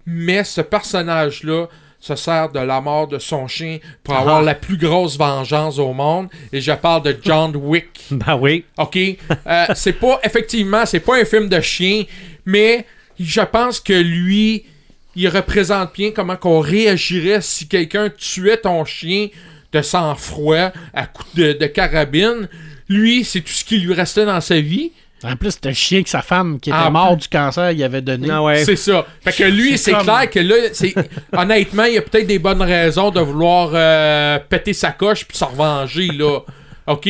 [SPEAKER 4] mais ce personnage-là se sert de la mort de son chien pour avoir
[SPEAKER 3] Ah.
[SPEAKER 4] la plus grosse vengeance au monde. Et je parle de John Wick.
[SPEAKER 1] Ben oui.
[SPEAKER 4] OK? Euh, c'est pas, effectivement, c'est pas un film de chien, mais je pense que lui, il représente bien comment qu'on réagirait si quelqu'un tuait ton chien de sang-froid à coups de, de carabine. Lui, c'est tout ce qui lui restait dans sa vie.
[SPEAKER 3] En plus, c'était chien que sa femme, qui était
[SPEAKER 4] Ah,
[SPEAKER 3] morte du cancer, il avait donné.
[SPEAKER 1] Ah ouais.
[SPEAKER 4] C'est ça. Fait que lui, c'est
[SPEAKER 3] C'est comme-
[SPEAKER 4] clair que là, c'est honnêtement, il y a peut-être des bonnes raisons de vouloir euh, péter sa coche puis s'en revenger là. OK?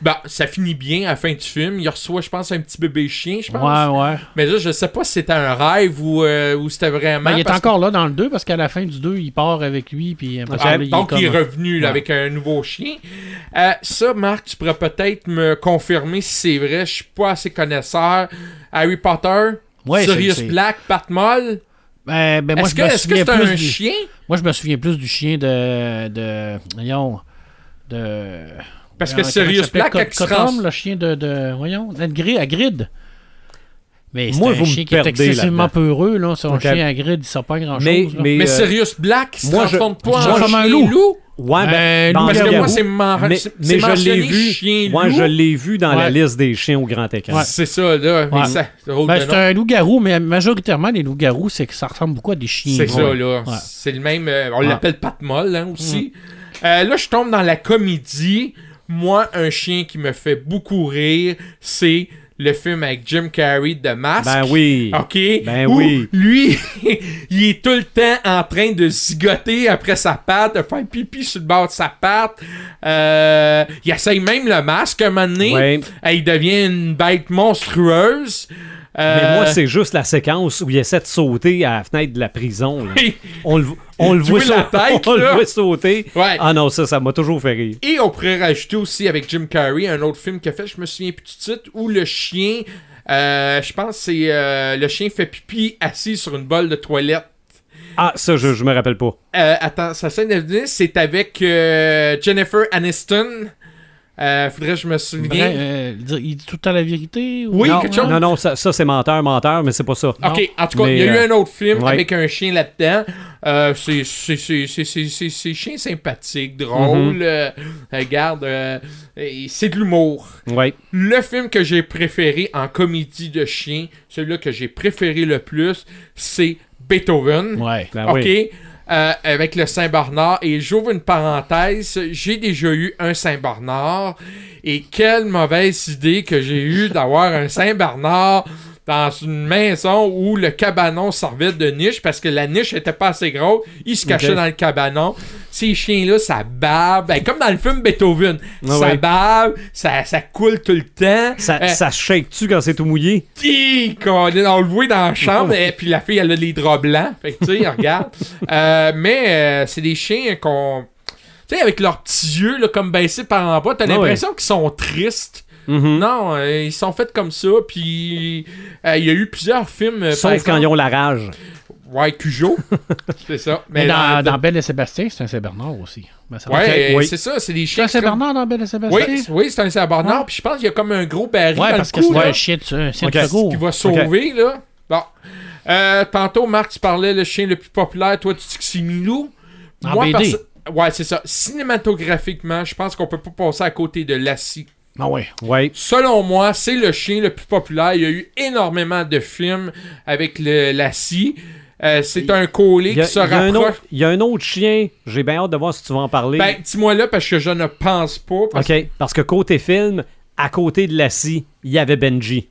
[SPEAKER 4] Ben, ça finit bien à la fin du film. Il reçoit, je pense, un petit bébé chien, je pense.
[SPEAKER 3] Ouais, ouais.
[SPEAKER 4] Mais là, je sais pas si c'était un rêve ou, euh, ou c'était vraiment.
[SPEAKER 3] Ben, il est
[SPEAKER 4] parce que-
[SPEAKER 3] encore là dans le 2 parce qu'à la fin du 2, il part avec lui. Puis, euh, parce que
[SPEAKER 4] Ah,
[SPEAKER 3] là, il est
[SPEAKER 4] donc, il est
[SPEAKER 3] comme-
[SPEAKER 4] revenu là,
[SPEAKER 3] Ouais.
[SPEAKER 4] avec un nouveau chien. Euh, ça, Marc, tu pourrais peut-être me confirmer si c'est vrai. Je suis pas assez connaisseur. Harry Potter,
[SPEAKER 3] Ouais, c'est-
[SPEAKER 4] Sirius
[SPEAKER 3] c'est-
[SPEAKER 4] Black, Patmol.
[SPEAKER 3] Ben, ben, moi,
[SPEAKER 4] Est-ce
[SPEAKER 3] je
[SPEAKER 4] que
[SPEAKER 3] me
[SPEAKER 4] est-ce que
[SPEAKER 3] souviens
[SPEAKER 4] c'est
[SPEAKER 3] plus
[SPEAKER 4] un
[SPEAKER 3] du...
[SPEAKER 4] chien?
[SPEAKER 3] Moi, je me souviens plus du chien de. de. Voyons. De.
[SPEAKER 4] Parce que
[SPEAKER 3] voyons, comment il
[SPEAKER 4] Sirius
[SPEAKER 3] s'appelait,
[SPEAKER 4] Black,
[SPEAKER 3] Co-
[SPEAKER 4] quand il se
[SPEAKER 3] Cotom,
[SPEAKER 4] trans-
[SPEAKER 3] le chien de. de voyons. Grid, à Grid. Mais c'est
[SPEAKER 1] Moi,
[SPEAKER 3] un
[SPEAKER 1] vous me
[SPEAKER 3] chien qui est
[SPEAKER 1] perdez
[SPEAKER 3] excessivement
[SPEAKER 1] là-dedans.
[SPEAKER 3] peureux, là. Son
[SPEAKER 1] Ok.
[SPEAKER 3] chien à Grid, il sort pas grand
[SPEAKER 1] Mais,
[SPEAKER 3] chose.
[SPEAKER 1] mais,
[SPEAKER 4] Mais
[SPEAKER 1] euh,
[SPEAKER 4] Sirius Black, il se
[SPEAKER 1] moi, je-
[SPEAKER 4] transforme pas
[SPEAKER 1] moi,
[SPEAKER 4] en
[SPEAKER 1] comme
[SPEAKER 4] chien
[SPEAKER 1] un
[SPEAKER 4] loup.
[SPEAKER 1] loup. ouais, ben,
[SPEAKER 3] Euh,
[SPEAKER 1] dans
[SPEAKER 4] Parce que
[SPEAKER 1] le
[SPEAKER 4] moi,
[SPEAKER 1] garou.
[SPEAKER 4] c'est mar-
[SPEAKER 1] mais,
[SPEAKER 4] c'est-
[SPEAKER 1] mais
[SPEAKER 4] c'est
[SPEAKER 1] je l'ai
[SPEAKER 4] mentionné
[SPEAKER 1] vu.
[SPEAKER 4] chien
[SPEAKER 1] Moi,
[SPEAKER 4] loup.
[SPEAKER 1] je l'ai vu dans la
[SPEAKER 3] Ouais.
[SPEAKER 1] liste des chiens au grand écran.
[SPEAKER 3] Ouais.
[SPEAKER 4] C'est ça, là. Mais
[SPEAKER 3] Ouais.
[SPEAKER 4] ça, drôle
[SPEAKER 3] Ben,
[SPEAKER 4] de
[SPEAKER 3] c'est
[SPEAKER 4] nom.
[SPEAKER 3] un loup-garou, mais majoritairement, les loups-garous, c'est que ça ressemble beaucoup à des chiens.
[SPEAKER 4] C'est ça,
[SPEAKER 3] Ouais.
[SPEAKER 4] là.
[SPEAKER 3] Ouais.
[SPEAKER 4] C'est le même. euh, on
[SPEAKER 3] Ouais.
[SPEAKER 4] l'appelle Patmol hein, aussi.
[SPEAKER 1] Mm.
[SPEAKER 4] Euh, là, je tombe dans la comédie. Moi, un chien qui me fait beaucoup rire, c'est le film avec Jim Carrey de Masque.
[SPEAKER 1] Ben oui.
[SPEAKER 4] OK?
[SPEAKER 1] Ben
[SPEAKER 4] Où
[SPEAKER 1] oui.
[SPEAKER 4] Lui, <laughs> il est tout le temps en train de zigoter après sa patte, de faire pipi sur le bord de sa patte. Euh, il essaye même le masque à un moment donné.
[SPEAKER 1] Ouais.
[SPEAKER 4] Et il devient une bête monstrueuse. Euh,
[SPEAKER 1] Mais moi, c'est juste la séquence où il essaie de sauter à la fenêtre de la prison. là.
[SPEAKER 4] Oui.
[SPEAKER 1] On le, on le
[SPEAKER 4] Tu
[SPEAKER 1] voit
[SPEAKER 4] vois la
[SPEAKER 1] sauter. <laughs>
[SPEAKER 4] tête,
[SPEAKER 1] on le
[SPEAKER 4] là?
[SPEAKER 1] voit sauter.
[SPEAKER 4] <laughs> Ouais.
[SPEAKER 1] Ah non, ça, ça m'a toujours fait rire.
[SPEAKER 4] Et on pourrait rajouter aussi avec Jim Carrey un autre film qu'il a fait, je me souviens plus du titre, où le chien, euh, je pense que c'est euh, le chien fait pipi assis sur une bolle de toilette.
[SPEAKER 1] Ah, ça, je, je me rappelle pas.
[SPEAKER 4] Euh, attends, sa scène d'avenir, c'est avec euh, Jennifer Aniston. Euh, faudrait que je me
[SPEAKER 3] Bref,
[SPEAKER 1] hein?
[SPEAKER 4] souvienne.
[SPEAKER 3] euh, dire- il dit tout le temps la vérité ou-
[SPEAKER 4] Oui,
[SPEAKER 1] non,
[SPEAKER 4] quelque chose. Ah.
[SPEAKER 1] non, non, ça, ça, c'est menteur, menteur, mais c'est pas ça.
[SPEAKER 4] Ok, en tout cas,
[SPEAKER 1] Mais,
[SPEAKER 4] il y a eu
[SPEAKER 1] euh,
[SPEAKER 4] un autre film
[SPEAKER 1] ouais.
[SPEAKER 4] avec un chien là-dedans. Euh, c'est- c'est- c'est c'est- c'est- c'est- c'est chien sympathique,
[SPEAKER 1] Mm-hmm.
[SPEAKER 4] drôle. euh, regarde, euh, et c'est de l'humour.
[SPEAKER 1] Ouais.
[SPEAKER 4] Le film que j'ai préféré en comédie de chien, celui-là que j'ai préféré le plus, c'est Beethoven.
[SPEAKER 3] Ouais.
[SPEAKER 1] Ben
[SPEAKER 4] OK.
[SPEAKER 1] oui.
[SPEAKER 4] Euh, avec le Saint-Bernard. Et j'ouvre une parenthèse. J'ai déjà eu un Saint-Bernard. Et quelle mauvaise idée que j'ai eue d'avoir un Saint-Bernard dans une maison où le cabanon servait de niche parce que la niche était pas assez grosse. Il se cachait
[SPEAKER 1] Ok.
[SPEAKER 4] dans le cabanon. Ces chiens-là, ça bave. Ben, comme dans le film Beethoven.
[SPEAKER 1] Ah
[SPEAKER 4] ça
[SPEAKER 1] ouais.
[SPEAKER 4] bave, ça, ça coule tout le temps.
[SPEAKER 1] Ça,
[SPEAKER 4] Euh,
[SPEAKER 1] ça shake-tu quand c'est tout mouillé?
[SPEAKER 4] Ih, colline, on le voit dans
[SPEAKER 3] <laughs>
[SPEAKER 4] la chambre, et puis la fille, elle a les draps blancs. Fait que, tu sais, elle regarde. Euh, mais euh, c'est des chiens qu'on. Tu sais, avec leurs petits yeux, là, comme baissés par en bas, t'as
[SPEAKER 1] Ah
[SPEAKER 4] l'impression qu'ils sont tristes.
[SPEAKER 3] Mm-hmm.
[SPEAKER 4] Non, euh, ils sont faits comme ça, puis euh, il y a eu plusieurs films. euh, par
[SPEAKER 1] Sauf quand
[SPEAKER 4] exemple-
[SPEAKER 1] ils ont la rage.
[SPEAKER 4] Ouais, Cujo. c'est ça.
[SPEAKER 3] Mais dans,
[SPEAKER 4] dans-
[SPEAKER 3] dans Belle et Sébastien, c'est un Saint-Bernard aussi. Ben, ça
[SPEAKER 4] Ouais,
[SPEAKER 3] va.
[SPEAKER 4] euh,
[SPEAKER 1] oui.
[SPEAKER 4] c'est ça, c'est des
[SPEAKER 3] C'est
[SPEAKER 4] chiens.
[SPEAKER 3] un
[SPEAKER 4] qui se-
[SPEAKER 3] Saint-Bernard Ah. dans Belle et
[SPEAKER 4] Oui,
[SPEAKER 3] Sébastien?
[SPEAKER 4] c'est- oui, c'est un sabordard, puis je pense qu'il y a comme un gros baril
[SPEAKER 3] Ouais,
[SPEAKER 4] dans
[SPEAKER 3] parce
[SPEAKER 4] le
[SPEAKER 3] que
[SPEAKER 4] cou,
[SPEAKER 3] c'est
[SPEAKER 4] là.
[SPEAKER 3] un chien de, un chien de
[SPEAKER 1] Ok.
[SPEAKER 3] secours.
[SPEAKER 4] qui va sauver, là. Bon. Euh, tantôt, Marc, tu parlais le chien le plus populaire. Toi, tu dis que c'est Milou.
[SPEAKER 3] En BD.
[SPEAKER 4] perso- Ouais, c'est ça. Cinématographiquement, je pense qu'on peut pas passer à côté de Lassie.
[SPEAKER 3] Ah ouais.
[SPEAKER 1] Ouais.
[SPEAKER 4] Selon moi, c'est le chien le plus populaire. Il y a eu énormément de films avec le Lassie. Euh, c'est un collier
[SPEAKER 1] Il y, a,
[SPEAKER 4] qui se
[SPEAKER 1] il y a un
[SPEAKER 4] rapproche.
[SPEAKER 1] autre, il y a un autre chien. J'ai bien hâte de voir si tu vas en parler.
[SPEAKER 4] Ben, dis-moi là parce que je ne pense pas. parce-
[SPEAKER 1] OK. Parce que côté film, à côté de Lassie, il y avait Benji.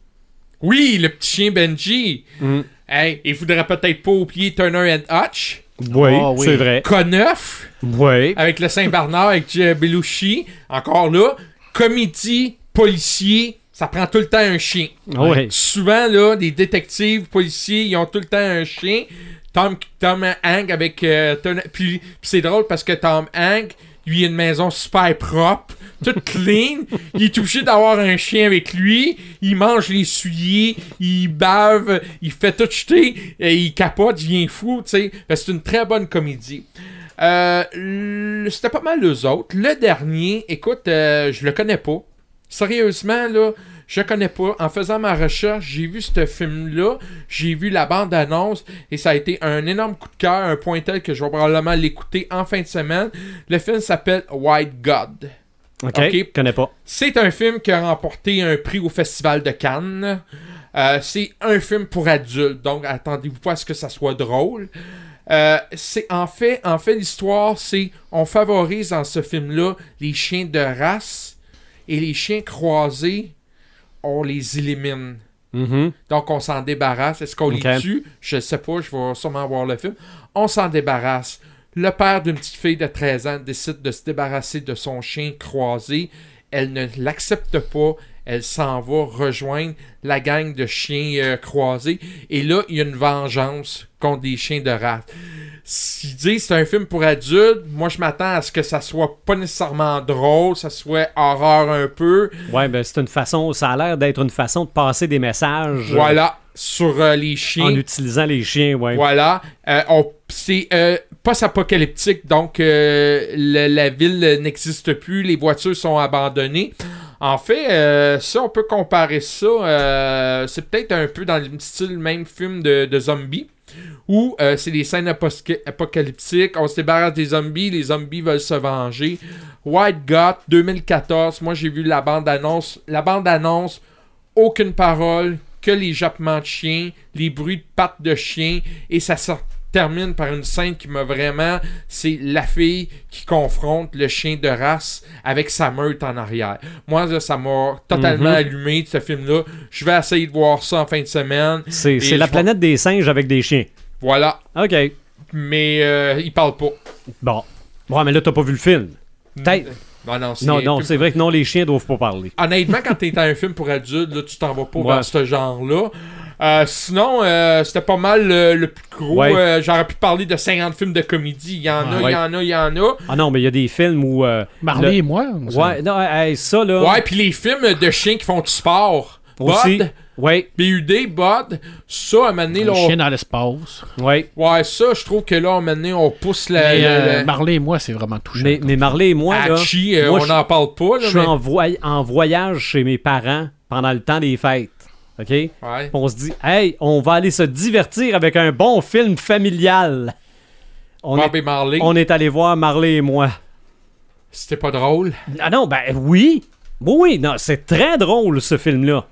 [SPEAKER 4] Oui, le petit chien Benji.
[SPEAKER 1] Mm.
[SPEAKER 4] Hey, il faudrait peut-être pas oublier Turner and Hutch.
[SPEAKER 1] Oui,
[SPEAKER 3] Ah oui.
[SPEAKER 1] c'est vrai.
[SPEAKER 4] Coneuf.
[SPEAKER 1] Oui.
[SPEAKER 4] avec le Saint-Bernard, avec Jay Belushi, encore là, comédie, policier, ça prend tout le temps un chien.
[SPEAKER 1] Ouais.
[SPEAKER 4] Souvent, là, des détectives, policiers, ils ont tout le temps un chien. Tom, Tom Hank avec. euh, Tom- puis puis c'est drôle parce que Tom Hank, lui, il a une maison super propre, toute <laughs> clean. il est obligé d'avoir un chien avec lui. Il mange les souliers, il bave, il fait tout jeter, et il capote, il vient fou, tu sais. Fait que C'est une très bonne comédie. Euh, le- C'était pas mal les autres. Le dernier, écoute, euh, je le connais pas. Sérieusement, là, je connais pas. En faisant ma recherche, j'ai vu ce film-là, j'ai vu la bande-annonce, et ça a été un énorme coup de cœur, un point tel que je vais probablement l'écouter en fin de semaine. Le film s'appelle White God.
[SPEAKER 1] OK.
[SPEAKER 4] Ok.
[SPEAKER 1] Connais pas.
[SPEAKER 4] C'est un film qui a remporté un prix au Festival de Cannes. Euh, c'est un film pour adultes, donc attendez-vous pas à ce que ça soit drôle. Euh, c'est en fait, en fait l'histoire, c'est on favorise dans ce film-là les chiens de race et les chiens croisés, on les élimine.
[SPEAKER 1] Mhm.
[SPEAKER 4] Donc, on s'en débarrasse. Est-ce qu'on
[SPEAKER 1] Ok.
[SPEAKER 4] les tue? Je sais pas, je vais sûrement voir le film. On s'en débarrasse. Le père d'une petite fille de 13 ans décide de se débarrasser de son chien croisé. Elle ne l'accepte pas. Elle s'en va rejoindre la gang de chiens euh, croisés. Et là, il y a une vengeance contre des chiens de race. S'ils disent c'est un film pour adultes, moi je m'attends à ce que ça soit pas nécessairement drôle, ça soit horreur un peu.
[SPEAKER 1] Ouais, ben c'est une façon, ça a l'air d'être une façon de passer des messages euh,
[SPEAKER 4] Voilà, sur euh, les chiens.
[SPEAKER 1] en utilisant les chiens, ouais.
[SPEAKER 4] Voilà. Euh, on- c'est euh, post-apocalyptique, donc euh, le- la ville euh, n'existe plus, les voitures sont abandonnées. En fait, euh, ça, on peut comparer ça, euh, c'est peut-être un peu dans le style même film de, de zombies, où euh, c'est des scènes aposca- apocalyptiques, on se débarrasse des zombies, les zombies veulent se venger. White God 2014, moi j'ai vu la bande-annonce, la bande-annonce, aucune parole, que les jappements de chiens, les bruits de pattes de chiens, et ça se termine par une scène qui m'a vraiment. C'est la fille qui confronte le chien de race avec sa meute en arrière. Moi, là, ça m'a
[SPEAKER 1] Mhm.
[SPEAKER 4] totalement allumé ce film-là. Je vais essayer de voir ça en fin de semaine.
[SPEAKER 1] C'est
[SPEAKER 4] Et
[SPEAKER 1] c'est la
[SPEAKER 4] je vais-
[SPEAKER 1] planète des singes avec des chiens.
[SPEAKER 4] Voilà.
[SPEAKER 1] OK.
[SPEAKER 4] Mais euh, il parle pas.
[SPEAKER 1] Bon. Bon, mais là, t'as pas vu le film. Peut-être-
[SPEAKER 4] Non, non, Hmm. c'est.
[SPEAKER 1] Non, non, c'est vrai que non, les chiens doivent pas parler.
[SPEAKER 4] Honnêtement, quand t'es dans un film pour adultes, là, tu t'en vas pas
[SPEAKER 1] Ouais.
[SPEAKER 4] dans ce genre-là. Euh, sinon, euh, c'était pas mal euh, le plus gros.
[SPEAKER 1] Ouais.
[SPEAKER 4] Euh, J'aurais pu parler de 50 films de comédie. Il y en a, il
[SPEAKER 1] Ouais.
[SPEAKER 4] y en a, il y en a.
[SPEAKER 1] Ah non, mais il y a des films où. euh,
[SPEAKER 3] Marley et moi. on
[SPEAKER 1] le-
[SPEAKER 3] s'en-
[SPEAKER 1] Ouais, non, hey, ça, là.
[SPEAKER 4] Ouais, puis les films de chiens qui font du sport.
[SPEAKER 1] aussi.
[SPEAKER 4] Bud,
[SPEAKER 1] Ouais,
[SPEAKER 4] BUD, Bud, ça, à un moment donné, là,
[SPEAKER 3] Le
[SPEAKER 4] on-
[SPEAKER 3] chien dans l'espace.
[SPEAKER 1] ouais.
[SPEAKER 4] Ouais, ça, je trouve que là, à un moment donné, on pousse la...
[SPEAKER 3] Mais,
[SPEAKER 4] la-
[SPEAKER 3] euh,
[SPEAKER 4] la-
[SPEAKER 3] Marley et moi, c'est vraiment touchant.
[SPEAKER 1] Mais, mais Marley et moi, là.
[SPEAKER 4] Hachi, euh,
[SPEAKER 1] moi,
[SPEAKER 4] on
[SPEAKER 1] je-
[SPEAKER 4] n'en parle pas,
[SPEAKER 1] Je
[SPEAKER 4] là,
[SPEAKER 1] suis
[SPEAKER 4] mais...
[SPEAKER 1] en, voy- en voyage chez mes parents pendant le temps des fêtes. OK? Puis
[SPEAKER 4] Ouais.
[SPEAKER 1] On se dit, hey, on va aller se divertir avec un bon film familial. On,
[SPEAKER 4] Bob
[SPEAKER 1] est,
[SPEAKER 4] et Marley,
[SPEAKER 1] on est allé voir Marley et moi.
[SPEAKER 4] c'était pas drôle.
[SPEAKER 1] Ah non, ben oui. Oui, oui, non, c'est très drôle ce film-là.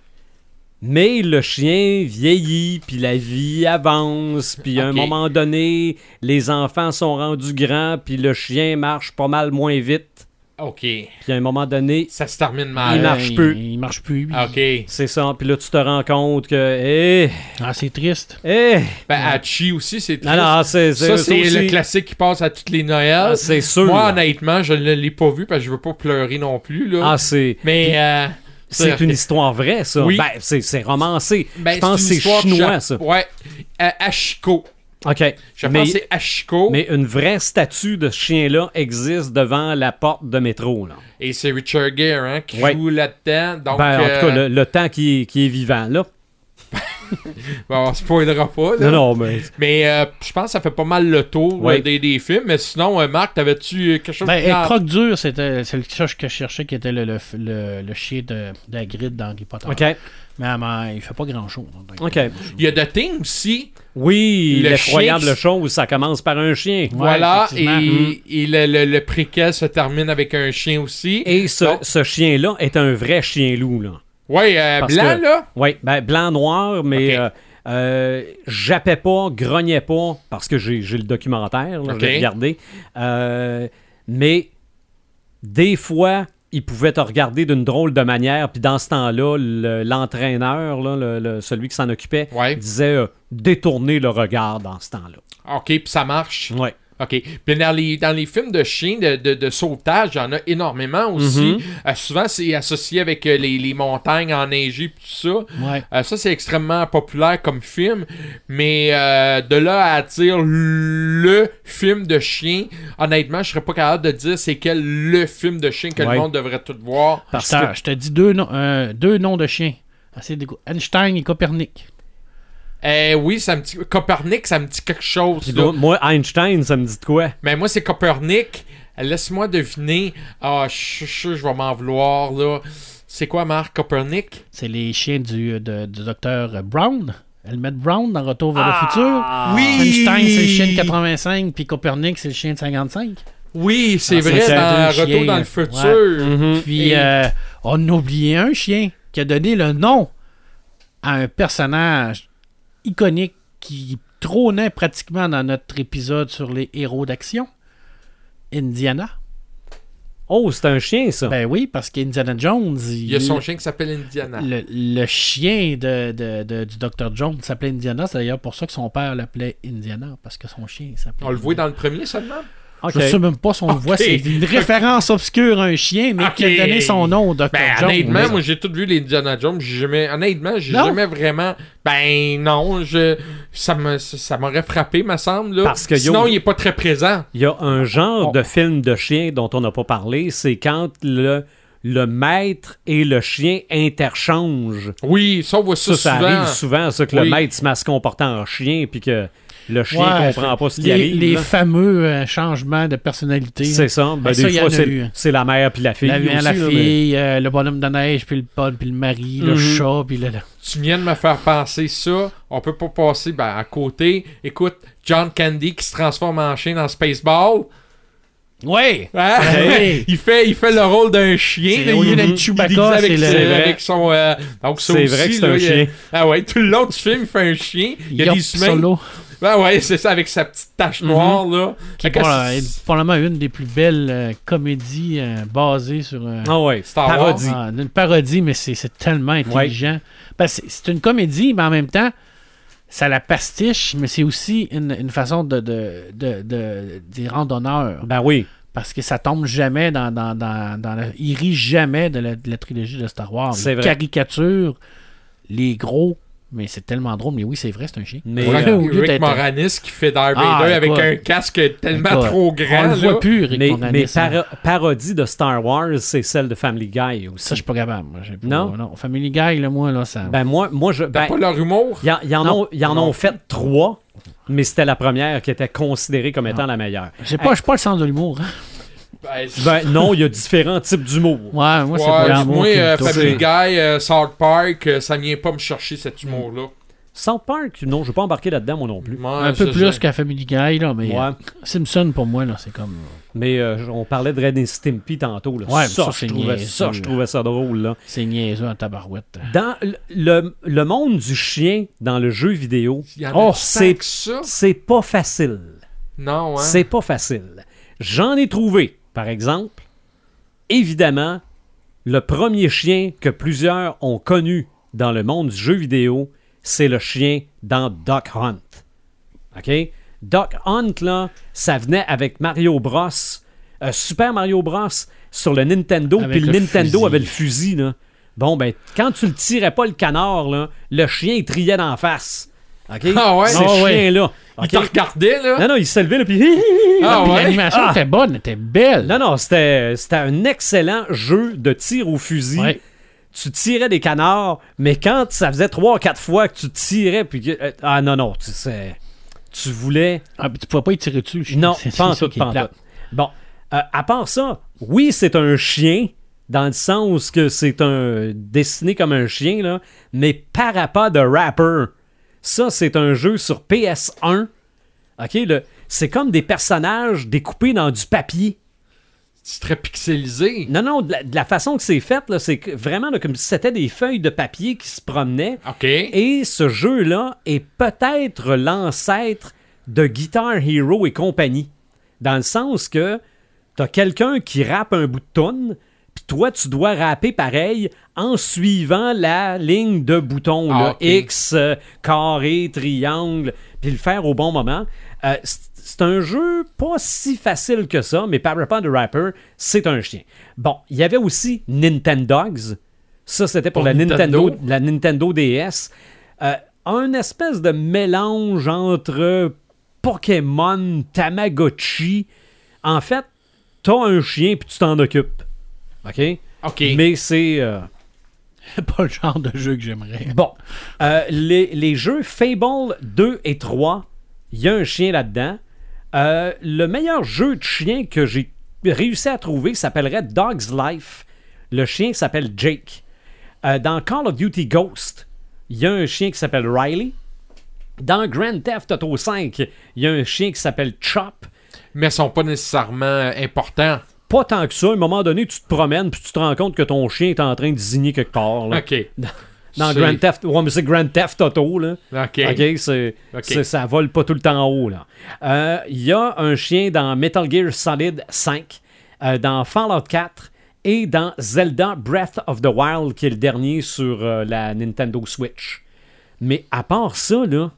[SPEAKER 1] Mais le chien vieillit, puis la vie avance, puis à un
[SPEAKER 4] Ok.
[SPEAKER 1] moment donné, les enfants sont rendus grands, puis le chien marche pas mal moins vite.
[SPEAKER 4] OK,
[SPEAKER 1] Puis à un moment donné,
[SPEAKER 4] ça se termine
[SPEAKER 1] Il
[SPEAKER 4] mal.
[SPEAKER 1] marche plus.
[SPEAKER 3] Ben,
[SPEAKER 1] Ah,
[SPEAKER 3] Il marche plus. il-
[SPEAKER 4] OK.
[SPEAKER 1] c'est ça. Puis là, tu te rends compte que, eh, hé,
[SPEAKER 3] Ah, c'est triste.
[SPEAKER 1] hé,
[SPEAKER 4] Ben, Hachi aussi, c'est
[SPEAKER 1] non,
[SPEAKER 4] triste.
[SPEAKER 1] non, c'est
[SPEAKER 4] ça, c'est
[SPEAKER 1] aussi-
[SPEAKER 4] le classique qui passe à toutes les Noëls.
[SPEAKER 1] Ah, c'est sûr.
[SPEAKER 4] Moi, honnêtement, je ne l'ai pas vu parce que je veux pas pleurer non plus, là.
[SPEAKER 1] Ah, c'est,
[SPEAKER 4] mais... euh,
[SPEAKER 1] c'est une histoire vraie, ça.
[SPEAKER 4] Oui.
[SPEAKER 1] Ben, c'est, c'est romancé.
[SPEAKER 4] ben,
[SPEAKER 1] Je pense
[SPEAKER 4] une
[SPEAKER 1] que c'est
[SPEAKER 4] histoire de
[SPEAKER 1] chinois,
[SPEAKER 4] Jap-
[SPEAKER 1] ça.
[SPEAKER 4] Ouais. Euh, Hachiko.
[SPEAKER 1] OK.
[SPEAKER 4] Je
[SPEAKER 1] mais,
[SPEAKER 4] pense que c'est Hachiko.
[SPEAKER 1] mais une vraie statue de ce chien-là existe devant la porte de métro. Là.
[SPEAKER 4] Et c'est Richard Gere hein, qui
[SPEAKER 1] Ouais.
[SPEAKER 4] joue là-dedans. Donc,
[SPEAKER 1] ben, en tout cas,
[SPEAKER 4] euh,
[SPEAKER 1] le, le temps qui est, qui est vivant, là.
[SPEAKER 4] bon, on spoilera pas. là.
[SPEAKER 1] Non, non, mais.
[SPEAKER 4] Mais euh, je pense que ça fait pas mal le tour
[SPEAKER 1] Ouais.
[SPEAKER 4] euh, des, des films. Mais sinon, euh, Marc, t'avais-tu euh, quelque chose
[SPEAKER 3] Ben,
[SPEAKER 4] de-
[SPEAKER 3] euh, Croque Dur, c'était c'est le ça que je cherchais qui était le, le, le, le chien de, de la grille dans Harry Potter.
[SPEAKER 1] OK.
[SPEAKER 3] Mais euh, ben, il fait pas grand chose. donc- euh,
[SPEAKER 1] OK.
[SPEAKER 4] Il y a The Thing aussi.
[SPEAKER 1] Oui,
[SPEAKER 4] Le
[SPEAKER 1] l'effroyable
[SPEAKER 4] chien qui-
[SPEAKER 1] chose, ça commence par un chien.
[SPEAKER 4] voilà. Et,
[SPEAKER 3] effectivement.
[SPEAKER 1] Mm-hmm.
[SPEAKER 4] et le, le- le préquel se termine avec un chien aussi.
[SPEAKER 1] Et ce,
[SPEAKER 4] Donc-
[SPEAKER 1] ce chien-là est un vrai chien-loup, là.
[SPEAKER 4] Ouais, euh,
[SPEAKER 1] Parce
[SPEAKER 4] blanc,
[SPEAKER 1] que-
[SPEAKER 4] là.
[SPEAKER 1] Oui, ben, blanc-noir, mais
[SPEAKER 4] Ok.
[SPEAKER 1] euh, euh, jappais pas, grognais pas, parce que j'ai j'ai le documentaire, là, je l'ai
[SPEAKER 4] Ok.
[SPEAKER 1] regardé. Euh, mais des fois, il pouvait te regarder d'une drôle de manière, puis dans ce temps-là, le- l'entraîneur, là, le- le- celui qui s'en occupait,
[SPEAKER 4] Ouais.
[SPEAKER 1] disait euh, détourner le regard dans ce temps-là.
[SPEAKER 4] OK, puis ça marche.
[SPEAKER 1] Ouais.
[SPEAKER 4] OK. Puis dans les, dans les films de chiens, de, de, de sauvetage, il y en a énormément aussi.
[SPEAKER 1] Mhm.
[SPEAKER 4] Euh, souvent, c'est associé avec euh, les, les montagnes enneigées et tout ça.
[SPEAKER 3] Ouais.
[SPEAKER 4] Euh, ça, c'est extrêmement populaire comme film. Mais euh, de là à dire le film de chien, honnêtement, je serais pas capable de dire c'est quel le film de chien que
[SPEAKER 1] Ouais.
[SPEAKER 4] le monde devrait tout voir.
[SPEAKER 1] Parce
[SPEAKER 3] je, te,
[SPEAKER 1] que-
[SPEAKER 3] je te dis deux, noms- euh, deux noms de chiens. Assez dégo- Einstein et Copernic.
[SPEAKER 4] Eh oui, ça me dit. Copernic, ça me dit quelque chose.
[SPEAKER 1] Puis
[SPEAKER 4] là.
[SPEAKER 1] d'autres- Moi, Einstein, ça me dit de quoi?
[SPEAKER 4] Mais moi, c'est Copernic. Laisse-moi deviner. Ah, je suis sûr, je vais m'en vouloir, là. C'est quoi, Marc Copernic?
[SPEAKER 3] C'est les chiens du, euh, de- du docteur Brown. Helmut Brown dans Retour vers
[SPEAKER 4] Ah!
[SPEAKER 3] le futur. Einstein, c'est le chien de 85, puis Copernic, c'est le chien de 55.
[SPEAKER 4] Oui, c'est
[SPEAKER 3] Ah,
[SPEAKER 4] vrai,
[SPEAKER 3] c'est un
[SPEAKER 4] dans Retour
[SPEAKER 3] chien,
[SPEAKER 4] dans
[SPEAKER 3] là.
[SPEAKER 4] le futur.
[SPEAKER 1] Mhm.
[SPEAKER 3] Puis
[SPEAKER 4] Hmm. Et-
[SPEAKER 3] euh, on a oublié un chien qui a donné le nom à un personnage iconique qui trônait pratiquement dans notre épisode sur les héros d'action. Indiana.
[SPEAKER 1] Oh, c'est un chien, ça.
[SPEAKER 3] Ben oui, parce qu'Indiana Jones,
[SPEAKER 4] Il y a son chien qui s'appelle Indiana.
[SPEAKER 3] le, le chien de, de- de- du Dr. Jones s'appelait Indiana. C'est d'ailleurs pour ça que son père l'appelait Indiana, parce que son chien s'appelait.
[SPEAKER 4] On le voit
[SPEAKER 3] Indiana.
[SPEAKER 4] dans le premier seulement?
[SPEAKER 1] Ok.
[SPEAKER 3] Je sais même pas si on le voit. C'est une référence obscure à un chien, mais qui
[SPEAKER 4] Ok.
[SPEAKER 3] a donné son nom au Dr.
[SPEAKER 4] Ben,
[SPEAKER 3] Jones.
[SPEAKER 4] honnêtement, moi, j'ai tout vu les Indiana Jones. J'ai jamais... Honnêtement, j'ai
[SPEAKER 3] Non?
[SPEAKER 4] jamais vraiment... Ben, non, je... Ça me- ça m'aurait frappé, me semble, là.
[SPEAKER 1] Parce que yo-
[SPEAKER 4] Sinon, il est pas très présent.
[SPEAKER 1] Il y a un genre
[SPEAKER 3] Oh.
[SPEAKER 1] de film de chien dont on n'a pas parlé, c'est quand le, le maître et le chien interchangent.
[SPEAKER 4] Oui, ça, on voit
[SPEAKER 1] Ça,
[SPEAKER 4] ça,
[SPEAKER 1] ça
[SPEAKER 4] souvent.
[SPEAKER 1] arrive souvent, ça, que
[SPEAKER 4] Oui.
[SPEAKER 1] le maître se met à se comporter en chien, puis que le chien
[SPEAKER 3] Ouais,
[SPEAKER 1] comprend pas ce qui
[SPEAKER 3] les,
[SPEAKER 1] arrive.
[SPEAKER 3] les
[SPEAKER 1] là.
[SPEAKER 3] fameux euh, changements de personnalité.
[SPEAKER 1] C'est ça. Ben,
[SPEAKER 3] Ben, ça,
[SPEAKER 1] des
[SPEAKER 3] il y en
[SPEAKER 1] fois,
[SPEAKER 3] a eu.
[SPEAKER 1] c'est, c'est la mère puis la fille.
[SPEAKER 3] La, mère,
[SPEAKER 1] aussi,
[SPEAKER 3] la
[SPEAKER 1] là, mais-
[SPEAKER 3] fille, euh, le bonhomme de neige, puis le pod, puis le mari, le
[SPEAKER 1] Mhm.
[SPEAKER 3] chat, puis le... le-
[SPEAKER 4] Tu viens de me faire penser ça. On peut pas passer ben, à côté. Écoute, John Candy qui se transforme en chien dans Spaceball.
[SPEAKER 3] Ouais!
[SPEAKER 4] Hein?
[SPEAKER 3] Ouais.
[SPEAKER 4] <laughs> il, fait, il fait le rôle d'un chien.
[SPEAKER 3] C'est-
[SPEAKER 4] là,
[SPEAKER 3] au
[SPEAKER 4] il
[SPEAKER 3] lieu
[SPEAKER 4] est
[SPEAKER 3] d'être
[SPEAKER 4] déguisé
[SPEAKER 3] Chewbacca,
[SPEAKER 4] avec,
[SPEAKER 3] c'est le-
[SPEAKER 4] ses-
[SPEAKER 1] C'est vrai.
[SPEAKER 4] avec son. euh, donc ça
[SPEAKER 1] C'est
[SPEAKER 4] aussi,
[SPEAKER 1] vrai que c'est
[SPEAKER 4] là,
[SPEAKER 1] un
[SPEAKER 4] il-
[SPEAKER 1] chien.
[SPEAKER 4] Ah ouais, tout le long du film, il fait un chien. Il y a
[SPEAKER 3] Yop,
[SPEAKER 4] des humains.
[SPEAKER 3] Solo,
[SPEAKER 4] Ben ouais, c'est ça, avec sa petite tache noire, là.
[SPEAKER 3] qui
[SPEAKER 4] Fait
[SPEAKER 3] est
[SPEAKER 4] que
[SPEAKER 3] probablement-
[SPEAKER 4] c'est-
[SPEAKER 3] est probablement une des plus belles euh, comédies euh, basées sur... euh,
[SPEAKER 1] Ah ouais,
[SPEAKER 4] Star Wars.
[SPEAKER 1] parodie.
[SPEAKER 3] Ah, une parodie, mais c'est c'est tellement intelligent. Ben, c'est c'est une comédie, mais en même temps, ça la pastiche, mais c'est aussi une, une façon de, de, de, de- d'y rendre honneur.
[SPEAKER 1] Ben oui.
[SPEAKER 3] Parce que ça tombe jamais dans. dans, dans, dans la- il rit jamais de la, de la trilogie de Star Wars.
[SPEAKER 1] C'est
[SPEAKER 3] Il
[SPEAKER 1] vrai.
[SPEAKER 3] caricature les gros, mais c'est tellement drôle. Mais oui, c'est vrai, c'est un chien.
[SPEAKER 1] Mais,
[SPEAKER 4] Rick-
[SPEAKER 1] euh,
[SPEAKER 3] au lieu
[SPEAKER 4] Rick
[SPEAKER 3] d'être-
[SPEAKER 4] Moranis qui fait Darth
[SPEAKER 3] Ah,
[SPEAKER 4] Vader avec
[SPEAKER 3] écoute.
[SPEAKER 4] un casque tellement
[SPEAKER 3] Écoute,
[SPEAKER 4] trop
[SPEAKER 3] on
[SPEAKER 4] grand.
[SPEAKER 3] le voit
[SPEAKER 4] là.
[SPEAKER 3] plus, Rick
[SPEAKER 1] Mais,
[SPEAKER 3] Moranis,
[SPEAKER 1] mais
[SPEAKER 3] hein.
[SPEAKER 1] paro- parodie de Star Wars, c'est celle de Family Guy
[SPEAKER 3] Ça, je
[SPEAKER 1] aussi.
[SPEAKER 3] suis pas capable. moi, j'ai pas-
[SPEAKER 1] Non?
[SPEAKER 3] Family Guy, là, moi, là, ça.
[SPEAKER 1] Ben moi, moi je. ben,
[SPEAKER 4] Pas leur humour.
[SPEAKER 1] Il y, en- y en
[SPEAKER 3] Non.
[SPEAKER 1] ont, y en ont fait trois, mais c'était la première qui était considérée comme
[SPEAKER 3] Ah.
[SPEAKER 1] étant la meilleure.
[SPEAKER 3] j'ai pas, j'ai pas le sens de l'humour. hein.
[SPEAKER 4] Ben, c'est-
[SPEAKER 1] Ben, non, il y a différents types d'humour.
[SPEAKER 3] Ouais, moi, c'est
[SPEAKER 4] Ouais,
[SPEAKER 3] pas l'humour
[SPEAKER 4] moi,
[SPEAKER 3] qui me
[SPEAKER 4] euh,
[SPEAKER 3] touche.
[SPEAKER 4] Family Guy, euh, South Park, euh, ça vient pas me chercher cet humour-là.
[SPEAKER 1] South Park, non, je ne vais pas embarquer là-dedans, moi non plus.
[SPEAKER 4] Moi,
[SPEAKER 3] un peu
[SPEAKER 4] je-
[SPEAKER 3] Mm. plus
[SPEAKER 4] je-
[SPEAKER 3] qu'à Family Guy, là, mais
[SPEAKER 1] Ouais.
[SPEAKER 3] euh, Simpson, pour moi, là, c'est comme...
[SPEAKER 1] Mais euh, on parlait de Red and Stimpy tantôt. Là.
[SPEAKER 3] Ouais, mais
[SPEAKER 1] ça,
[SPEAKER 3] ça,
[SPEAKER 1] je
[SPEAKER 3] c'est
[SPEAKER 1] trouvais
[SPEAKER 3] niaiseux,
[SPEAKER 1] ça, je
[SPEAKER 3] là.
[SPEAKER 1] trouvais ça drôle. Là.
[SPEAKER 3] C'est niaiseux en tabarouette.
[SPEAKER 1] Dans le, le- le monde du chien dans le jeu vidéo,
[SPEAKER 4] Il y en a
[SPEAKER 1] oh,
[SPEAKER 4] tant
[SPEAKER 1] c'est
[SPEAKER 4] que ça.
[SPEAKER 1] c'est pas facile.
[SPEAKER 4] Non, hein.
[SPEAKER 1] C'est pas facile. J'en ai trouvé, par exemple, évidemment, le premier chien que plusieurs ont connu dans le monde du jeu vidéo, c'est le chien dans Duck Hunt. OK? Duck Hunt, là, ça venait avec Mario Bros. euh, Super Mario Bros. sur le Nintendo,
[SPEAKER 3] Avec
[SPEAKER 1] puis le,
[SPEAKER 3] le
[SPEAKER 1] Nintendo
[SPEAKER 3] fusil.
[SPEAKER 1] avait le fusil, là. Bon, ben, quand tu le tirais pas le canard, là, le chien, il triait d'en face. OK?
[SPEAKER 4] Ah ouais?
[SPEAKER 1] Ces
[SPEAKER 3] Ah ouais.
[SPEAKER 1] chiens-là.
[SPEAKER 4] Il
[SPEAKER 1] OK?
[SPEAKER 4] te regardait, là.
[SPEAKER 3] Ah,
[SPEAKER 1] Non, non, il se levait, là, puis... <laughs> hi, hi, hi.
[SPEAKER 4] Ah
[SPEAKER 3] Puis
[SPEAKER 4] ouais?
[SPEAKER 3] L'animation
[SPEAKER 1] Ah!
[SPEAKER 3] était bonne, était belle.
[SPEAKER 1] Non, non, c'était c'était un excellent jeu de tir au fusil.
[SPEAKER 3] Ouais.
[SPEAKER 1] Tu tirais des canards, mais quand ça faisait 3-4 fois que tu tirais, puis que- euh, ah non, non, tu sais, tu voulais...
[SPEAKER 3] Ah, puis tu pouvais pas y tirer dessus. je-
[SPEAKER 1] Non,
[SPEAKER 3] <laughs> c'est- c'est
[SPEAKER 1] pas en
[SPEAKER 3] ça
[SPEAKER 1] tout,
[SPEAKER 3] qui est
[SPEAKER 1] pas en
[SPEAKER 3] plate.
[SPEAKER 1] tout. Bon, euh, à part ça, oui, c'est un chien, dans le sens que c'est un dessiné comme un chien, là, mais Parappa de Rapper, ça, c'est un jeu sur PS1. OK, le- c'est comme des personnages découpés dans du papier.
[SPEAKER 4] C'est très pixelisé.
[SPEAKER 1] Non, non, de la, de la façon que c'est fait, là, c'est que vraiment là, comme si c'était des feuilles de papier qui se promenaient.
[SPEAKER 4] OK.
[SPEAKER 1] Et ce jeu-là est peut-être l'ancêtre de Guitar Hero et compagnie. Dans le sens que t'as quelqu'un qui rappe un bout de tonne, puis toi, tu dois rapper pareil en suivant la ligne de boutons,
[SPEAKER 4] Ah,
[SPEAKER 1] là,
[SPEAKER 4] ok.
[SPEAKER 1] X, euh, carré, triangle, puis le faire au bon moment. Euh, c- c'est un jeu pas si facile que ça, mais Parappa the Rapper, c'est un chien. Bon, il y avait aussi Nintendogs. Ça, c'était pour,
[SPEAKER 4] Pour
[SPEAKER 1] la, Nintendo.
[SPEAKER 4] Nintendo.
[SPEAKER 1] la Nintendo DS. Euh, un espèce de mélange entre Pokémon, Tamagotchi. En fait, t'as un chien puis tu t'en occupes. OK?
[SPEAKER 4] OK.
[SPEAKER 1] Mais c'est... euh,
[SPEAKER 3] <laughs> pas le genre de jeu que j'aimerais.
[SPEAKER 1] Bon, Euh, les, les jeux Fable 2 et 3, il y a un chien là-dedans. Euh, le meilleur jeu de chien que j'ai réussi à trouver s'appellerait Dog's Life. Le chien s'appelle Jake. Euh, dans Call of Duty Ghost, il y a un chien qui s'appelle Riley. Dans Grand Theft Auto 5, il y a un chien qui s'appelle Chop.
[SPEAKER 4] Mais ils sont pas nécessairement euh, importants.
[SPEAKER 1] Pas tant que ça, à un moment donné, tu te promènes puis tu te rends compte que ton chien est en train de zigner quelque part. là.
[SPEAKER 4] OK.
[SPEAKER 1] Dans
[SPEAKER 4] C'est-
[SPEAKER 1] Grand Theft, ouais, mais c'est Grand Theft Auto, là.
[SPEAKER 4] OK.
[SPEAKER 1] OK, c'est,
[SPEAKER 4] OK.
[SPEAKER 1] c'est- ça vole pas tout le temps en haut, là. Euh, Il y a un chien dans Metal Gear Solid 5, euh, dans Fallout 4 et dans Zelda Breath of the Wild, qui est le dernier sur euh, la Nintendo Switch. Mais à part ça, là,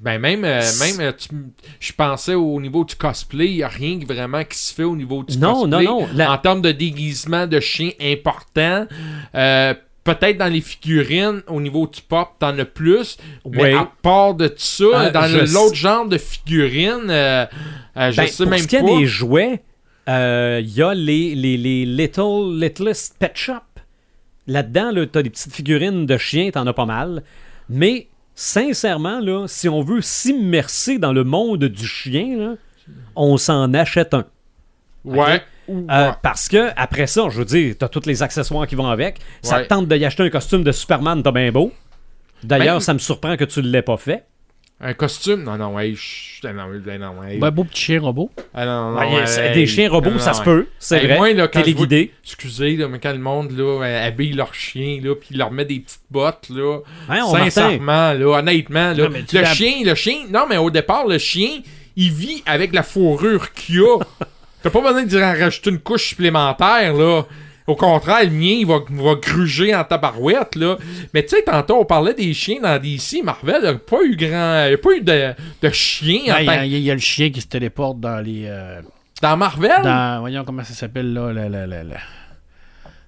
[SPEAKER 4] Ben même, euh, même euh, tu m- je pensais au niveau du cosplay, il n'y a rien qui- vraiment qui se fait au niveau du
[SPEAKER 1] Non,
[SPEAKER 4] cosplay.
[SPEAKER 1] non, non, la-
[SPEAKER 4] En termes de déguisement de chien important, euh, peut-être dans les figurines, au niveau du pop, t'en as plus.
[SPEAKER 1] Oui.
[SPEAKER 4] Mais à part de ça,
[SPEAKER 1] Euh,
[SPEAKER 4] dans
[SPEAKER 1] je
[SPEAKER 4] l'autre
[SPEAKER 1] sais-
[SPEAKER 4] genre de figurines, euh, euh, je
[SPEAKER 1] ben,
[SPEAKER 4] sais
[SPEAKER 1] pour
[SPEAKER 4] même
[SPEAKER 1] ce qui est
[SPEAKER 4] pas.
[SPEAKER 1] des jouets, euh, il y a les, les, les Little Littlest Pet Shop. Là-dedans, là, t'as des petites figurines de chiens, t'en as pas mal. Mais sincèrement, là, si on veut s'immerser dans le monde du chien, là, on s'en achète un.
[SPEAKER 4] Ouais. Ou-
[SPEAKER 1] Euh,
[SPEAKER 4] ouais.
[SPEAKER 1] Parce que après ça, je veux dire, t'as tous les accessoires qui vont avec. Ça
[SPEAKER 4] Ouais.
[SPEAKER 1] te tente de y acheter un costume de Superman, t'as bien beau. D'ailleurs,
[SPEAKER 4] Même-
[SPEAKER 1] ça me surprend que tu ne l'aies pas fait.
[SPEAKER 4] Un costume? Non, non, ouais. chut, ah non, ah non, ouais.
[SPEAKER 3] Ben, beau petit chien robot.
[SPEAKER 4] Ah non, non,
[SPEAKER 1] Bah, Ouais,
[SPEAKER 4] ouais,
[SPEAKER 1] c'est-
[SPEAKER 4] ouais.
[SPEAKER 1] des chiens robots,
[SPEAKER 4] Ah non,
[SPEAKER 1] ça se
[SPEAKER 4] ouais.
[SPEAKER 1] peut, c'est
[SPEAKER 4] Hey,
[SPEAKER 1] vrai.
[SPEAKER 4] moi, là, quand je vois-
[SPEAKER 1] Téléguidé.
[SPEAKER 4] Excusez, là, mais quand le monde là, euh, habille leurs chiens, là, puis il leur met des petites bottes, là,
[SPEAKER 1] Hein, on
[SPEAKER 4] sincèrement, là, honnêtement, là,
[SPEAKER 3] Non, mais tu
[SPEAKER 4] le
[SPEAKER 3] l'as-
[SPEAKER 4] chien, le chien, non, mais au départ, le chien, il vit avec la fourrure qu'il a. <laughs> T'as pas besoin de dire rajouter une couche supplémentaire, là. Au contraire, le mien, il va, va gruger en tabarouette, là. Mais tu sais, tantôt, on parlait des chiens dans DC. Marvel n'a pas eu grand... Il a pas eu de, de chien en
[SPEAKER 1] Ben,
[SPEAKER 3] Il y,
[SPEAKER 4] tant
[SPEAKER 3] a- il y a le chien qui se téléporte dans les. euh,
[SPEAKER 4] que- Dans Marvel?
[SPEAKER 3] dans, voyons comment ça s'appelle là. le- le- le- le-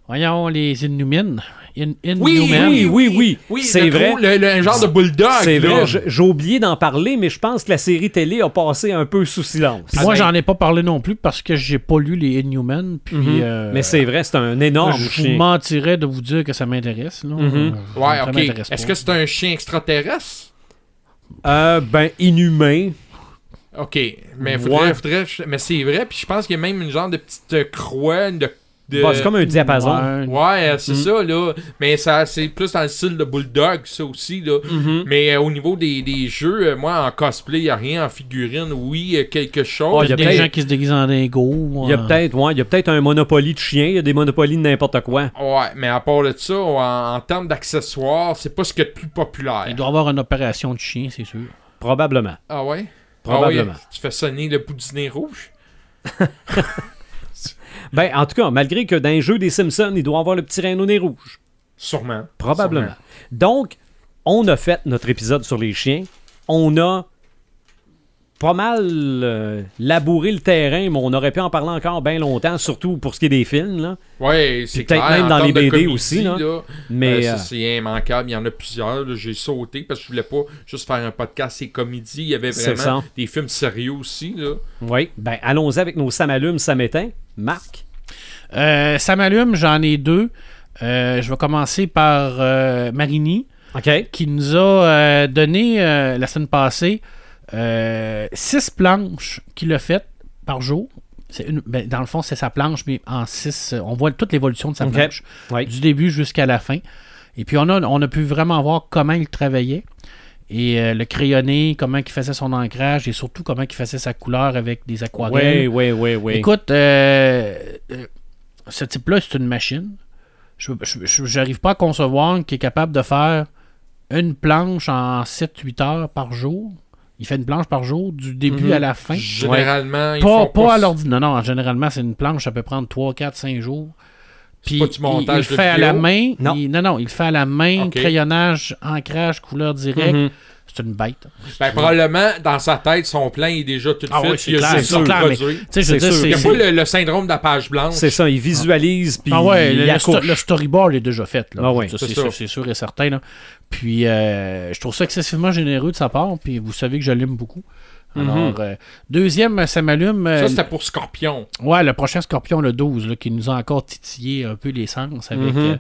[SPEAKER 3] Voyons les Inhumines. In- Inhumans.
[SPEAKER 1] oui, oui,
[SPEAKER 4] oui
[SPEAKER 1] c'est
[SPEAKER 4] le
[SPEAKER 1] vrai.
[SPEAKER 4] gros- le- le- un genre de bulldog.
[SPEAKER 1] C'est
[SPEAKER 4] là.
[SPEAKER 1] vrai, j- j'ai oublié d'en parler, mais je pense que la série télé a passé un peu sous silence.
[SPEAKER 3] Puis
[SPEAKER 4] Ah
[SPEAKER 3] moi,
[SPEAKER 4] ben-
[SPEAKER 3] j'en ai pas parlé non plus parce que j'ai pas lu les Inhumans. Puis,
[SPEAKER 1] Mhm.
[SPEAKER 3] euh,
[SPEAKER 1] mais c'est vrai, c'est un énorme
[SPEAKER 3] je vous
[SPEAKER 1] chien.
[SPEAKER 3] mentirais de vous dire que ça m'intéresse. là.
[SPEAKER 1] Ah, Mhm.
[SPEAKER 3] Euh,
[SPEAKER 4] Ouais,
[SPEAKER 3] ça
[SPEAKER 4] ok.
[SPEAKER 3] m'intéresse pas.
[SPEAKER 4] Est-ce que c'est un chien extraterrestre?
[SPEAKER 1] Euh, ben, inhumain.
[SPEAKER 4] Ok, mais faudrait,
[SPEAKER 1] Ouais.
[SPEAKER 4] faudrait- mais c'est vrai, puis je pense qu'il y a même une genre de petite euh, croix, de, de-
[SPEAKER 1] Bah, c'est comme un Mm. diapason.
[SPEAKER 3] Ouais.
[SPEAKER 4] Ouais, euh, c'est ça, là. Mais ça, c'est plus dans le style de Bulldog, ça aussi, là.
[SPEAKER 1] Mm-hmm.
[SPEAKER 4] Mais euh, au niveau des, des jeux, euh, moi, en cosplay, il n'y a rien. En figurine, oui, euh, quelque chose.
[SPEAKER 1] Oh, il y a
[SPEAKER 3] Des
[SPEAKER 1] peut-être-
[SPEAKER 3] gens qui se déguisent en dingo. euh,
[SPEAKER 1] Il y a
[SPEAKER 3] en-
[SPEAKER 1] peut-être ouais, il y a peut-être un monopoly de chiens, il y a des monopolies de n'importe quoi.
[SPEAKER 4] Ouais, mais à part de ça, en, en termes d'accessoires, c'est pas ce qu'il y a de plus populaire.
[SPEAKER 3] Il doit y avoir une opération de chien, c'est sûr.
[SPEAKER 1] Probablement.
[SPEAKER 4] Ah ouais?
[SPEAKER 1] Probablement.
[SPEAKER 4] Ah ouais, tu fais sonner le bout du nez rouge?
[SPEAKER 1] Ben, en tout cas, malgré que dans les jeux des Simpsons, il doit avoir le petit rhino nez rouge.
[SPEAKER 4] Sûrement.
[SPEAKER 1] Probablement.
[SPEAKER 4] Sûrement.
[SPEAKER 1] Donc, on a fait notre épisode sur les chiens. On a pas mal euh, labouré le terrain, mais on aurait pu en parler encore bien longtemps, surtout pour ce qui est des films. là.
[SPEAKER 4] Ouais, c'est
[SPEAKER 1] Puis peut-être
[SPEAKER 4] clair,
[SPEAKER 1] même
[SPEAKER 4] en
[SPEAKER 1] dans
[SPEAKER 4] termes
[SPEAKER 1] les
[SPEAKER 4] de
[SPEAKER 1] BD
[SPEAKER 4] comédie,
[SPEAKER 1] aussi, là.
[SPEAKER 4] euh,
[SPEAKER 1] Mais
[SPEAKER 4] ça,
[SPEAKER 1] euh,
[SPEAKER 4] c'est immanquable. Il y en a plusieurs. là. J'ai sauté parce que je voulais pas juste faire un podcast et comédie. Il y avait
[SPEAKER 1] C'est
[SPEAKER 4] vraiment
[SPEAKER 1] ça.
[SPEAKER 4] des films sérieux aussi. Là.
[SPEAKER 1] oui, ben allons-y avec nos Sam allume, Sam éteint. Marc,
[SPEAKER 3] Euh, ça m'allume, j'en ai deux. Euh, je vais commencer par euh, Marini,
[SPEAKER 1] OK.
[SPEAKER 3] qui nous a euh, donné euh, la semaine passée euh, six planches qu'il a faites par jour. C'est une- ben, dans le fond, c'est sa planche, mais en six. euh, On voit toute l'évolution de sa
[SPEAKER 1] Ok.
[SPEAKER 3] planche,
[SPEAKER 1] Oui.
[SPEAKER 3] du début jusqu'à la fin. Et puis, on a, on a pu vraiment voir comment il travaillait. Et euh, le crayonné, comment il faisait son ancrage et surtout comment il faisait sa couleur avec des aquarelles.
[SPEAKER 1] Oui, oui, oui, oui.
[SPEAKER 3] Écoute, euh, euh, ce type-là, c'est une machine. Je n'arrive pas à concevoir qu'il est capable de faire une planche en 7-8 heures par jour. Il fait une planche par jour du début
[SPEAKER 1] Mhm.
[SPEAKER 3] à la fin.
[SPEAKER 4] Généralement, ils
[SPEAKER 3] Pas,
[SPEAKER 4] font
[SPEAKER 3] pas à
[SPEAKER 4] s-
[SPEAKER 3] l'ordi. Non, non, généralement, c'est une planche, ça peut prendre 3, 4, 5 jours. Puis
[SPEAKER 4] pas du
[SPEAKER 3] il- il,
[SPEAKER 4] montage de
[SPEAKER 3] fait à la
[SPEAKER 4] vidéo?
[SPEAKER 3] main.
[SPEAKER 1] Non.
[SPEAKER 3] il- non, non, il fait à la main,
[SPEAKER 4] Ok.
[SPEAKER 3] crayonnage, ancrage, couleur directe.
[SPEAKER 1] Mhm.
[SPEAKER 3] c'est une bête.
[SPEAKER 4] Ben, probablement, dans sa tête, son plan est déjà tout
[SPEAKER 3] Ah
[SPEAKER 4] fait.
[SPEAKER 3] oui,
[SPEAKER 4] puis
[SPEAKER 3] c'est
[SPEAKER 4] il a
[SPEAKER 3] clair,
[SPEAKER 4] juste
[SPEAKER 3] c'est
[SPEAKER 4] à le
[SPEAKER 3] clair, mais, tu
[SPEAKER 4] produire.
[SPEAKER 3] sais, je veux
[SPEAKER 1] C'est sûr.
[SPEAKER 3] dire,
[SPEAKER 4] Il
[SPEAKER 3] c'est-
[SPEAKER 4] n'y a pas
[SPEAKER 3] c'est...
[SPEAKER 4] le, le syndrome de la page blanche.
[SPEAKER 1] C'est ça, il visualise, puis
[SPEAKER 3] Ah ouais, le,
[SPEAKER 1] il
[SPEAKER 3] le sto-
[SPEAKER 1] accouche.
[SPEAKER 3] le storyboard est déjà fait. Là.
[SPEAKER 1] Ah ouais,
[SPEAKER 3] Ça,
[SPEAKER 4] c'est
[SPEAKER 3] c'est,
[SPEAKER 4] sûr.
[SPEAKER 3] sûr, c'est sûr et certain. là. Puis, euh, je trouve ça excessivement généreux de sa part. Puis, vous savez que je l'aime beaucoup. Alors, euh, deuxième, ça m'allume. euh,
[SPEAKER 4] Mhm. Ça, c'était pour Scorpion.
[SPEAKER 3] Ouais, le prochain Scorpion, le 12, là, qui nous a encore titillé un peu les sens avec
[SPEAKER 1] Mhm.
[SPEAKER 3] euh,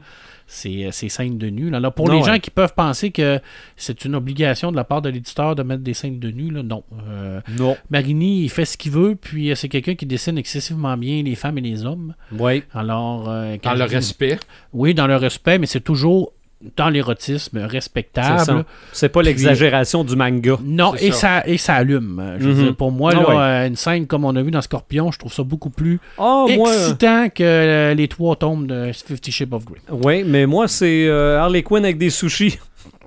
[SPEAKER 3] ces, ces scènes de nu. là. Alors, pour
[SPEAKER 1] Non,
[SPEAKER 3] les
[SPEAKER 1] ouais.
[SPEAKER 3] gens qui peuvent penser que c'est une obligation de la part de l'éditeur de mettre des scènes de nu, là, non. Euh,
[SPEAKER 1] Non.
[SPEAKER 3] Marini, il fait ce qu'il veut, puis euh, c'est quelqu'un qui dessine excessivement bien les femmes et les hommes.
[SPEAKER 1] Oui.
[SPEAKER 3] Alors, euh, quand
[SPEAKER 4] Dans le
[SPEAKER 3] je dis-
[SPEAKER 4] respect.
[SPEAKER 3] Oui, dans le respect, mais c'est toujours dans l'érotisme
[SPEAKER 1] C'est
[SPEAKER 3] respectable.
[SPEAKER 1] ça. C'est pas l'exagération du manga.
[SPEAKER 3] Non,
[SPEAKER 4] C'est
[SPEAKER 3] et
[SPEAKER 4] ça.
[SPEAKER 3] ça. et ça allume. Je veux
[SPEAKER 1] Mhm.
[SPEAKER 3] dire, pour moi,
[SPEAKER 1] Ah
[SPEAKER 3] là,
[SPEAKER 1] ouais.
[SPEAKER 3] euh, une scène comme on a vu dans Scorpion, je trouve ça beaucoup plus
[SPEAKER 1] Ah, moi. euh,
[SPEAKER 3] excitant que euh, les trois tombes de Fifty Shades of Grey.
[SPEAKER 1] Oui, mais moi, c'est euh, Harley Quinn avec des sushis.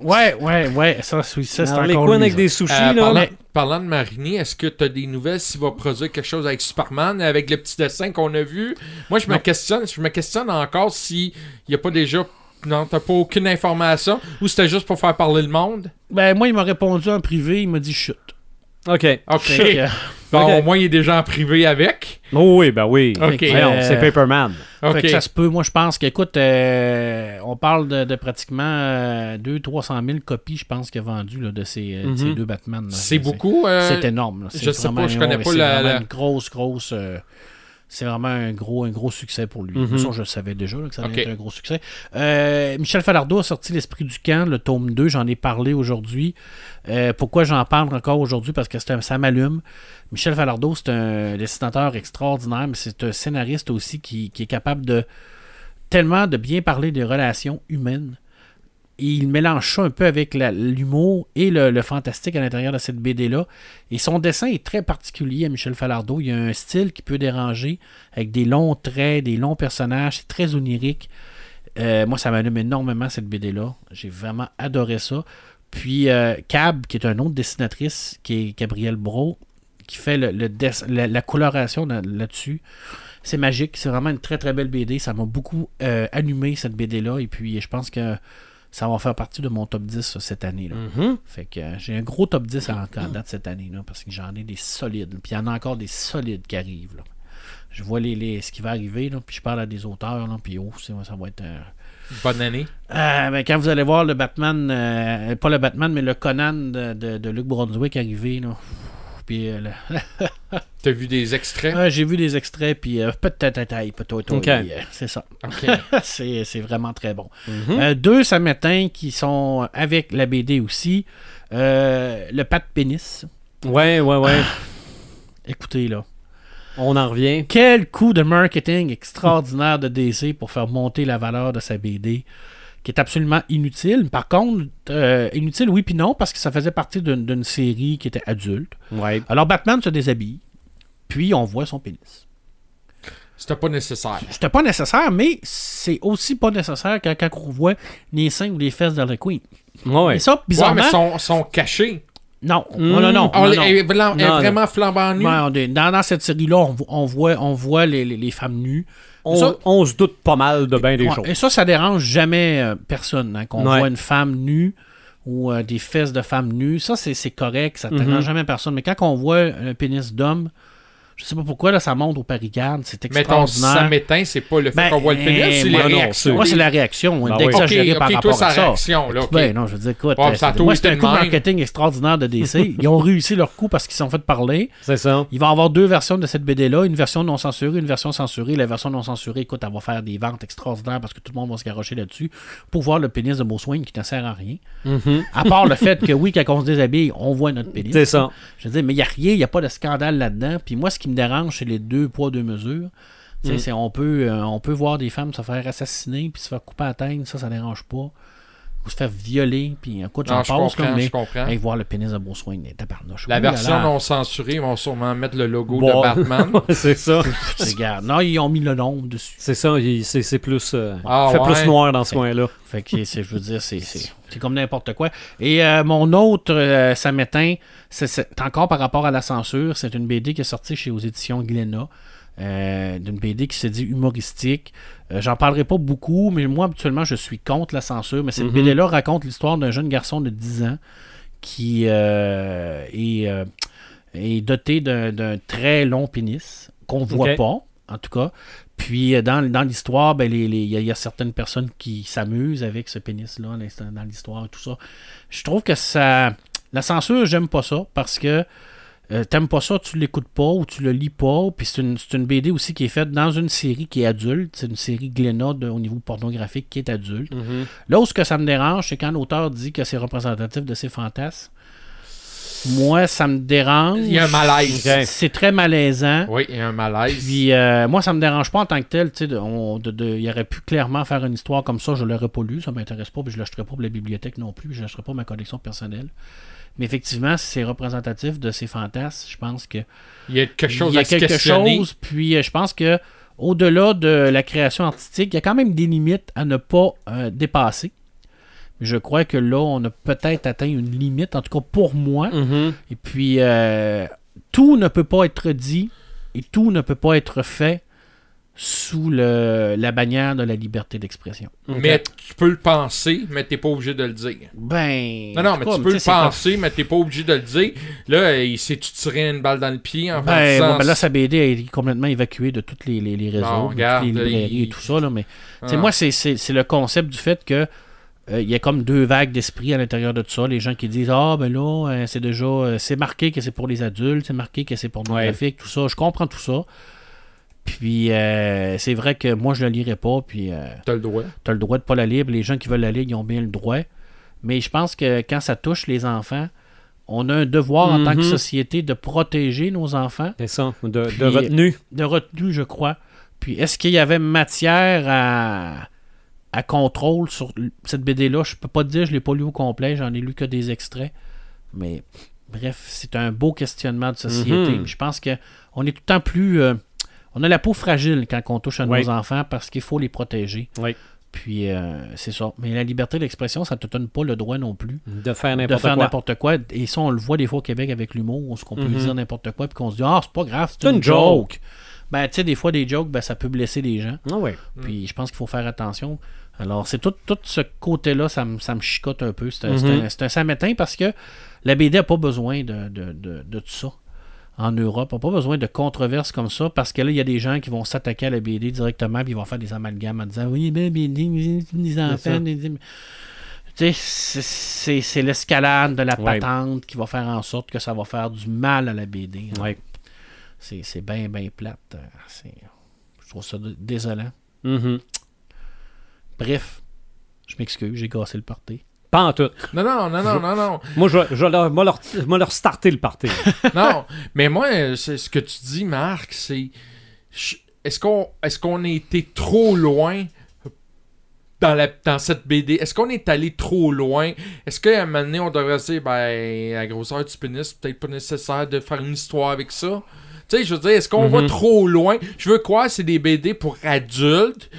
[SPEAKER 3] Ouais, ouais, ouais, ça, oui, ça, c'est
[SPEAKER 1] Harley
[SPEAKER 3] encore
[SPEAKER 1] Quinn
[SPEAKER 3] lui,
[SPEAKER 1] avec
[SPEAKER 3] ça.
[SPEAKER 1] des sushis,
[SPEAKER 4] Euh,
[SPEAKER 1] là.
[SPEAKER 4] parlant,
[SPEAKER 3] Mais-
[SPEAKER 4] parlant de Marini, est-ce que tu as des nouvelles s'il va produire quelque chose avec Superman, avec le petit dessin qu'on a vu? Moi, je me
[SPEAKER 3] Non.
[SPEAKER 4] questionne, je me questionne encore s'il n'y a pas déjà. Non, t'as pas aucune information ou c'était juste pour faire parler le monde?
[SPEAKER 3] Ben, moi, il m'a répondu en privé, il m'a dit chut.
[SPEAKER 1] OK.
[SPEAKER 4] Ok.
[SPEAKER 3] Fait que, euh,
[SPEAKER 4] Bon,
[SPEAKER 1] Ok.
[SPEAKER 4] au moins, il est déjà en privé avec.
[SPEAKER 1] Oh oui, ben oui.
[SPEAKER 4] Ok.
[SPEAKER 1] Voyons,
[SPEAKER 3] Euh.
[SPEAKER 1] c'est Paperman.
[SPEAKER 3] fait
[SPEAKER 4] Ok.
[SPEAKER 3] que ça se peut. Moi, je pense qu'écoute, euh, on parle de, de pratiquement euh, 200-300 000 copies, je pense, qu'il a vendues là, de ces, euh, de ces
[SPEAKER 1] Mhm.
[SPEAKER 3] deux Batman. là.
[SPEAKER 4] C'est beaucoup. euh,
[SPEAKER 3] C'est énorme. là. C'est
[SPEAKER 4] je sais pas,
[SPEAKER 3] vraiment
[SPEAKER 4] je connais
[SPEAKER 3] énorme.
[SPEAKER 4] pas
[SPEAKER 3] C'est
[SPEAKER 4] la-
[SPEAKER 3] vraiment
[SPEAKER 4] la-
[SPEAKER 3] une grosse, grosse. euh, c'est vraiment un gros, un gros succès pour lui. De toute façon, je le savais déjà là, que ça allait
[SPEAKER 4] Mhm. Ok.
[SPEAKER 3] être un gros succès. Euh, Michel Falardeau a sorti L'Esprit du camp, le tome 2. J'en ai parlé aujourd'hui. Euh, pourquoi j'en parle encore aujourd'hui Parce que c'est un- ça m'allume. Michel Falardeau, c'est un dessinateur extraordinaire, mais c'est un scénariste aussi qui, qui est capable de tellement de bien parler des relations humaines. Et il mélange ça un peu avec la- l'humour et le, le fantastique à l'intérieur de cette BD-là. Et son dessin est très particulier à Michel Falardeau. Il y a un style qui peut déranger, avec des longs traits, des longs personnages, c'est très onirique. Euh, moi, ça m'allume énormément cette BD-là. J'ai vraiment adoré ça. Puis euh, Cab, qui est une autre dessinatrice, qui est Gabrielle Bro, qui fait le, le dess- la, la coloration là- là-dessus. C'est magique, c'est vraiment une très très belle BD. Ça m'a beaucoup euh, allumé cette BD-là. Et puis je pense que ça va faire partie de mon top 10 ça, cette année. là
[SPEAKER 1] Mhm.
[SPEAKER 3] Fait que euh, j'ai un gros top 10 en, en date cette année, là, parce que j'en ai des solides. Puis il y en a encore des solides qui arrivent. là. Je vois les, les- ce qui va arriver, là, puis je parle à des auteurs, là, puis oh, c'est- ça va être. euh,
[SPEAKER 4] Bonne année.
[SPEAKER 3] euh, ben, quand vous allez voir le Batman, euh, pas le Batman, mais le Conan de, de, de Luke Brunswick arriver, là. Puis, euh, là,
[SPEAKER 4] T'as vu des extraits?
[SPEAKER 3] ah, j'ai vu des extraits, puis euh, peut-être, peut-être, peut-être,
[SPEAKER 1] Ok.
[SPEAKER 3] oui, euh, c'est ça. <laughs>
[SPEAKER 4] Ok.
[SPEAKER 3] c'est c'est vraiment très bon.
[SPEAKER 1] Hmm.
[SPEAKER 3] Euh, deux sammatins qui sont avec la BD aussi. Euh, le Pat Pénis.
[SPEAKER 1] Ouais, ouais, ouais.
[SPEAKER 3] Écoutez, là.
[SPEAKER 1] On en revient.
[SPEAKER 3] Quel coup de marketing extraordinaire de DC pour faire monter la valeur de sa BD, qui est absolument inutile. Par contre, euh, inutile oui puis non, parce que ça faisait partie d'une d'une série qui était adulte.
[SPEAKER 1] Ouais.
[SPEAKER 3] Alors Batman se déshabille, puis on voit son pénis.
[SPEAKER 4] C'était pas nécessaire.
[SPEAKER 3] C'était pas nécessaire, mais c'est aussi pas nécessaire quand, quand on voit les seins ou les fesses d'Harley Quinn.
[SPEAKER 1] Ouais.
[SPEAKER 3] Et ça,
[SPEAKER 4] Ouais,
[SPEAKER 3] bizarrement...
[SPEAKER 4] mais sont, sont cachés.
[SPEAKER 3] Non,
[SPEAKER 1] Mm.
[SPEAKER 3] non, non, non.
[SPEAKER 4] Oh,
[SPEAKER 3] non,
[SPEAKER 4] elle
[SPEAKER 3] non.
[SPEAKER 4] est vla- elle est
[SPEAKER 1] Non, non.
[SPEAKER 4] vraiment flambant
[SPEAKER 1] Mm.
[SPEAKER 4] nue.
[SPEAKER 3] Ouais, on est- dans, dans cette série-là, on, vo- on voit, on voit les, les- les femmes nues.
[SPEAKER 1] On,
[SPEAKER 3] Ça-
[SPEAKER 1] on se doute pas mal de bien des
[SPEAKER 3] Ouais,
[SPEAKER 1] choses.
[SPEAKER 3] Et ça, ça dérange jamais euh, personne. hein, qu'on
[SPEAKER 1] Ouais.
[SPEAKER 3] voit une femme nue ou euh, des fesses de femme nue, ça, c'est c'est correct, ça ne
[SPEAKER 1] Mhm.
[SPEAKER 3] dérange jamais personne. Mais quand on voit un pénis d'homme, je sais pas pourquoi, là, ça monte aux parigardes, c'est
[SPEAKER 4] Mais ton
[SPEAKER 3] extraordinaire.
[SPEAKER 4] samétain, c'est pas le fait
[SPEAKER 3] Ben,
[SPEAKER 4] qu'on voit le pénis, c'est
[SPEAKER 3] eh,
[SPEAKER 4] les
[SPEAKER 1] moi, non,
[SPEAKER 4] réactions.
[SPEAKER 3] Moi, c'est la réaction,
[SPEAKER 1] Ben oui.
[SPEAKER 3] d'exagérer
[SPEAKER 4] Ok,
[SPEAKER 3] par
[SPEAKER 4] ok,
[SPEAKER 3] rapport
[SPEAKER 4] toi,
[SPEAKER 3] à
[SPEAKER 4] sa
[SPEAKER 3] ça.
[SPEAKER 4] réaction, là, ok.
[SPEAKER 3] Ben, non, je veux dire, écoute,
[SPEAKER 4] Ouais,
[SPEAKER 3] euh,
[SPEAKER 4] ça a
[SPEAKER 3] c'est- moi, c'est un
[SPEAKER 4] été
[SPEAKER 3] coup
[SPEAKER 4] de même.
[SPEAKER 3] marketing extraordinaire de DC. Ils ont <laughs> réussi leur coup parce qu'ils se sont fait parler.
[SPEAKER 1] C'est ça.
[SPEAKER 3] Il va y avoir deux versions de cette BD-là, une version non censurée, une version censurée. La version non censurée, écoute, elle va faire des ventes extraordinaires parce que tout le monde va se garrocher là-dessus pour voir le pénis de Swing qui ne sert à rien.
[SPEAKER 4] Mhm.
[SPEAKER 3] À part le fait que, oui, quand on se déshabille, on voit notre pénis.
[SPEAKER 1] C'est ça. <laughs>
[SPEAKER 3] Je veux dire, mais il n'y a rien, il n'y a pas de scandale là-dedans. Puis moi, ce qui me dérange, c'est les deux poids, deux mesures. Tu
[SPEAKER 4] Mhm.
[SPEAKER 3] sais, c'est- on, peut, euh, on peut voir des femmes se faire assassiner puis se faire couper la tête, ça, ça dérange pas. Ou se faire violer, puis écoute,
[SPEAKER 4] Non,
[SPEAKER 3] j'en
[SPEAKER 4] je
[SPEAKER 3] passe, là,
[SPEAKER 4] comprends,
[SPEAKER 3] mais
[SPEAKER 4] je comprends.
[SPEAKER 3] hey, voir le pénis de Beausoin, tabarnouche.
[SPEAKER 4] La
[SPEAKER 3] Oui,
[SPEAKER 4] version
[SPEAKER 3] alors,
[SPEAKER 4] non censurée, ils vont sûrement mettre le logo
[SPEAKER 1] Bon.
[SPEAKER 4] de Batman.
[SPEAKER 3] <laughs>
[SPEAKER 1] c'est ça.
[SPEAKER 3] tu regardes. Non, ils ont mis le nom dessus.
[SPEAKER 1] C'est ça. il- C'est c'est plus. euh,
[SPEAKER 4] Ah,
[SPEAKER 1] fait
[SPEAKER 4] ouais.
[SPEAKER 1] plus noir dans ce coin-là.
[SPEAKER 3] Fait que c'est- je veux dire, c'est, c'est, c'est comme n'importe quoi. Et euh, mon autre euh, Sametin, c'est, c'est encore par rapport à la censure, c'est une BD qui est sortie chez aux éditions Glénat. euh, d'une BD qui se dit humoristique. Euh, j'en parlerai pas beaucoup, mais moi, habituellement, je suis contre la censure. Mais cette BD-là raconte l'histoire d'un jeune garçon de 10 ans qui euh, est, euh, est doté d'un d'un très long pénis qu'on voit
[SPEAKER 1] Ok.
[SPEAKER 3] pas, en tout cas. Puis euh, dans, dans l'histoire, ben, les- les- il y, a- il y a certaines personnes qui s'amusent avec ce pénis-là à l'instant- dans l'histoire et tout ça. Je trouve que ça. La censure, j'aime pas ça parce que euh, t'aimes pas ça, tu l'écoutes pas ou tu le lis pas. Puis c'est une, c'est une BD aussi qui est faite dans une série qui est adulte. C'est une série Glénat de- au niveau pornographique qui est adulte.
[SPEAKER 4] Mm-hmm.
[SPEAKER 3] Là où ce que ça me dérange, c'est quand l'auteur dit que c'est représentatif de ses fantasmes. Moi, ça me dérange.
[SPEAKER 4] Il y a un malaise.
[SPEAKER 3] C'est- C'est très malaisant.
[SPEAKER 4] Oui, il y a un malaise.
[SPEAKER 3] Puis euh, moi, ça me dérange pas en tant que tel. tu sais, de- on- de- de- Il aurait pu clairement faire une histoire comme ça, je l'aurais pas lu, ça m'intéresse pas, puis je l'achèterais pas pour la bibliothèque non plus, puis je l'achèterais pas pour ma collection personnelle. Mais effectivement, si c'est représentatif de ses fantasmes, je pense que
[SPEAKER 4] il y a quelque chose
[SPEAKER 3] il y a
[SPEAKER 4] à se
[SPEAKER 3] quelque
[SPEAKER 4] questionner.
[SPEAKER 3] chose. Puis euh, je pense que au-delà de la création artistique, il y a quand même des limites à ne pas euh, dépasser. Je crois que là, on a peut-être atteint une limite, en tout cas pour moi. Et puis, euh, tout ne peut pas être dit et tout ne peut pas être fait sous le, la bannière de la liberté d'expression.
[SPEAKER 4] Mais tu peux le penser, mais t'es pas obligé de le dire.
[SPEAKER 3] Ben.
[SPEAKER 4] Non, non,
[SPEAKER 3] en tout
[SPEAKER 4] mais
[SPEAKER 3] cas,
[SPEAKER 4] tu peux
[SPEAKER 3] sais,
[SPEAKER 4] le
[SPEAKER 3] c'est comme-
[SPEAKER 4] penser, mais t'es pas obligé de le dire. Là, euh, il s'est-tu tiré une balle dans le pied en
[SPEAKER 3] Ben,
[SPEAKER 4] faisant
[SPEAKER 3] bon, ben là, sa BD est complètement évacuée de tous les, les- les réseaux,
[SPEAKER 4] Bon,
[SPEAKER 3] de
[SPEAKER 4] regarde,
[SPEAKER 3] toutes les librairies
[SPEAKER 4] il-
[SPEAKER 3] et tout ça. Là, mais tu sais,
[SPEAKER 4] Ah.
[SPEAKER 3] moi, c'est- c'est c'est le concept du fait que euh, il y a comme deux vagues d'esprit à l'intérieur de tout ça. Les gens qui disent Ah, ben là, euh, c'est déjà. euh, c'est marqué que c'est pour les adultes, c'est marqué que c'est pour graphique, tout ça. Je comprends tout ça. Puis, euh, c'est vrai que moi, je le lirai pas. Puis, euh,
[SPEAKER 4] T'as
[SPEAKER 3] <laughs>
[SPEAKER 4] le droit.
[SPEAKER 3] tu as le droit de pas la lire. puis Les gens qui veulent la lire, ils ont bien le droit. Mais je pense que quand ça touche les enfants, on a un devoir en tant que
[SPEAKER 1] Mhm.
[SPEAKER 3] société de protéger nos enfants
[SPEAKER 1] C'est ça, de, de
[SPEAKER 3] Puis-
[SPEAKER 1] retenue.
[SPEAKER 3] de retenue, je crois. Puis est-ce qu'il y avait matière à, à contrôle sur l- cette BD-là? Je peux pas te dire, je l'ai pas lu au complet, j'en ai lu que des extraits. Mais bref, c'est un beau questionnement de société.
[SPEAKER 1] Mhm.
[SPEAKER 3] Puis Je pense que on est tout le temps plus. euh, on a la peau fragile quand on touche à
[SPEAKER 1] Oui.
[SPEAKER 3] nos enfants parce qu'il faut les protéger.
[SPEAKER 1] Oui.
[SPEAKER 3] Puis euh, c'est ça. Mais la liberté d'expression, ça ne te donne pas le droit non plus
[SPEAKER 1] De faire
[SPEAKER 3] euh, de
[SPEAKER 1] n'importe
[SPEAKER 3] faire
[SPEAKER 1] quoi.
[SPEAKER 3] n'importe quoi. Et ça, on le voit des fois au Québec avec l'humour, où ce qu'on peut
[SPEAKER 1] Mhm.
[SPEAKER 3] dire n'importe quoi, puis qu'on se dit, ah, c'est pas grave, c'est
[SPEAKER 1] C'est
[SPEAKER 3] une,
[SPEAKER 1] une
[SPEAKER 3] joke.
[SPEAKER 1] joke.
[SPEAKER 3] Ben, tu sais, des fois, des jokes, ben, ça peut blesser les gens.
[SPEAKER 1] Ah ouais.
[SPEAKER 3] Puis je pense qu'il faut faire attention. Alors, c'est tout, tout ce côté-là, ça me, ça me chicote un peu. C'est un, c'est
[SPEAKER 1] Mhm.
[SPEAKER 3] un- c'est un sametin parce que la BD n'a pas besoin de, de, de, de tout ça. En Europe, on n'a pas besoin de controverses comme ça parce que là, il y a des gens qui vont s'attaquer à la BD directement puis ils vont faire des amalgames en disant Oui, ben, BD, les enfants.
[SPEAKER 1] ça.
[SPEAKER 3] des- des- Tu sais, c'est- c'est c'est l'escalade de la
[SPEAKER 1] Ouais.
[SPEAKER 3] patente qui va faire en sorte que ça va faire du mal à la BD. hein.
[SPEAKER 1] Ouais.
[SPEAKER 3] C'est c'est bien, bien plate. Euh, c'est- Je trouve ça d- désolant.
[SPEAKER 1] Mhm.
[SPEAKER 3] Bref, je m'excuse, j'ai cassé le party.
[SPEAKER 1] Pas en tout.
[SPEAKER 4] Non, non, non, non, non, non.
[SPEAKER 1] Moi, je, je leur, moi, leur, moi, leur starter le
[SPEAKER 3] <laughs>
[SPEAKER 1] party.
[SPEAKER 4] non, mais moi, euh, c'est ce que tu dis, Marc, c'est. je- Est-ce qu'on est-ce qu'on a été trop loin dans, la, dans cette BD? Est-ce qu'on est allé trop loin? Est-ce qu'à un moment donné, on devrait se dire, ben, la grosseur du pénis, c'est peut-être pas nécessaire de faire une histoire avec ça? Tu sais, je veux dire, est-ce qu'on
[SPEAKER 1] Mhm.
[SPEAKER 4] va trop loin? Je veux croire que c'est des BD pour adultes,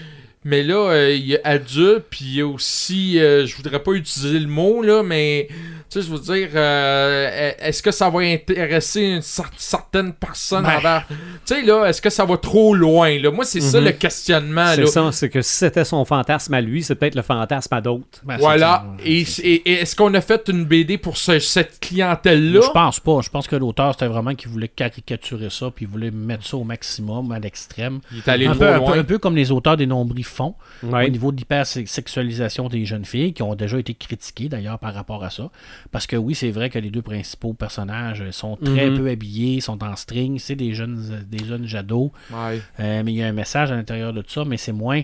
[SPEAKER 4] mais là, euh, il y a adulte, puis il y a aussi, euh, je voudrais pas utiliser le mot, là, mais, tu sais, je veux dire, euh, est-ce que ça va intéresser une cer- certaine personne
[SPEAKER 3] Ben.
[SPEAKER 4] envers- Tu sais, là, est-ce que ça va trop loin, là? Moi, c'est ça le questionnement,
[SPEAKER 1] Mhm. c'est
[SPEAKER 4] là.
[SPEAKER 1] ça, c'est que si c'était son fantasme à lui, c'est peut-être le fantasme à d'autres.
[SPEAKER 4] Ben,
[SPEAKER 3] Ah,
[SPEAKER 4] Voilà. Et, et- et est-ce qu'on a fait une BD pour ce- cette clientèle-là?
[SPEAKER 3] Je pense pas. Je pense que l'auteur, c'était vraiment qu'il voulait caricaturer ça, puis il voulait mettre ça au maximum, à l'extrême.
[SPEAKER 4] Il est allé
[SPEAKER 3] Un
[SPEAKER 4] trop
[SPEAKER 3] peu, un,
[SPEAKER 4] loin.
[SPEAKER 3] peu, un peu comme les auteurs des nombris font,
[SPEAKER 1] Ouais.
[SPEAKER 3] au niveau de l'hypersexualisation des jeunes filles, qui ont déjà été critiquées d'ailleurs par rapport à ça. Parce que oui, c'est vrai que les deux principaux personnages euh, sont très
[SPEAKER 4] Mhm.
[SPEAKER 3] peu habillés, sont en string, c'est des jeunes, des jeunes jadots. <laughs>
[SPEAKER 4] Ouais.
[SPEAKER 3] Euh, mais il y a un message à l'intérieur de tout ça, mais c'est moins,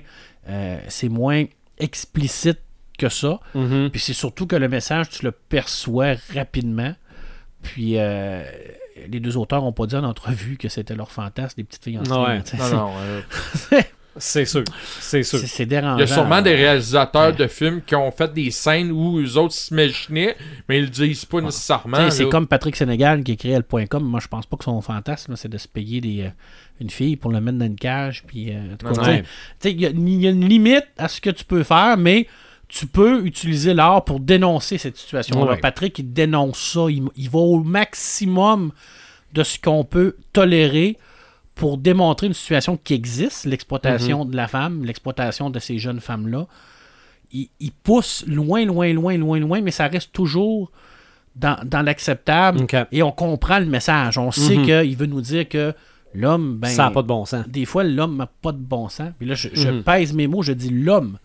[SPEAKER 3] euh, c'est moins explicite que ça.
[SPEAKER 1] Mhm.
[SPEAKER 3] Puis c'est surtout que le message, tu le perçois rapidement. Puis euh, les deux auteurs n'ont pas dit en entrevue que c'était leur fantasme, les petites filles en string,
[SPEAKER 1] Ouais.
[SPEAKER 3] là, tu sais.
[SPEAKER 4] Non,
[SPEAKER 3] <laughs>
[SPEAKER 4] non. euh,
[SPEAKER 3] Ah,
[SPEAKER 1] C'est sûr. C'est sûr.
[SPEAKER 3] C'est c'est dérangeant.
[SPEAKER 4] il y a sûrement des
[SPEAKER 3] hein.
[SPEAKER 4] réalisateurs de films qui ont fait des scènes où eux autres s'imaginaient, mais ils le disent pas
[SPEAKER 3] Tu sais,
[SPEAKER 4] nécessairement.
[SPEAKER 3] C'est
[SPEAKER 4] là.
[SPEAKER 3] comme Patrick Sénégal qui écrit L.com. Moi, je pense pas que son fantasme, là, c'est de se payer des, euh, une fille pour le mettre dans une cage. Puis, euh, en tout cas,
[SPEAKER 4] Non,
[SPEAKER 3] tu sais,
[SPEAKER 1] ouais.
[SPEAKER 3] tu sais, il y, a- il y a une limite à ce que tu peux faire, mais tu peux utiliser l'art pour dénoncer cette situation.
[SPEAKER 1] Ouais.
[SPEAKER 3] Patrick, il dénonce ça. Il, il va au maximum de ce qu'on peut tolérer pour démontrer une situation qui existe, l'exploitation de la femme, l'exploitation de ces jeunes femmes-là. Il, il pousse loin, loin, loin, loin, loin, mais ça reste toujours dans, dans l'acceptable
[SPEAKER 1] Ok.
[SPEAKER 3] et on comprend le message. On sait
[SPEAKER 1] Mhm.
[SPEAKER 3] qu'il veut nous dire que l'homme, ben,
[SPEAKER 1] ça n'a pas de bon sens.
[SPEAKER 3] des fois, l'homme n'a pas de bon sens. Puis là, je, je
[SPEAKER 1] Mhm.
[SPEAKER 3] pèse mes mots, je dis l'homme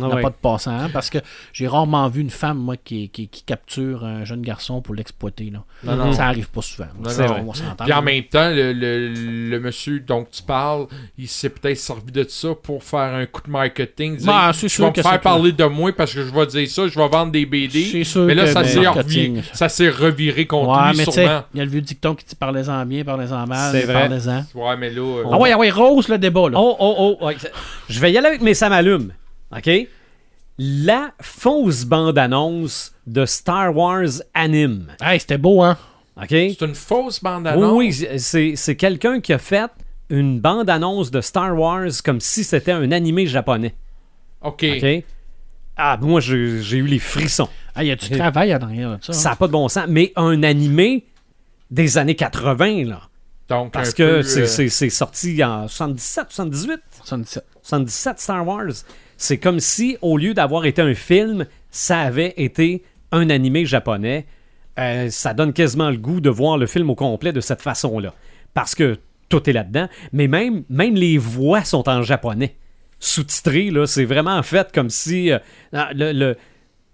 [SPEAKER 1] Ah
[SPEAKER 3] n'a
[SPEAKER 1] ouais.
[SPEAKER 3] pas de bon sens hein, parce que j'ai rarement vu une femme, moi, qui, qui, qui capture un jeune garçon pour l'exploiter. là.
[SPEAKER 4] Non, non.
[SPEAKER 3] Ça arrive pas souvent.
[SPEAKER 1] C'est
[SPEAKER 3] On-
[SPEAKER 1] vrai.
[SPEAKER 3] on s'entend.
[SPEAKER 4] Puis en même temps, le, le- le monsieur dont tu parles, il s'est peut-être servi de ça pour faire un coup de marketing. dire,
[SPEAKER 3] Ben, c'est
[SPEAKER 4] tu
[SPEAKER 3] sûr
[SPEAKER 4] vas me
[SPEAKER 3] que
[SPEAKER 4] faire
[SPEAKER 3] c'est
[SPEAKER 4] parler de moi parce que je vais dire ça, je vais vendre des BD.
[SPEAKER 3] C'est sûr
[SPEAKER 4] Mais là,
[SPEAKER 3] que
[SPEAKER 4] ça
[SPEAKER 3] le
[SPEAKER 4] s'est
[SPEAKER 3] marketing-
[SPEAKER 4] revi- ça s'est reviré contre
[SPEAKER 3] Ouais,
[SPEAKER 4] lui,
[SPEAKER 3] mais tu sais,
[SPEAKER 4] sûrement.
[SPEAKER 3] il y a le vieux dicton qui dit parlez-en bien, parlez-en mal,
[SPEAKER 1] C'est vrai.
[SPEAKER 3] parlez-en.
[SPEAKER 4] Ouais, mais là. euh,
[SPEAKER 3] Ah ouais, ah ouais, rose le débat, là.
[SPEAKER 1] Oh, oh, oh. ouais, ça- Je vais y aller avec mes ça m'allume. OK? La fausse bande-annonce de Star Wars Anime.
[SPEAKER 3] Hey, c'était beau, hein?
[SPEAKER 1] OK? Oui,
[SPEAKER 4] C'est une fausse bande-annonce.
[SPEAKER 1] oui, c'est c'est quelqu'un qui a fait une bande-annonce de Star Wars comme si c'était un animé japonais.
[SPEAKER 4] OK.
[SPEAKER 1] OK? Ah, moi, j'ai j'ai eu les frissons.
[SPEAKER 3] Ah, il y a du travail en arrière
[SPEAKER 4] Ah.
[SPEAKER 3] de ça.
[SPEAKER 1] Ça
[SPEAKER 3] hein?
[SPEAKER 1] n'a pas de bon sens. Mais un animé des années 80, là.
[SPEAKER 4] Donc,
[SPEAKER 1] Parce
[SPEAKER 4] un
[SPEAKER 1] que
[SPEAKER 4] peu,
[SPEAKER 1] c'est-
[SPEAKER 4] euh,
[SPEAKER 1] c'est c'est sorti en 77, 78.
[SPEAKER 3] 77.
[SPEAKER 1] 77 Star Wars. C'est comme si, au lieu d'avoir été un film, ça avait été un animé japonais. Euh, ça donne quasiment le goût de voir le film au complet de cette façon-là. Parce que tout est là-dedans. Mais même, même les voix sont en japonais. Sous-titré, là, c'est vraiment fait comme si. euh, le, le-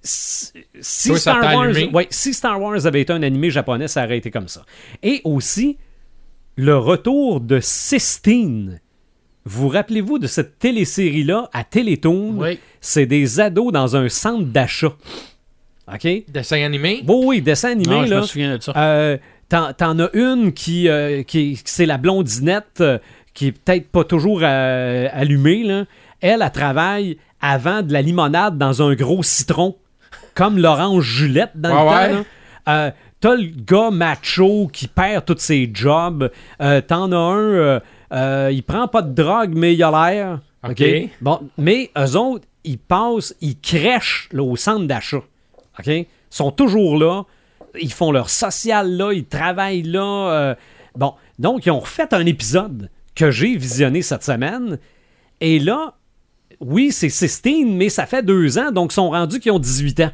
[SPEAKER 1] si, si
[SPEAKER 4] Toi, ça
[SPEAKER 1] Star
[SPEAKER 4] t'a
[SPEAKER 1] Wars,
[SPEAKER 4] allumé.
[SPEAKER 1] ouais, si Star Wars avait été un animé japonais, ça aurait été comme ça. Et aussi, le retour de Sistine. Vous rappelez-vous de cette télésérie-là à Télétoon?
[SPEAKER 3] Oui.
[SPEAKER 1] C'est des ados dans un centre d'achat. OK?
[SPEAKER 4] Dessin animé.
[SPEAKER 1] Bon, oui, dessin animé,
[SPEAKER 3] Non, Ah, je
[SPEAKER 1] là.
[SPEAKER 3] me souviens de ça.
[SPEAKER 1] Euh, T'en t'en as une qui, euh, qui, qui- c'est la blondinette euh, qui est peut-être pas toujours euh, allumée. Là. Elle, elle travaille avant de la limonade dans un gros citron, comme l'orange Julette dans le
[SPEAKER 4] Ouais,
[SPEAKER 1] temps.
[SPEAKER 4] ouais.
[SPEAKER 1] là. Euh, T'as le gars macho qui perd tous ses jobs. Euh, T'en as un, euh, euh, il prend pas de drogue, mais il a l'air.
[SPEAKER 4] OK.
[SPEAKER 1] Bon, mais eux autres, ils passent, ils crèchent là, au centre d'achat. OK? Ils sont toujours là. Ils font leur social là, ils travaillent là. euh, bon, donc, ils ont refait un épisode que j'ai visionné cette semaine. Et là, oui, c'est Sistine, mais ça fait deux ans, donc ils sont rendus qu'ils ont 18 ans.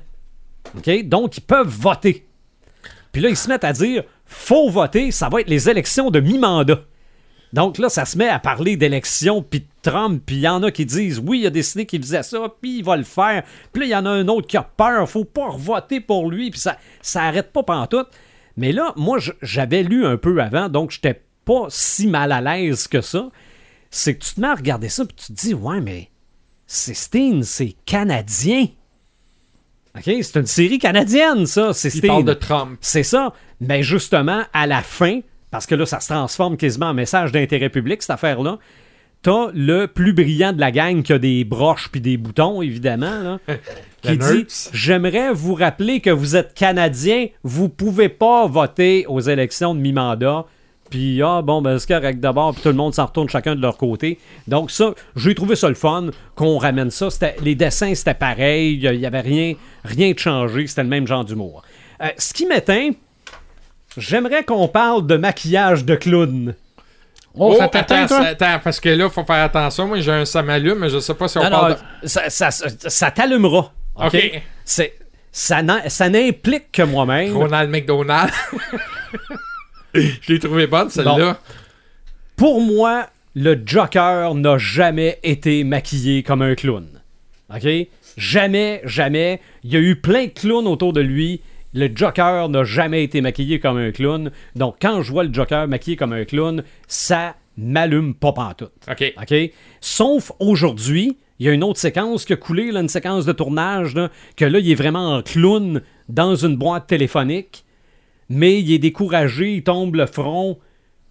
[SPEAKER 1] OK? Donc, ils peuvent voter. Puis là, ils se mettent à dire faut voter, ça va être les élections de mi-mandat. Donc là, ça se met à parler d'élections, puis de Trump, puis il y en a qui disent oui, il a décidé qu'il faisait ça, puis il va le faire. Puis là, il y en a un autre qui a peur, faut pas voter pour lui, puis ça ça arrête pas pantoute. Mais là, moi, je- j'avais lu un peu avant, donc j'étais pas si mal à l'aise que ça. C'est que tu te mets à regarder ça, puis tu te dis ouais, mais Sistine, c'est canadien. OK, c'est une série canadienne, ça,
[SPEAKER 4] Il
[SPEAKER 1] Sistine.
[SPEAKER 4] parle de Trump.
[SPEAKER 1] C'est ça. Mais justement, à la fin, parce que là, ça se transforme quasiment en message d'intérêt public, cette affaire-là, t'as le plus brillant de la gang qui a des broches puis des boutons, évidemment, là, qui
[SPEAKER 4] La
[SPEAKER 1] dit
[SPEAKER 4] nerds.
[SPEAKER 1] « J'aimerais vous rappeler que vous êtes Canadien, vous pouvez pas voter aux élections de mi-mandat. » Puis, ah, bon, ben, c'est correct d'abord, puis tout le monde s'en retourne chacun de leur côté. Donc, ça, j'ai trouvé ça le fun qu'on ramène ça. C'était- Les dessins, c'était pareil, il n'y avait rien, rien de changé, c'était le même genre d'humour. Euh, ce qui m'éteint, j'aimerais qu'on parle de maquillage de clown.
[SPEAKER 3] Oh, ça
[SPEAKER 4] attends,
[SPEAKER 3] t'atteint, toi?
[SPEAKER 4] ça- attends, parce que là, faut faire attention. Moi, j'ai un samalume, mais je sais pas si on
[SPEAKER 1] Non,
[SPEAKER 4] parle
[SPEAKER 1] non, ça, ça- ça- ça t'allumera. OK?
[SPEAKER 4] OK.
[SPEAKER 1] C'est, ça, n'a- ça n'implique que
[SPEAKER 4] de
[SPEAKER 1] moi-même. <laughs>
[SPEAKER 4] Ronald McDonald. je l'ai trouvé bonne, celle-là.
[SPEAKER 1] Pour moi, le Joker n'a jamais été maquillé comme un clown. OK? Jamais, jamais. Il y a eu plein de clowns autour de lui. Le Joker n'a jamais été maquillé comme un clown. Donc, quand je vois le Joker maquillé comme un clown, ça m'allume pas pantoute.
[SPEAKER 4] OK.
[SPEAKER 1] OK? Sauf aujourd'hui, il y a une autre séquence qui a coulé, là, une séquence de tournage, là, que là, il est vraiment en clown dans une boîte téléphonique, mais il est découragé, il tombe le front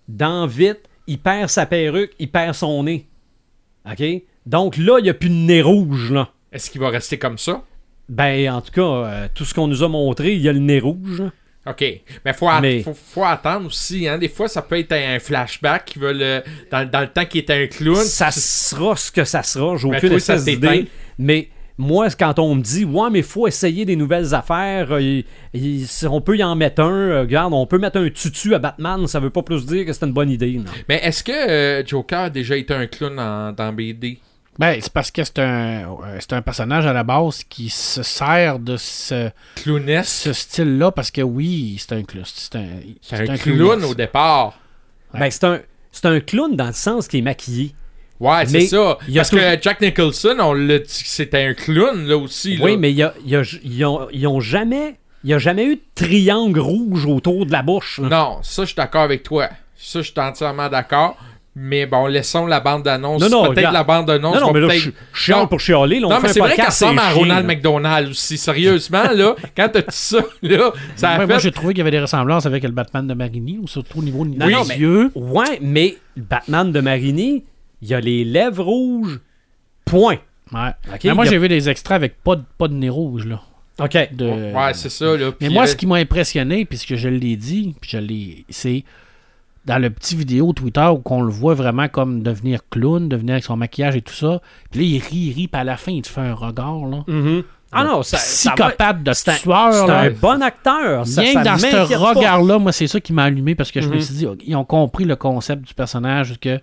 [SPEAKER 1] dans vite, il perd sa perruque, il perd son nez. OK? Donc là, il n'y a plus de nez rouge, là.
[SPEAKER 4] Est-ce qu'il va rester comme ça?
[SPEAKER 1] Ben, en tout cas, euh, tout ce qu'on nous a montré, il y a le nez rouge. là.
[SPEAKER 4] OK. Mais faut, at-
[SPEAKER 1] Mais-
[SPEAKER 4] faut, faut attendre aussi. Hein? Des fois, ça peut être un flashback qui veut le... dans, dans le temps qu'il était un clown.
[SPEAKER 1] Ça
[SPEAKER 4] Tu-
[SPEAKER 1] sera ce que ça sera. J'ai
[SPEAKER 4] Mais
[SPEAKER 1] aucune
[SPEAKER 4] Ben, toi, ça
[SPEAKER 1] espèce
[SPEAKER 4] t'éteint.
[SPEAKER 1] d'idée. Mais moi, quand on me dit, ouais, mais faut essayer des nouvelles affaires, euh, il- il- si on peut y en mettre un, euh, regarde, on peut mettre un tutu à Batman, ça veut pas plus dire que c'est une bonne idée. non.
[SPEAKER 4] Mais est-ce que euh, Joker a déjà été un clown en- dans BD?
[SPEAKER 3] Ben, c'est parce que c'est un, euh, c'est un personnage à la base qui se sert de ce,
[SPEAKER 4] Clownesse.
[SPEAKER 3] ce style-là parce que oui, c'est un clown. C'est un,
[SPEAKER 4] C'est un, clown au départ.
[SPEAKER 1] Ben, c'est un, c'est un clown dans le sens qu'il est maquillé.
[SPEAKER 4] Ouais,
[SPEAKER 1] Mais
[SPEAKER 4] c'est ça.
[SPEAKER 1] il y a
[SPEAKER 4] Parce que Jack Nicholson, on l'a dit que c'était un clown, là aussi. là.
[SPEAKER 1] Oui, mais il y a- il y a- ils ont, ils ont jamais. Il n'y a jamais eu de triangle rouge autour de la bouche. là.
[SPEAKER 4] Non, ça, je suis d'accord avec toi. Ça, je suis entièrement d'accord. Mais bon, laissons la bande-annonce.
[SPEAKER 1] Non, non,
[SPEAKER 4] Peut-être
[SPEAKER 1] regarde.
[SPEAKER 4] la bande-annonce.
[SPEAKER 1] Non, non,
[SPEAKER 4] va
[SPEAKER 1] mais là,
[SPEAKER 4] peut-être-
[SPEAKER 1] je je chiale
[SPEAKER 4] Non.
[SPEAKER 1] pour chialer. Là, on
[SPEAKER 4] Non,
[SPEAKER 1] fait
[SPEAKER 4] mais
[SPEAKER 1] un
[SPEAKER 4] c'est vrai
[SPEAKER 1] podcast,
[SPEAKER 4] qu'elle ressemble
[SPEAKER 1] c'est
[SPEAKER 4] à
[SPEAKER 1] chiant,
[SPEAKER 4] Ronald
[SPEAKER 1] là.
[SPEAKER 4] McDonald aussi. Sérieusement, là, <laughs> quand t'as dit ça, là, ça a
[SPEAKER 3] Ouais,
[SPEAKER 4] fait...
[SPEAKER 3] Moi, j'ai trouvé qu'il y avait des ressemblances avec le Batman de Marini, ou surtout au niveau des
[SPEAKER 1] Non, non, mais-
[SPEAKER 3] yeux.
[SPEAKER 1] Ouais, mais le Batman de Marini, il a les lèvres rouges. Point.
[SPEAKER 3] Ouais.
[SPEAKER 1] Ok,
[SPEAKER 3] Mais moi,
[SPEAKER 1] il y a-
[SPEAKER 3] j'ai vu des extraits avec pas de, pas de nez rouge, là.
[SPEAKER 1] OK.
[SPEAKER 3] De...
[SPEAKER 4] Ouais, c'est ça, là.
[SPEAKER 3] Mais
[SPEAKER 4] Puis,
[SPEAKER 3] moi,
[SPEAKER 4] euh,
[SPEAKER 3] ce qui m'a impressionné, puisque je l'ai dit, puis je l'ai, c'est dans le petit vidéo Twitter où qu'on le voit vraiment comme devenir clown, devenir avec son maquillage et tout ça. Puis là, il rit, il rit, puis à la fin, il te fait un regard, là.
[SPEAKER 4] Mm-hmm.
[SPEAKER 1] Mhm. Ah non, ça, ça va-
[SPEAKER 3] Psychopathe de
[SPEAKER 1] C'est un,
[SPEAKER 3] tueur,
[SPEAKER 1] c'est
[SPEAKER 3] là.
[SPEAKER 1] un bon acteur. Ça,
[SPEAKER 3] Rien
[SPEAKER 1] ça
[SPEAKER 3] que dans
[SPEAKER 1] m'inquiète
[SPEAKER 3] ce
[SPEAKER 1] pas.
[SPEAKER 3] regard-là, moi, c'est ça qui m'a allumé parce que je me
[SPEAKER 1] Mhm.
[SPEAKER 3] suis dit, ok, ils ont compris le concept du personnage que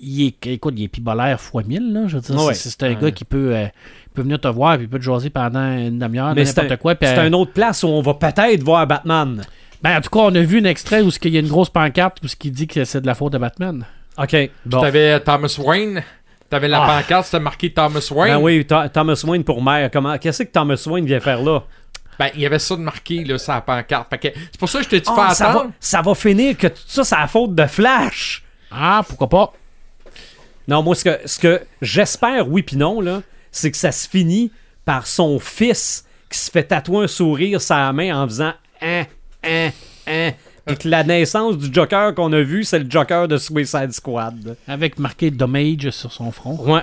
[SPEAKER 3] il est, écoute, il est pibolaire fois mille, là. Je veux dire,
[SPEAKER 1] Ouais.
[SPEAKER 3] c'est, c'est un gars qui peut, euh, peut venir te voir puis il peut te jaser pendant une demi-heure, de
[SPEAKER 1] Mais c'est
[SPEAKER 3] n'importe
[SPEAKER 1] un,
[SPEAKER 3] quoi. puis,
[SPEAKER 1] c'est
[SPEAKER 3] euh,
[SPEAKER 1] une autre place où on va peut-être voir Batman.
[SPEAKER 3] ben, en tout cas, on a vu un extrait où il y a une grosse pancarte où ce qui dit que c'est de la faute de Batman.
[SPEAKER 1] OK. Bon.
[SPEAKER 4] T'avais euh, Thomas Wayne. T'avais la
[SPEAKER 1] Ah.
[SPEAKER 4] pancarte, c'était marqué Thomas Wayne.
[SPEAKER 1] Ben oui, Tho- Thomas Wayne pour maire. Comment... Qu'est-ce que Thomas Wayne vient faire là?
[SPEAKER 4] Ben, il y avait ça de marqué, là, sur la pancarte. Fait que c'est pour ça que je te dis,
[SPEAKER 1] Ah,
[SPEAKER 4] fais
[SPEAKER 1] ça,
[SPEAKER 4] attendre.
[SPEAKER 1] va, ça va finir que tout ça, c'est la faute de Flash.
[SPEAKER 3] Ah, pourquoi pas?
[SPEAKER 1] Non, moi, ce que, ce que j'espère, oui puis non, là, c'est que ça se finit par son fils qui se fait tatouer un sourire sur la main en faisant hein, hein, hein. Puis que la naissance du Joker qu'on a vu, c'est le Joker de Suicide Squad.
[SPEAKER 3] Avec marqué Dommage sur son front.
[SPEAKER 1] Ouais.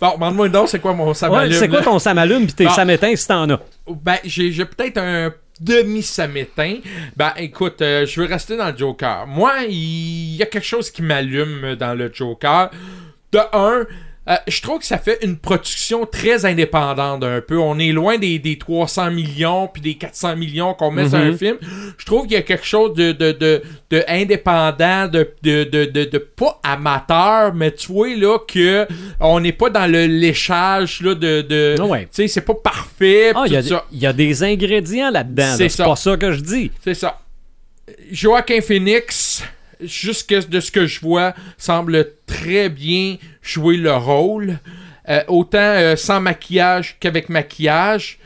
[SPEAKER 4] Bon, demande-moi donc, c'est quoi mon
[SPEAKER 1] Ouais,
[SPEAKER 4] samalume?
[SPEAKER 1] c'est quoi ton samalume pis tes
[SPEAKER 4] Ah.
[SPEAKER 1] samétins si t'en as?
[SPEAKER 4] Ben, j'ai j'ai peut-être un demi-samétain. Ben, écoute, euh, je veux rester dans le Joker. Moi, il y a quelque chose qui m'allume dans le Joker. De un, euh, je trouve que ça fait une production très indépendante un peu. On est loin des, des 300 millions puis des 400 millions qu'on met sur
[SPEAKER 1] Mhm.
[SPEAKER 4] un film. Je trouve qu'il y a quelque chose de, de, de, de indépendant, de, de, de, de, de pas amateur, mais tu vois là que on n'est pas dans le léchage là, de... de
[SPEAKER 1] Ah ouais.
[SPEAKER 4] Tu sais, c'est pas parfait.
[SPEAKER 1] Ah,
[SPEAKER 4] puis
[SPEAKER 1] il y, a
[SPEAKER 4] tout
[SPEAKER 1] des-
[SPEAKER 4] ça.
[SPEAKER 1] il y a des ingrédients là-dedans. là.
[SPEAKER 4] C'est
[SPEAKER 1] C'est
[SPEAKER 4] ça.
[SPEAKER 1] pas ça que je dis.
[SPEAKER 4] C'est ça. Joaquin Phoenix, jusque de ce que je vois, semble très bien jouer le rôle. Euh, autant euh, sans maquillage qu'avec maquillage.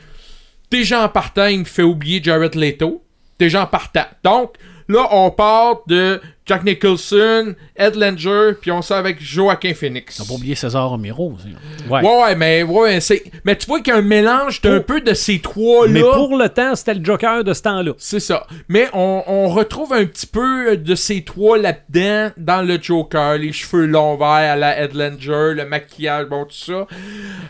[SPEAKER 4] Déjà en partant, il me fait oublier Jared Leto. Déjà en partant. Donc, là, on part de Jack Nicholson, Ed Langer, puis on sort avec Joaquin Phoenix.
[SPEAKER 1] Ah,
[SPEAKER 3] On pas oublier César Romero. aussi.
[SPEAKER 1] Ouais.
[SPEAKER 4] Ouais, ouais, mais, ouais, mais c'est... mais tu vois qu'il y a un mélange d'un peu de ces trois-là.
[SPEAKER 1] Mais pour le temps, c'était le Joker de ce temps-là.
[SPEAKER 4] C'est ça. Mais on, on retrouve un petit peu de ces trois là-dedans dans le Joker. Les cheveux longs verts à la Headlanger, le maquillage, bon, tout ça.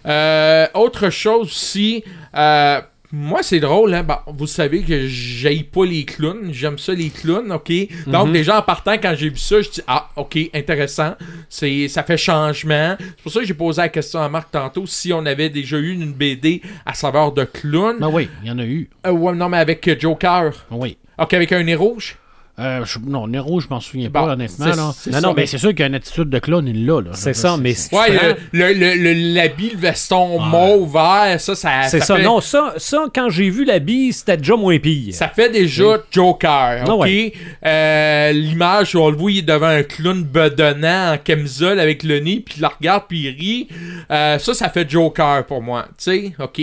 [SPEAKER 4] Euh, autre chose aussi, euh, moi c'est drôle, hein, ben, vous savez que j'aille pas les clowns, j'aime ça les clowns, ok. Donc déjà en partant quand j'ai vu ça, je dis ah ok intéressant, c'est ça fait changement. C'est pour ça que j'ai posé la question à Marc tantôt si on avait déjà eu une BD à saveur de clown.
[SPEAKER 3] Ben oui, il y en a eu.
[SPEAKER 4] Euh, ouais, non mais avec euh, Joker.
[SPEAKER 3] Ben oui.
[SPEAKER 4] Ok, avec un nez rouge.
[SPEAKER 3] Euh, je- non, Nez Rouge, je m'en souviens
[SPEAKER 4] Bon,
[SPEAKER 3] pas, honnêtement.
[SPEAKER 4] c'est-
[SPEAKER 3] Là.
[SPEAKER 4] c'est
[SPEAKER 3] non,
[SPEAKER 1] ça,
[SPEAKER 3] non, mais
[SPEAKER 1] mais-
[SPEAKER 3] c'est sûr qu'il y a une attitude de clown, il l'a. là.
[SPEAKER 1] Ah, C'est
[SPEAKER 3] Je veux
[SPEAKER 1] ça,
[SPEAKER 3] dire,
[SPEAKER 1] mais
[SPEAKER 3] c'est-
[SPEAKER 1] si tu
[SPEAKER 4] Ouais,
[SPEAKER 1] prends-
[SPEAKER 4] le- le, le, le- l'habit, le veston mauve, vert, ça, ça.
[SPEAKER 1] C'est ça.
[SPEAKER 4] fait-
[SPEAKER 1] Non, ça, ça, quand j'ai vu la bille, c'était déjà moins pire.
[SPEAKER 4] Ça fait déjà Joker, ok?
[SPEAKER 1] Ah ouais.
[SPEAKER 4] Euh, L'image, on le voit, il est devant un clown bedonnant en camisole avec le nez, puis il la regarde, puis il rit. Euh, ça, ça fait Joker pour moi, tu sais? Ok.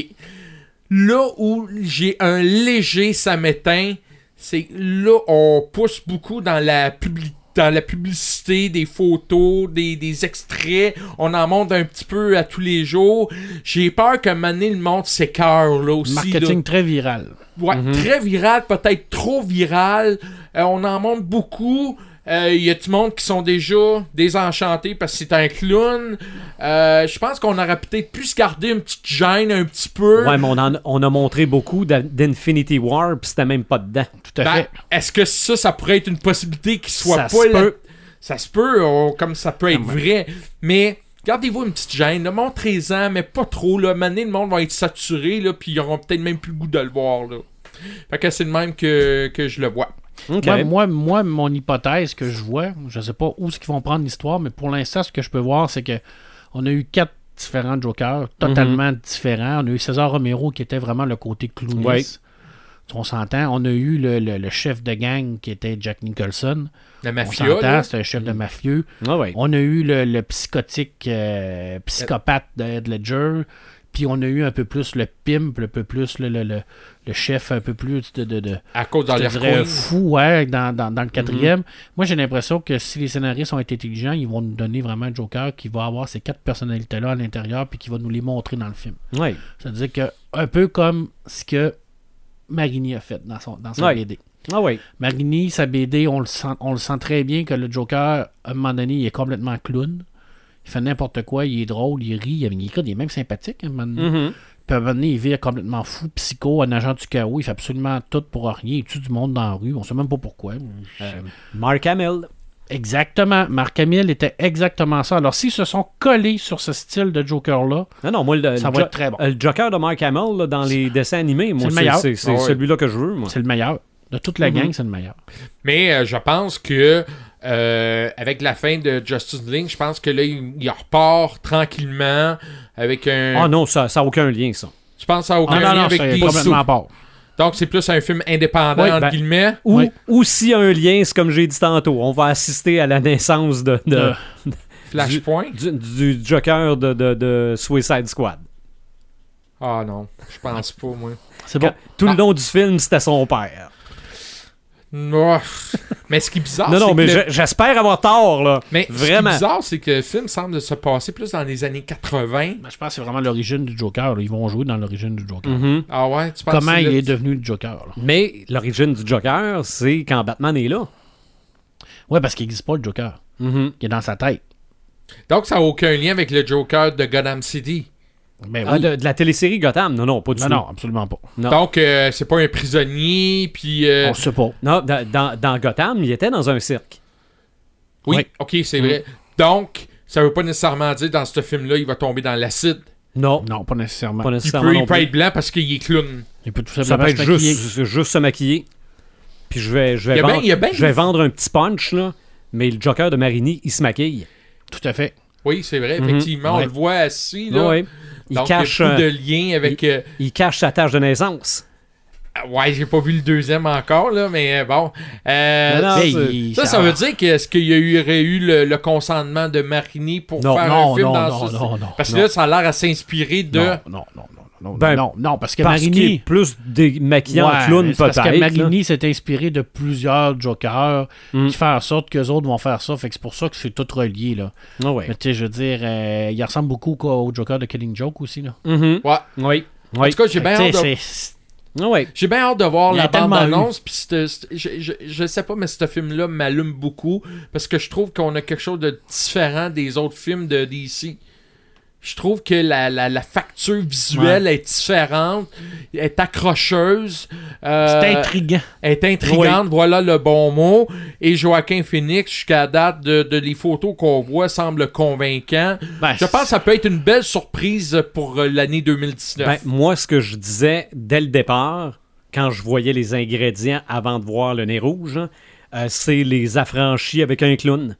[SPEAKER 4] Là où j'ai un léger samétain, c'est là on pousse beaucoup dans la publicité dans la publicité, des photos, des, des extraits, on en monte un petit peu à tous les jours. J'ai peur que Mané le monde s'écœure là aussi. là.
[SPEAKER 3] Marketing très viral.
[SPEAKER 4] Ouais,
[SPEAKER 1] Mhm.
[SPEAKER 4] très viral, peut-être trop viral. Euh, on en montre beaucoup. Euh, Il y a du monde qui sont déjà désenchantés parce que c'est un clown. Euh, je pense qu'on aurait peut-être pu se garder une petite gêne un petit peu.
[SPEAKER 1] Ouais, mais on, en- on a montré beaucoup d'A- d'Infinity War, puis c'était même pas dedans.
[SPEAKER 3] Tout à
[SPEAKER 4] Ben,
[SPEAKER 3] fait.
[SPEAKER 4] Est-ce que ça, ça pourrait être une possibilité qui soit
[SPEAKER 1] Ça
[SPEAKER 4] pas
[SPEAKER 1] se
[SPEAKER 4] là-
[SPEAKER 1] peut.
[SPEAKER 4] Ça se peut, on- comme ça peut être vrai. Mais gardez-vous une petite gêne, là, montrez-en, mais pas trop. Là. Mané, le monde va être saturé, là, puis ils auront peut-être même plus le goût de le voir. Là. Fait que c'est le même que, que je le vois.
[SPEAKER 1] OK.
[SPEAKER 3] Moi, moi, moi, mon hypothèse que je vois, je sais pas où ce qu'ils vont prendre l'histoire, mais pour l'instant, ce que je peux voir, c'est que On a eu quatre différents Jokers, totalement différents. On a eu César Romero qui était vraiment le côté clowniste.
[SPEAKER 1] Ouais.
[SPEAKER 3] On s'entend. On a eu le, le- le chef de gang qui était Jack Nicholson.
[SPEAKER 4] Le
[SPEAKER 3] On
[SPEAKER 4] mafia. là.
[SPEAKER 3] s'entend, c'est un chef de mafieux.
[SPEAKER 1] Ah ouais.
[SPEAKER 3] On a eu le, le psychotique euh, psychopathe de Head Ledger. Puis on a eu un peu plus le pimp, un peu plus le, le- le- le chef un peu plus de- de- de,
[SPEAKER 4] À cause dans
[SPEAKER 3] je te
[SPEAKER 4] l'air Mhm.
[SPEAKER 3] dirais,
[SPEAKER 4] Queen.
[SPEAKER 3] fou, ouais, dans, dans- dans le quatrième. Moi, j'ai l'impression que si les scénaristes ont été intelligents, ils vont nous donner vraiment un Joker qui va avoir ces quatre personnalités-là à l'intérieur puis qui va nous les montrer dans le film.
[SPEAKER 1] Ouais.
[SPEAKER 3] C'est-à-dire que, un peu comme ce que Marini a fait dans son, dans son
[SPEAKER 1] Ouais.
[SPEAKER 3] BD.
[SPEAKER 1] Ah ouais.
[SPEAKER 3] Marini, sa BD, on le, sent, on le sent très bien que le Joker, à un moment donné, il est complètement clown. Il fait n'importe quoi, il est drôle, il rit, il il- il est même sympathique hein, à un moment donné.
[SPEAKER 1] Mhm.
[SPEAKER 3] Puis à un moment donné, il vire complètement fou, psycho, un agent du chaos. Il fait absolument tout pour rien. Il tue du monde dans la rue. On sait même pas pourquoi. Euh,
[SPEAKER 1] Mark Hamill.
[SPEAKER 3] exactement. Marc Hamill était exactement ça. Alors, s'ils se sont collés sur ce style de Joker-là,
[SPEAKER 1] Non, non, moi, le,
[SPEAKER 3] Ça
[SPEAKER 1] le
[SPEAKER 3] va
[SPEAKER 1] Jo-
[SPEAKER 3] être très bon.
[SPEAKER 1] euh, le Joker de Mark Hamill là, dans les dessins animés, moi,
[SPEAKER 3] le
[SPEAKER 1] c'est
[SPEAKER 3] meilleur.
[SPEAKER 1] c'est- c'est
[SPEAKER 4] Ah ouais.
[SPEAKER 1] celui-là que je veux, moi.
[SPEAKER 3] c'est le meilleur. De toute la
[SPEAKER 1] Mhm.
[SPEAKER 3] gang, c'est le meilleur.
[SPEAKER 4] Mais euh, je pense que euh, avec la fin de Justice League, je pense que là, il, il repart tranquillement avec un.
[SPEAKER 1] Ah non, ça n'a aucun lien, ça.
[SPEAKER 4] Je pense à aucun
[SPEAKER 3] Ah, non,
[SPEAKER 4] lien
[SPEAKER 3] non,
[SPEAKER 4] avec
[SPEAKER 3] ça il est
[SPEAKER 4] des
[SPEAKER 3] complètement à part.
[SPEAKER 4] Donc c'est plus un film indépendant
[SPEAKER 1] Oui,
[SPEAKER 4] entre
[SPEAKER 1] ben-
[SPEAKER 4] guillemets.
[SPEAKER 1] Ou,
[SPEAKER 3] Oui.
[SPEAKER 1] ou s'il y a un lien, c'est comme j'ai dit tantôt, on va assister à la naissance de, de-
[SPEAKER 3] Euh.
[SPEAKER 4] Flashpoint.
[SPEAKER 1] du, du Joker de, de- de Suicide Squad.
[SPEAKER 4] Ah non, je pense pas moi.
[SPEAKER 3] C'est bon.
[SPEAKER 1] Quand- tout
[SPEAKER 4] Ah.
[SPEAKER 1] le long du film, c'était son père.
[SPEAKER 4] Ouf. mais ce qui est bizarre,
[SPEAKER 1] non,
[SPEAKER 4] Ah, c'est
[SPEAKER 1] non,
[SPEAKER 4] que
[SPEAKER 1] mais
[SPEAKER 4] le-
[SPEAKER 1] je- j'espère avoir tort, là.
[SPEAKER 4] mais ce qui
[SPEAKER 1] Vraiment.
[SPEAKER 4] est bizarre, c'est que le film semble se passer plus dans les années 80.
[SPEAKER 3] Ben, Je pense que c'est vraiment l'origine du Joker. là. Ils vont jouer dans l'origine du Joker.
[SPEAKER 1] Mhm.
[SPEAKER 4] Ah ouais, tu penses
[SPEAKER 3] Comment
[SPEAKER 4] que c'est
[SPEAKER 3] il
[SPEAKER 4] le-
[SPEAKER 3] est devenu le Joker. là.
[SPEAKER 1] Mais l'origine du Joker, c'est quand Batman est là.
[SPEAKER 3] Ouais, parce qu'il n'existe pas le Joker.
[SPEAKER 1] Mhm.
[SPEAKER 3] Il est dans sa tête.
[SPEAKER 4] Donc ça n'a aucun lien avec le Joker de Gotham City.
[SPEAKER 3] Ben
[SPEAKER 1] Ah,
[SPEAKER 3] oui.
[SPEAKER 1] de, de la télésérie Gotham. Non, non, pas du
[SPEAKER 3] Non,
[SPEAKER 1] tout.
[SPEAKER 3] non, absolument pas.
[SPEAKER 1] Non.
[SPEAKER 4] Donc euh, c'est pas un prisonnier puis euh,
[SPEAKER 3] On sait pas.
[SPEAKER 1] Non, dans, dans- dans Gotham, il était dans un cirque.
[SPEAKER 4] Oui,
[SPEAKER 3] Oui.
[SPEAKER 4] ok, c'est vrai. Donc, ça veut pas nécessairement dire dans ce film-là, il va tomber dans l'acide.
[SPEAKER 1] Non,
[SPEAKER 3] Non, pas nécessairement.
[SPEAKER 1] pas
[SPEAKER 4] Il
[SPEAKER 1] nécessairement.
[SPEAKER 4] peut,
[SPEAKER 1] non
[SPEAKER 4] il peut
[SPEAKER 1] plus.
[SPEAKER 4] être blanc parce qu'il est clown.
[SPEAKER 3] Il peut tout
[SPEAKER 1] Ça
[SPEAKER 3] simplement
[SPEAKER 1] peut être
[SPEAKER 3] se maquiller.
[SPEAKER 1] juste, juste se maquiller. Puis je vais, je
[SPEAKER 4] Il
[SPEAKER 1] vais,
[SPEAKER 4] y a
[SPEAKER 1] vendre,
[SPEAKER 4] ben- il y a ben-
[SPEAKER 1] je vais vendre un petit punch, là. Mais le Joker de Marini, il se maquille.
[SPEAKER 3] Tout à fait.
[SPEAKER 4] Oui, c'est vrai, effectivement. On
[SPEAKER 3] Ouais.
[SPEAKER 4] le voit assis, là.
[SPEAKER 1] Ouais. Il,
[SPEAKER 4] Donc,
[SPEAKER 1] cache,
[SPEAKER 4] il y a plus
[SPEAKER 1] euh,
[SPEAKER 4] de lien avec... euh,
[SPEAKER 1] il cache sa tâche de naissance.
[SPEAKER 4] ah, Ouais, j'ai pas vu le deuxième encore, là, mais euh, bon. Euh,
[SPEAKER 1] Non, non,
[SPEAKER 4] ça-
[SPEAKER 1] c'est-
[SPEAKER 3] il-
[SPEAKER 4] ça, ça veut dire que est-ce qu'il y a eu, aurait eu le, le consentement de Marini pour
[SPEAKER 1] Non,
[SPEAKER 4] faire
[SPEAKER 3] non,
[SPEAKER 4] un film
[SPEAKER 3] non,
[SPEAKER 4] dans
[SPEAKER 3] non,
[SPEAKER 4] ce...
[SPEAKER 3] non, non,
[SPEAKER 4] parce que
[SPEAKER 3] non.
[SPEAKER 4] là, ça a l'air à s'inspirer de...
[SPEAKER 3] Non, non, non, non, non,
[SPEAKER 1] Ben,
[SPEAKER 3] non, non, parce que
[SPEAKER 1] Parce qu'il est
[SPEAKER 3] Marini...
[SPEAKER 1] plus démaquillé en
[SPEAKER 3] Ouais,
[SPEAKER 1] clown,
[SPEAKER 3] c'est parce que
[SPEAKER 1] peut-être, là. Mm.
[SPEAKER 3] Marini s'est inspiré de plusieurs Jokers qui font en sorte qu'eux autres vont faire ça. Fait que c'est pour ça que c'est tout relié, là.
[SPEAKER 1] Ah ouais.
[SPEAKER 3] Mais tu sais, je veux dire, euh, il ressemble beaucoup quoi, au Joker de Killing Joke aussi, là.
[SPEAKER 1] Mhm.
[SPEAKER 4] Ouais.
[SPEAKER 1] Oui.
[SPEAKER 4] Mm-hmm. En
[SPEAKER 1] Oui.
[SPEAKER 4] tout cas, j'ai bien
[SPEAKER 3] Fait
[SPEAKER 4] hâte
[SPEAKER 3] que,
[SPEAKER 4] de...
[SPEAKER 3] Ben, tu sais, c'est-
[SPEAKER 1] Ah ouais.
[SPEAKER 4] J'ai bien hâte de voir
[SPEAKER 3] Il y
[SPEAKER 4] la
[SPEAKER 3] a tellement
[SPEAKER 4] bande-annonce. Puis c'te- c'te- je, je, je sais pas, mais ce film-là m'allume beaucoup parce que je trouve qu'on a quelque chose de différent des autres films de DC. Je trouve que la, la, la facture visuelle est différente, est accrocheuse, euh,
[SPEAKER 3] c'est intriguant.
[SPEAKER 4] est intrigante, voilà le bon mot. Et Joaquin Phoenix, jusqu'à date de, de les photos qu'on voit, semble convaincant.
[SPEAKER 3] Ben,
[SPEAKER 4] Je pense que ça peut être une belle surprise pour euh, l'année 2019.
[SPEAKER 1] Ben, moi, ce que je disais dès le départ, quand je voyais les ingrédients avant de voir le nez rouge, hein, euh, c'est les affranchis avec un clown.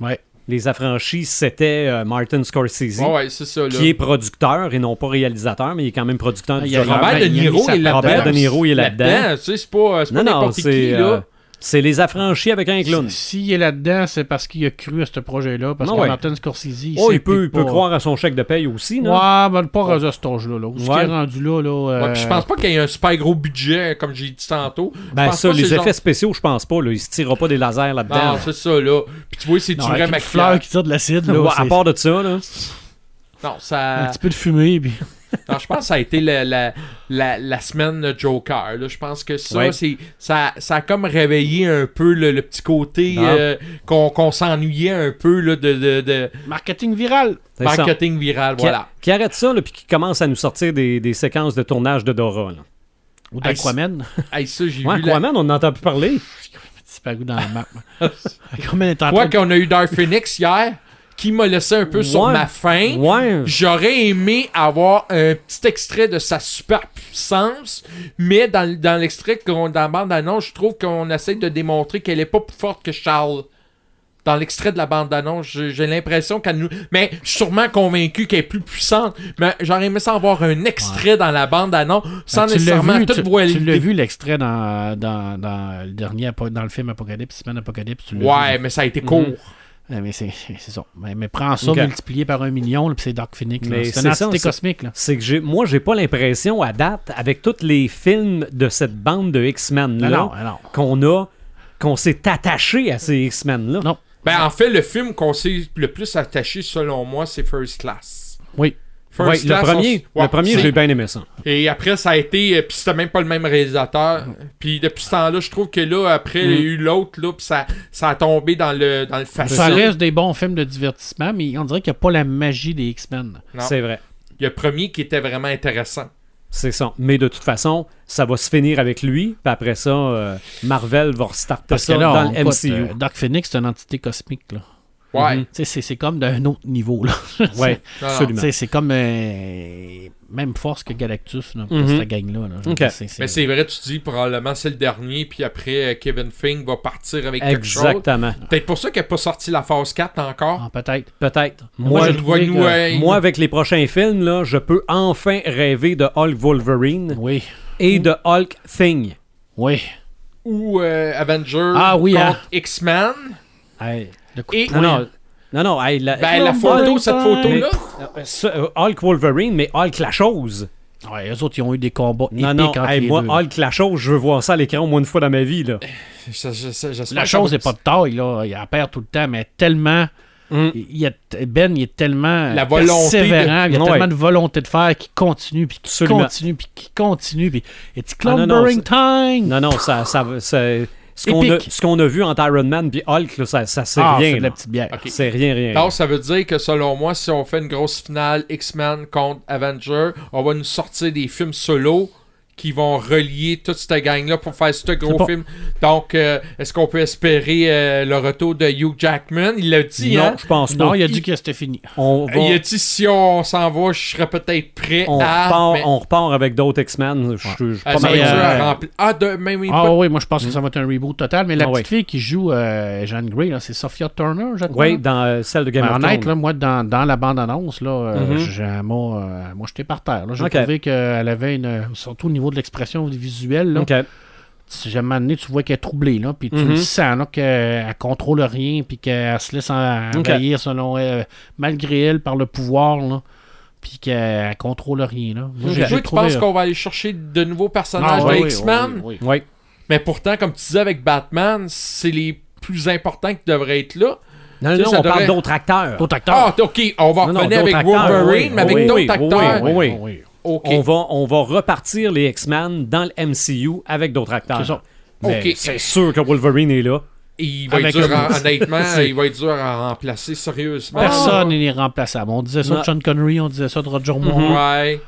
[SPEAKER 3] Ouais.
[SPEAKER 1] Les affranchis, c'était euh, Martin Scorsese,
[SPEAKER 4] Ouais, ouais, c'est ça. Là.
[SPEAKER 1] qui est producteur et non pas réalisateur, mais il est quand même producteur du
[SPEAKER 3] Il y a
[SPEAKER 1] Joker.
[SPEAKER 4] Robert
[SPEAKER 3] Il
[SPEAKER 4] De
[SPEAKER 3] y a mis
[SPEAKER 4] Niro
[SPEAKER 3] sa-
[SPEAKER 4] est là-dedans.
[SPEAKER 1] Robert De Niro est là-dedans.
[SPEAKER 4] tu sais, C'est pas, c'est pas
[SPEAKER 1] Non, non,
[SPEAKER 4] n'importe qui,
[SPEAKER 1] c'est
[SPEAKER 4] là.
[SPEAKER 1] euh, c'est les affranchis avec un clown.
[SPEAKER 3] S'il est là-dedans, c'est parce qu'il a cru à ce projet-là, parce
[SPEAKER 1] Non,
[SPEAKER 3] que
[SPEAKER 1] ouais.
[SPEAKER 3] Martin Scorsese... il
[SPEAKER 1] Oh, il
[SPEAKER 3] s'implique
[SPEAKER 1] peut, il peut
[SPEAKER 3] pas.
[SPEAKER 1] croire à son chèque de paye aussi, non?
[SPEAKER 3] Ouais, ben, pas rendu à cet âge-là, là. Où ce
[SPEAKER 1] Ouais.
[SPEAKER 3] qu'il est rendu là, là...
[SPEAKER 4] Ouais,
[SPEAKER 3] euh,
[SPEAKER 4] puis je pense pas qu'il y ait un super gros budget, comme j'ai dit tantôt. Je
[SPEAKER 1] Ben
[SPEAKER 4] pense
[SPEAKER 1] ça,
[SPEAKER 4] pas que
[SPEAKER 1] les
[SPEAKER 4] c'est
[SPEAKER 1] effets
[SPEAKER 4] genre-
[SPEAKER 1] spéciaux, je pense pas. Là. Il se tirera pas des lasers là-dedans.
[SPEAKER 4] Non, c'est ça, là. Puis tu vois, c'est du
[SPEAKER 3] Non, avec
[SPEAKER 4] vrai
[SPEAKER 3] une fleur
[SPEAKER 4] maquillage.
[SPEAKER 3] qui tire de l'acide, <laughs>
[SPEAKER 4] <laughs>
[SPEAKER 3] là.
[SPEAKER 1] Ouais, à
[SPEAKER 3] c'est-
[SPEAKER 1] part de ça, là.
[SPEAKER 4] Non,
[SPEAKER 3] Un
[SPEAKER 4] ça...
[SPEAKER 3] petit peu de fumée, puis...
[SPEAKER 4] non, je pense que ça a été la, la, la, la semaine Joker. Là. Je pense que ça,
[SPEAKER 1] Ouais.
[SPEAKER 4] c'est, ça, ça a comme réveillé un peu le, le petit côté
[SPEAKER 1] Non.
[SPEAKER 4] euh, qu'on, qu'on s'ennuyait un peu là, de, de, de
[SPEAKER 3] <laughs> Marketing viral.
[SPEAKER 1] C'est ça.
[SPEAKER 4] marketing viral.
[SPEAKER 1] Qui,
[SPEAKER 4] Voilà.
[SPEAKER 1] qui arrête ça, là, puis qui commence à nous sortir des, des séquences de tournage de Dora. Là.
[SPEAKER 3] Ou
[SPEAKER 4] Hey,
[SPEAKER 3] d'Aquaman.
[SPEAKER 4] Hey, ça, j'ai
[SPEAKER 1] Ouais,
[SPEAKER 4] vu la-
[SPEAKER 1] Aquaman, on n'entend plus parler.
[SPEAKER 3] Disparu dans la map. Aquaman est en
[SPEAKER 4] Quoi
[SPEAKER 3] train
[SPEAKER 4] qu'on a eu Dark Phoenix hier, qui m'a laissé un peu sur
[SPEAKER 1] Ouais.
[SPEAKER 4] ma faim.
[SPEAKER 1] Ouais.
[SPEAKER 4] J'aurais aimé avoir un petit extrait de sa super puissance, mais dans, dans l'extrait qu'on dans la bande annonce, je trouve qu'on essaie de démontrer qu'elle est pas plus forte que Charles. dans l'extrait de la bande-annonce, j'ai j'ai l'impression qu'elle nous. Mais je suis sûrement convaincu qu'elle est plus puissante. Mais j'aurais aimé ça en voir un extrait dans la bande-annonce sans
[SPEAKER 3] Ah, Ben, Tu l'as
[SPEAKER 4] nécessairement
[SPEAKER 3] vu,
[SPEAKER 4] tout
[SPEAKER 3] tu-
[SPEAKER 4] voiler.
[SPEAKER 3] Tu l'as vu l'extrait dans, dans, dans le dernier apo- dans le film Apocalypse, Semaine Apocalypse. tu l'as
[SPEAKER 4] Ouais,
[SPEAKER 3] vu.
[SPEAKER 4] mais ça a été court.
[SPEAKER 3] Ouais, mais c'est c'est ça. Mais, mais prends ça
[SPEAKER 1] Ok.
[SPEAKER 3] multiplié par un million, là, puis c'est Dark Phoenix. là.
[SPEAKER 1] Mais
[SPEAKER 3] C'est
[SPEAKER 1] c'est
[SPEAKER 3] une
[SPEAKER 1] ça,
[SPEAKER 3] entité
[SPEAKER 1] c'est-
[SPEAKER 3] cosmique. Là.
[SPEAKER 1] C'est que j'ai, moi, j'ai pas l'impression à date, avec tous les films de cette bande de X-Men là,
[SPEAKER 3] Non, non, non.
[SPEAKER 1] qu'on a, qu'on s'est attaché à ces X-Men là.
[SPEAKER 3] Non.
[SPEAKER 4] Ben, en fait, le film qu'on s'est le plus attaché, selon moi, c'est First Class.
[SPEAKER 3] Oui.
[SPEAKER 4] First
[SPEAKER 1] Ouais, le
[SPEAKER 4] Class,
[SPEAKER 1] premier,
[SPEAKER 4] on s- ouais,
[SPEAKER 1] le premier,
[SPEAKER 4] c'est-
[SPEAKER 1] j'ai bien aimé ça.
[SPEAKER 4] Et après, ça a été. euh, Puis c'était même pas le même réalisateur. Puis depuis ce temps-là, je trouve que là, après, il y a eu l'autre, là, puis ça, ça a tombé dans le, dans le facile.
[SPEAKER 3] Ça reste des bons films de divertissement, mais on dirait qu'il n'y a pas la magie des X-Men.
[SPEAKER 4] Non.
[SPEAKER 1] C'est vrai.
[SPEAKER 4] Il y a le premier qui était vraiment intéressant.
[SPEAKER 1] C'est ça. Mais de toute façon, ça va se finir avec lui. Puis après ça, euh, Marvel va restarter
[SPEAKER 3] Parce que
[SPEAKER 1] ça
[SPEAKER 3] là,
[SPEAKER 1] dans
[SPEAKER 3] on-
[SPEAKER 1] le
[SPEAKER 3] écoute,
[SPEAKER 1] MCU.
[SPEAKER 3] euh, Dark Phoenix, c'est une entité cosmique. Là. Mhm.
[SPEAKER 4] Ouais.
[SPEAKER 3] Tu sais, C'est c'est comme d'un autre niveau. Là.
[SPEAKER 1] ouais,
[SPEAKER 3] <laughs>
[SPEAKER 4] Non, non.
[SPEAKER 3] Tu
[SPEAKER 1] absolument.
[SPEAKER 3] sais, C'est comme euh, même force que Galactus, là, pour
[SPEAKER 1] Mhm.
[SPEAKER 3] cette gang-là. là. Je veux
[SPEAKER 1] Ok.
[SPEAKER 3] dire, c'est- c'est-
[SPEAKER 4] Mais c'est vrai, tu dis probablement c'est le dernier, puis après, euh, Kevin Fink va partir avec quelque chose.
[SPEAKER 1] Exactement.
[SPEAKER 4] Peut-être pour ça qu'il n'a pas sorti la phase 4 encore.
[SPEAKER 3] Ah, Peut-être.
[SPEAKER 1] Peut-être.
[SPEAKER 4] Moi,
[SPEAKER 1] Moi,
[SPEAKER 4] je
[SPEAKER 1] je-
[SPEAKER 4] le vois
[SPEAKER 3] trouvé
[SPEAKER 4] nous.
[SPEAKER 3] que-
[SPEAKER 4] euh,
[SPEAKER 1] moi, avec les prochains films, là, je peux enfin rêver de Hulk Wolverine
[SPEAKER 3] Oui.
[SPEAKER 1] et de Hulk Thing.
[SPEAKER 3] Oui.
[SPEAKER 4] ou euh, Avengers
[SPEAKER 3] Ah oui,
[SPEAKER 4] contre
[SPEAKER 3] hein.
[SPEAKER 4] X-Men.
[SPEAKER 3] Hey, le coup de
[SPEAKER 4] Et
[SPEAKER 1] Non,
[SPEAKER 3] poing.
[SPEAKER 1] non. Non, non, hey, la,
[SPEAKER 4] Ben, la photo, cette photo-là.
[SPEAKER 1] Euh, ça, euh, Hulk Wolverine, mais Hulk la chose.
[SPEAKER 3] Ouais, eux autres, ils ont eu des combats
[SPEAKER 1] Non,
[SPEAKER 3] épiques
[SPEAKER 1] non,
[SPEAKER 3] entre
[SPEAKER 1] hey,
[SPEAKER 3] les
[SPEAKER 1] moi, ah,
[SPEAKER 3] deux.
[SPEAKER 1] Hulk la chose, je veux voir ça à l'écran au moins une fois dans ma vie. Là.
[SPEAKER 4] Je- je- je- j'espère
[SPEAKER 3] La
[SPEAKER 4] que
[SPEAKER 3] chose
[SPEAKER 4] ça
[SPEAKER 3] n'est pas
[SPEAKER 4] va-
[SPEAKER 3] de taille, là. Il en perd tout le temps, mais tellement.
[SPEAKER 1] Mm.
[SPEAKER 3] Il y a t- ben, il est tellement
[SPEAKER 4] La
[SPEAKER 3] euh,
[SPEAKER 4] volonté
[SPEAKER 3] persévérant,
[SPEAKER 1] de-
[SPEAKER 3] il y a
[SPEAKER 1] Ouais.
[SPEAKER 3] tellement de volonté de faire qu'il continue, puis qu'il
[SPEAKER 1] Absolument.
[SPEAKER 3] continue, puis qu'il continue, puis it's
[SPEAKER 1] Ah, non,
[SPEAKER 3] clumbering
[SPEAKER 1] non,
[SPEAKER 3] time!
[SPEAKER 1] Non, non, ça, ça, ça- ce qu'on a,
[SPEAKER 3] Épique.
[SPEAKER 1] ce qu'on a vu entre Iron Man puis Hulk, là, ça, ça c'est
[SPEAKER 3] Ah,
[SPEAKER 1] rien.
[SPEAKER 3] c'est de la
[SPEAKER 1] là.
[SPEAKER 3] petite bière.
[SPEAKER 4] Ok.
[SPEAKER 1] C'est rien, rien.
[SPEAKER 4] Donc, ça veut dire que selon moi, si on fait une grosse finale X-Men contre Avengers, on va nous sortir des films solo qui vont relier toute cette gang-là pour faire ce gros
[SPEAKER 1] pas-
[SPEAKER 4] film. Donc, euh, est-ce qu'on peut espérer euh, le retour de Hugh Jackman? Il l'a dit,
[SPEAKER 1] non,
[SPEAKER 4] hein? Euh,
[SPEAKER 1] je pense pas.
[SPEAKER 3] Non, il a dit que c'était fini.
[SPEAKER 1] On, va-
[SPEAKER 4] Il a dit si on s'en va, je serais peut-être prêt
[SPEAKER 1] on
[SPEAKER 4] à...
[SPEAKER 1] repart,
[SPEAKER 4] Ah, mais-
[SPEAKER 1] on repart avec d'autres X-Men. Je je- je suis
[SPEAKER 4] Ah,
[SPEAKER 1] pas
[SPEAKER 4] ça
[SPEAKER 1] mal
[SPEAKER 4] va être
[SPEAKER 1] sûr.
[SPEAKER 4] dur
[SPEAKER 3] euh,
[SPEAKER 4] à remplir. Ah, de, même il
[SPEAKER 3] Ah oui, moi je pense que ça va être un reboot total, mais la
[SPEAKER 1] Hmm. Ah
[SPEAKER 3] petite
[SPEAKER 1] oui.
[SPEAKER 3] fille qui joue euh, Jeanne Grey, là, c'est Sophia Turner, je crois.
[SPEAKER 1] Oui, dans euh, celle de Game
[SPEAKER 3] Ben,
[SPEAKER 1] of
[SPEAKER 3] honnête,
[SPEAKER 1] Thrones.
[SPEAKER 3] là, moi, dans, dans la bande-annonce, là, euh,
[SPEAKER 1] Mhm.
[SPEAKER 3] j'ai un mot, euh, moi, j'étais par terre. là. J'ai
[SPEAKER 1] Ok.
[SPEAKER 3] trouvé qu'elle avait une. Surtout au niveau de l'expression visuelle, là,
[SPEAKER 1] Ok.
[SPEAKER 3] si jamais à un moment donné, tu vois qu'elle est troublée, là, puis tu
[SPEAKER 1] Mhm.
[SPEAKER 3] le sens, là, qu'elle elle contrôle rien, puis qu'elle se laisse en-
[SPEAKER 1] Ok.
[SPEAKER 3] envahir, selon elle, malgré elle, par le pouvoir, là, puis qu'elle elle contrôle rien, là. Moi, j'ai-
[SPEAKER 4] Toi,
[SPEAKER 3] j'ai
[SPEAKER 4] tu
[SPEAKER 3] trouvé,
[SPEAKER 4] penses
[SPEAKER 3] euh,
[SPEAKER 4] qu'on va aller chercher de nouveaux personnages
[SPEAKER 3] ah,
[SPEAKER 4] de
[SPEAKER 3] oui,
[SPEAKER 4] X-Men?
[SPEAKER 3] oui, oui, oui.
[SPEAKER 1] Oui.
[SPEAKER 4] Mais pourtant, comme tu disais avec Batman, c'est les plus importants qui devraient être là.
[SPEAKER 1] Non, non,
[SPEAKER 4] Ça,
[SPEAKER 1] non,
[SPEAKER 4] ça
[SPEAKER 1] on parle
[SPEAKER 4] devrait-
[SPEAKER 1] d'autres acteurs.
[SPEAKER 3] D'autres acteurs.
[SPEAKER 4] Ah, ok, on va
[SPEAKER 1] Non, non,
[SPEAKER 4] revenir
[SPEAKER 1] d'autres
[SPEAKER 4] avec
[SPEAKER 1] acteurs,
[SPEAKER 4] Wolverine,
[SPEAKER 1] oui,
[SPEAKER 4] mais avec
[SPEAKER 1] oui,
[SPEAKER 4] d'autres
[SPEAKER 1] oui,
[SPEAKER 4] acteurs.
[SPEAKER 1] Ah, oui, oui.
[SPEAKER 4] Ok.
[SPEAKER 1] On, va, on va repartir les X-Men dans le MCU avec d'autres acteurs.
[SPEAKER 3] C'est ça.
[SPEAKER 1] Mais
[SPEAKER 4] Ok.
[SPEAKER 1] c'est sûr que Wolverine est là.
[SPEAKER 4] Et il va
[SPEAKER 3] Avec
[SPEAKER 4] être dur,
[SPEAKER 3] le-
[SPEAKER 1] <laughs>
[SPEAKER 4] à- honnêtement, il va être dur à remplacer sérieusement.
[SPEAKER 3] Personne n'est remplaçable. On disait ça
[SPEAKER 1] Non.
[SPEAKER 3] de Sean Connery, on disait ça de Roger Moore.
[SPEAKER 1] Mm-hmm.
[SPEAKER 4] Ouais.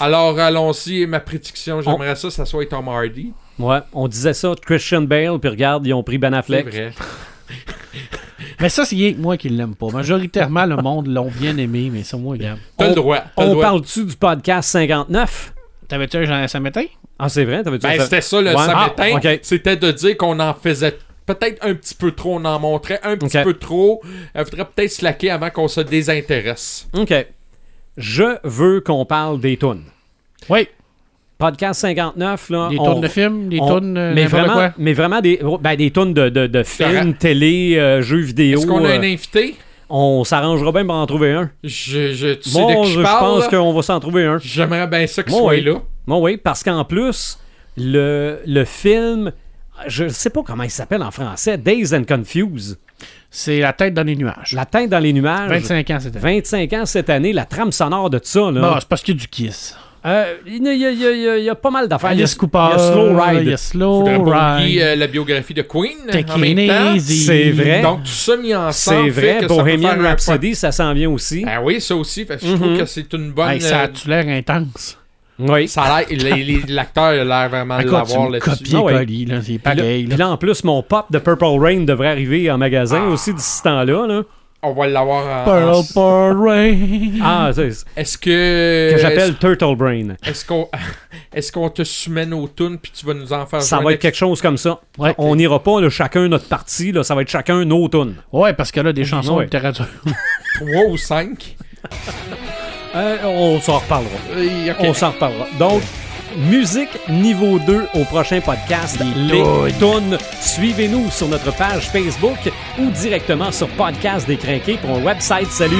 [SPEAKER 4] Alors, allons-y. Ma prédiction, j'aimerais ça, ça soit Tom Hardy.
[SPEAKER 1] Ouais, on disait ça de Christian Bale, puis regarde, ils ont pris Ben
[SPEAKER 4] C'est
[SPEAKER 1] Affleck.
[SPEAKER 4] vrai.
[SPEAKER 1] Mm.
[SPEAKER 3] Mais ça, c'est rien que moi qui l'aime pas. Majoritairement, le monde l'ont bien aimé, mais c'est moi, regarde.
[SPEAKER 4] T'as le
[SPEAKER 1] On-
[SPEAKER 4] droit. t'as le
[SPEAKER 1] On
[SPEAKER 4] droit.
[SPEAKER 1] parle-tu du podcast 59?
[SPEAKER 3] T'avais-tu un Jean Sametin?
[SPEAKER 1] Ah, c'est vrai? T'avais dit
[SPEAKER 4] Ben, c'était ça le
[SPEAKER 1] Ouais.
[SPEAKER 4] samedi.
[SPEAKER 1] Ah, ok.
[SPEAKER 4] C'était de dire qu'on en faisait peut-être un petit peu trop, on en montrait un petit
[SPEAKER 1] Ok.
[SPEAKER 4] peu trop. Il faudrait peut-être slacker avant qu'on se désintéresse.
[SPEAKER 1] OK. Je veux qu'on parle des tunes.
[SPEAKER 3] Oui.
[SPEAKER 1] Podcast 59, là.
[SPEAKER 3] Des
[SPEAKER 1] on-
[SPEAKER 3] tonnes de films, des
[SPEAKER 1] on-
[SPEAKER 3] tonnes euh,
[SPEAKER 1] mais
[SPEAKER 3] n'importe
[SPEAKER 1] vraiment,
[SPEAKER 3] quoi.
[SPEAKER 1] mais vraiment des, ben, des tunes de, de, de films,
[SPEAKER 4] Correct.
[SPEAKER 1] télé, euh, jeux vidéo.
[SPEAKER 4] Est-ce qu'on a
[SPEAKER 1] euh,
[SPEAKER 4] un invité?
[SPEAKER 1] on s'arrangera bien pour en trouver un.
[SPEAKER 4] Je, je, tu sais
[SPEAKER 1] Bon,
[SPEAKER 4] de qui
[SPEAKER 1] je,
[SPEAKER 4] je parle.
[SPEAKER 1] pense
[SPEAKER 4] là?
[SPEAKER 1] qu'on va s'en trouver un.
[SPEAKER 4] J'aimerais bien ça qu'il
[SPEAKER 1] Bon,
[SPEAKER 4] soit
[SPEAKER 1] oui.
[SPEAKER 4] là.
[SPEAKER 1] Bon, oui, parce qu'en plus, le, le film, je ne sais pas comment il s'appelle en français, Days and Confuse.
[SPEAKER 3] C'est la tête dans les nuages.
[SPEAKER 1] La teinte dans les nuages.
[SPEAKER 3] 25 ans, c'était.
[SPEAKER 1] 25 ans cette année, la trame sonore de ça, là.
[SPEAKER 3] Bon, c'est parce qu'il y a du kiss.
[SPEAKER 1] Euh, il y a- il y a- il y a- il y a- il y a pas mal d'affaires. Il y a-
[SPEAKER 3] Alice Cooper.
[SPEAKER 1] Il y a Slow Ride.
[SPEAKER 3] Il y a Slow
[SPEAKER 4] Faudrait pas
[SPEAKER 3] Ride.
[SPEAKER 4] oublier euh, la biographie de Queen
[SPEAKER 3] Take
[SPEAKER 4] en
[SPEAKER 3] it
[SPEAKER 4] même temps.
[SPEAKER 3] easy.
[SPEAKER 1] C'est vrai.
[SPEAKER 4] Donc tout ça mis
[SPEAKER 1] hein? C'est
[SPEAKER 4] ensemble fait
[SPEAKER 1] vrai,
[SPEAKER 4] que ça peut
[SPEAKER 1] Bohemian
[SPEAKER 4] faire un pod-
[SPEAKER 1] Rhapsody, Mhm. ça s'en vient aussi.
[SPEAKER 4] Ah oui, ça aussi. fait que Je trouve que c'est une bonne.
[SPEAKER 3] Hey, ça
[SPEAKER 4] euh,
[SPEAKER 3] a-tu l'air intense?
[SPEAKER 1] Oui.
[SPEAKER 4] ça a l'air. les- les- L'acteur a l'air vraiment de
[SPEAKER 3] Écoute,
[SPEAKER 4] l'avoir
[SPEAKER 3] c'est
[SPEAKER 4] là-dessus.
[SPEAKER 1] Ah ouais.
[SPEAKER 3] copier-coller, là, c'est
[SPEAKER 1] Puis là,
[SPEAKER 3] pareil.
[SPEAKER 1] puis
[SPEAKER 3] là.
[SPEAKER 4] Ah.
[SPEAKER 1] là, en plus, mon pop de Purple Rain devrait arriver en magasin aussi d'ici ce temps-là. là.
[SPEAKER 4] on va l'avoir en- en...
[SPEAKER 3] Pearl Parade.
[SPEAKER 1] Ah, c'est
[SPEAKER 4] Est-ce que...
[SPEAKER 1] que j'appelle Turtle Brain.
[SPEAKER 4] Est-ce est-ce qu'on <laughs> est-ce qu'on te soumène au tune puis tu vas nous en faire
[SPEAKER 1] Ça
[SPEAKER 4] jouer
[SPEAKER 1] va
[SPEAKER 4] un
[SPEAKER 1] être quelque chose comme ça.
[SPEAKER 3] Ouais.
[SPEAKER 1] On n'ira pas là, chacun notre partie, là, ça va être chacun nos tunes.
[SPEAKER 3] Ouais, parce que là, des chansons
[SPEAKER 1] ouais.
[SPEAKER 3] de littérature.
[SPEAKER 4] trois ou cinq?
[SPEAKER 1] Euh, on s'en reparlera.
[SPEAKER 4] Oui, Euh, ok.
[SPEAKER 1] On s'en reparlera. Donc, musique niveau 2 au prochain podcast. Les tunes. Suivez-nous sur notre page Facebook ou directement sur Podcast Décrinqué pour un website. Salut!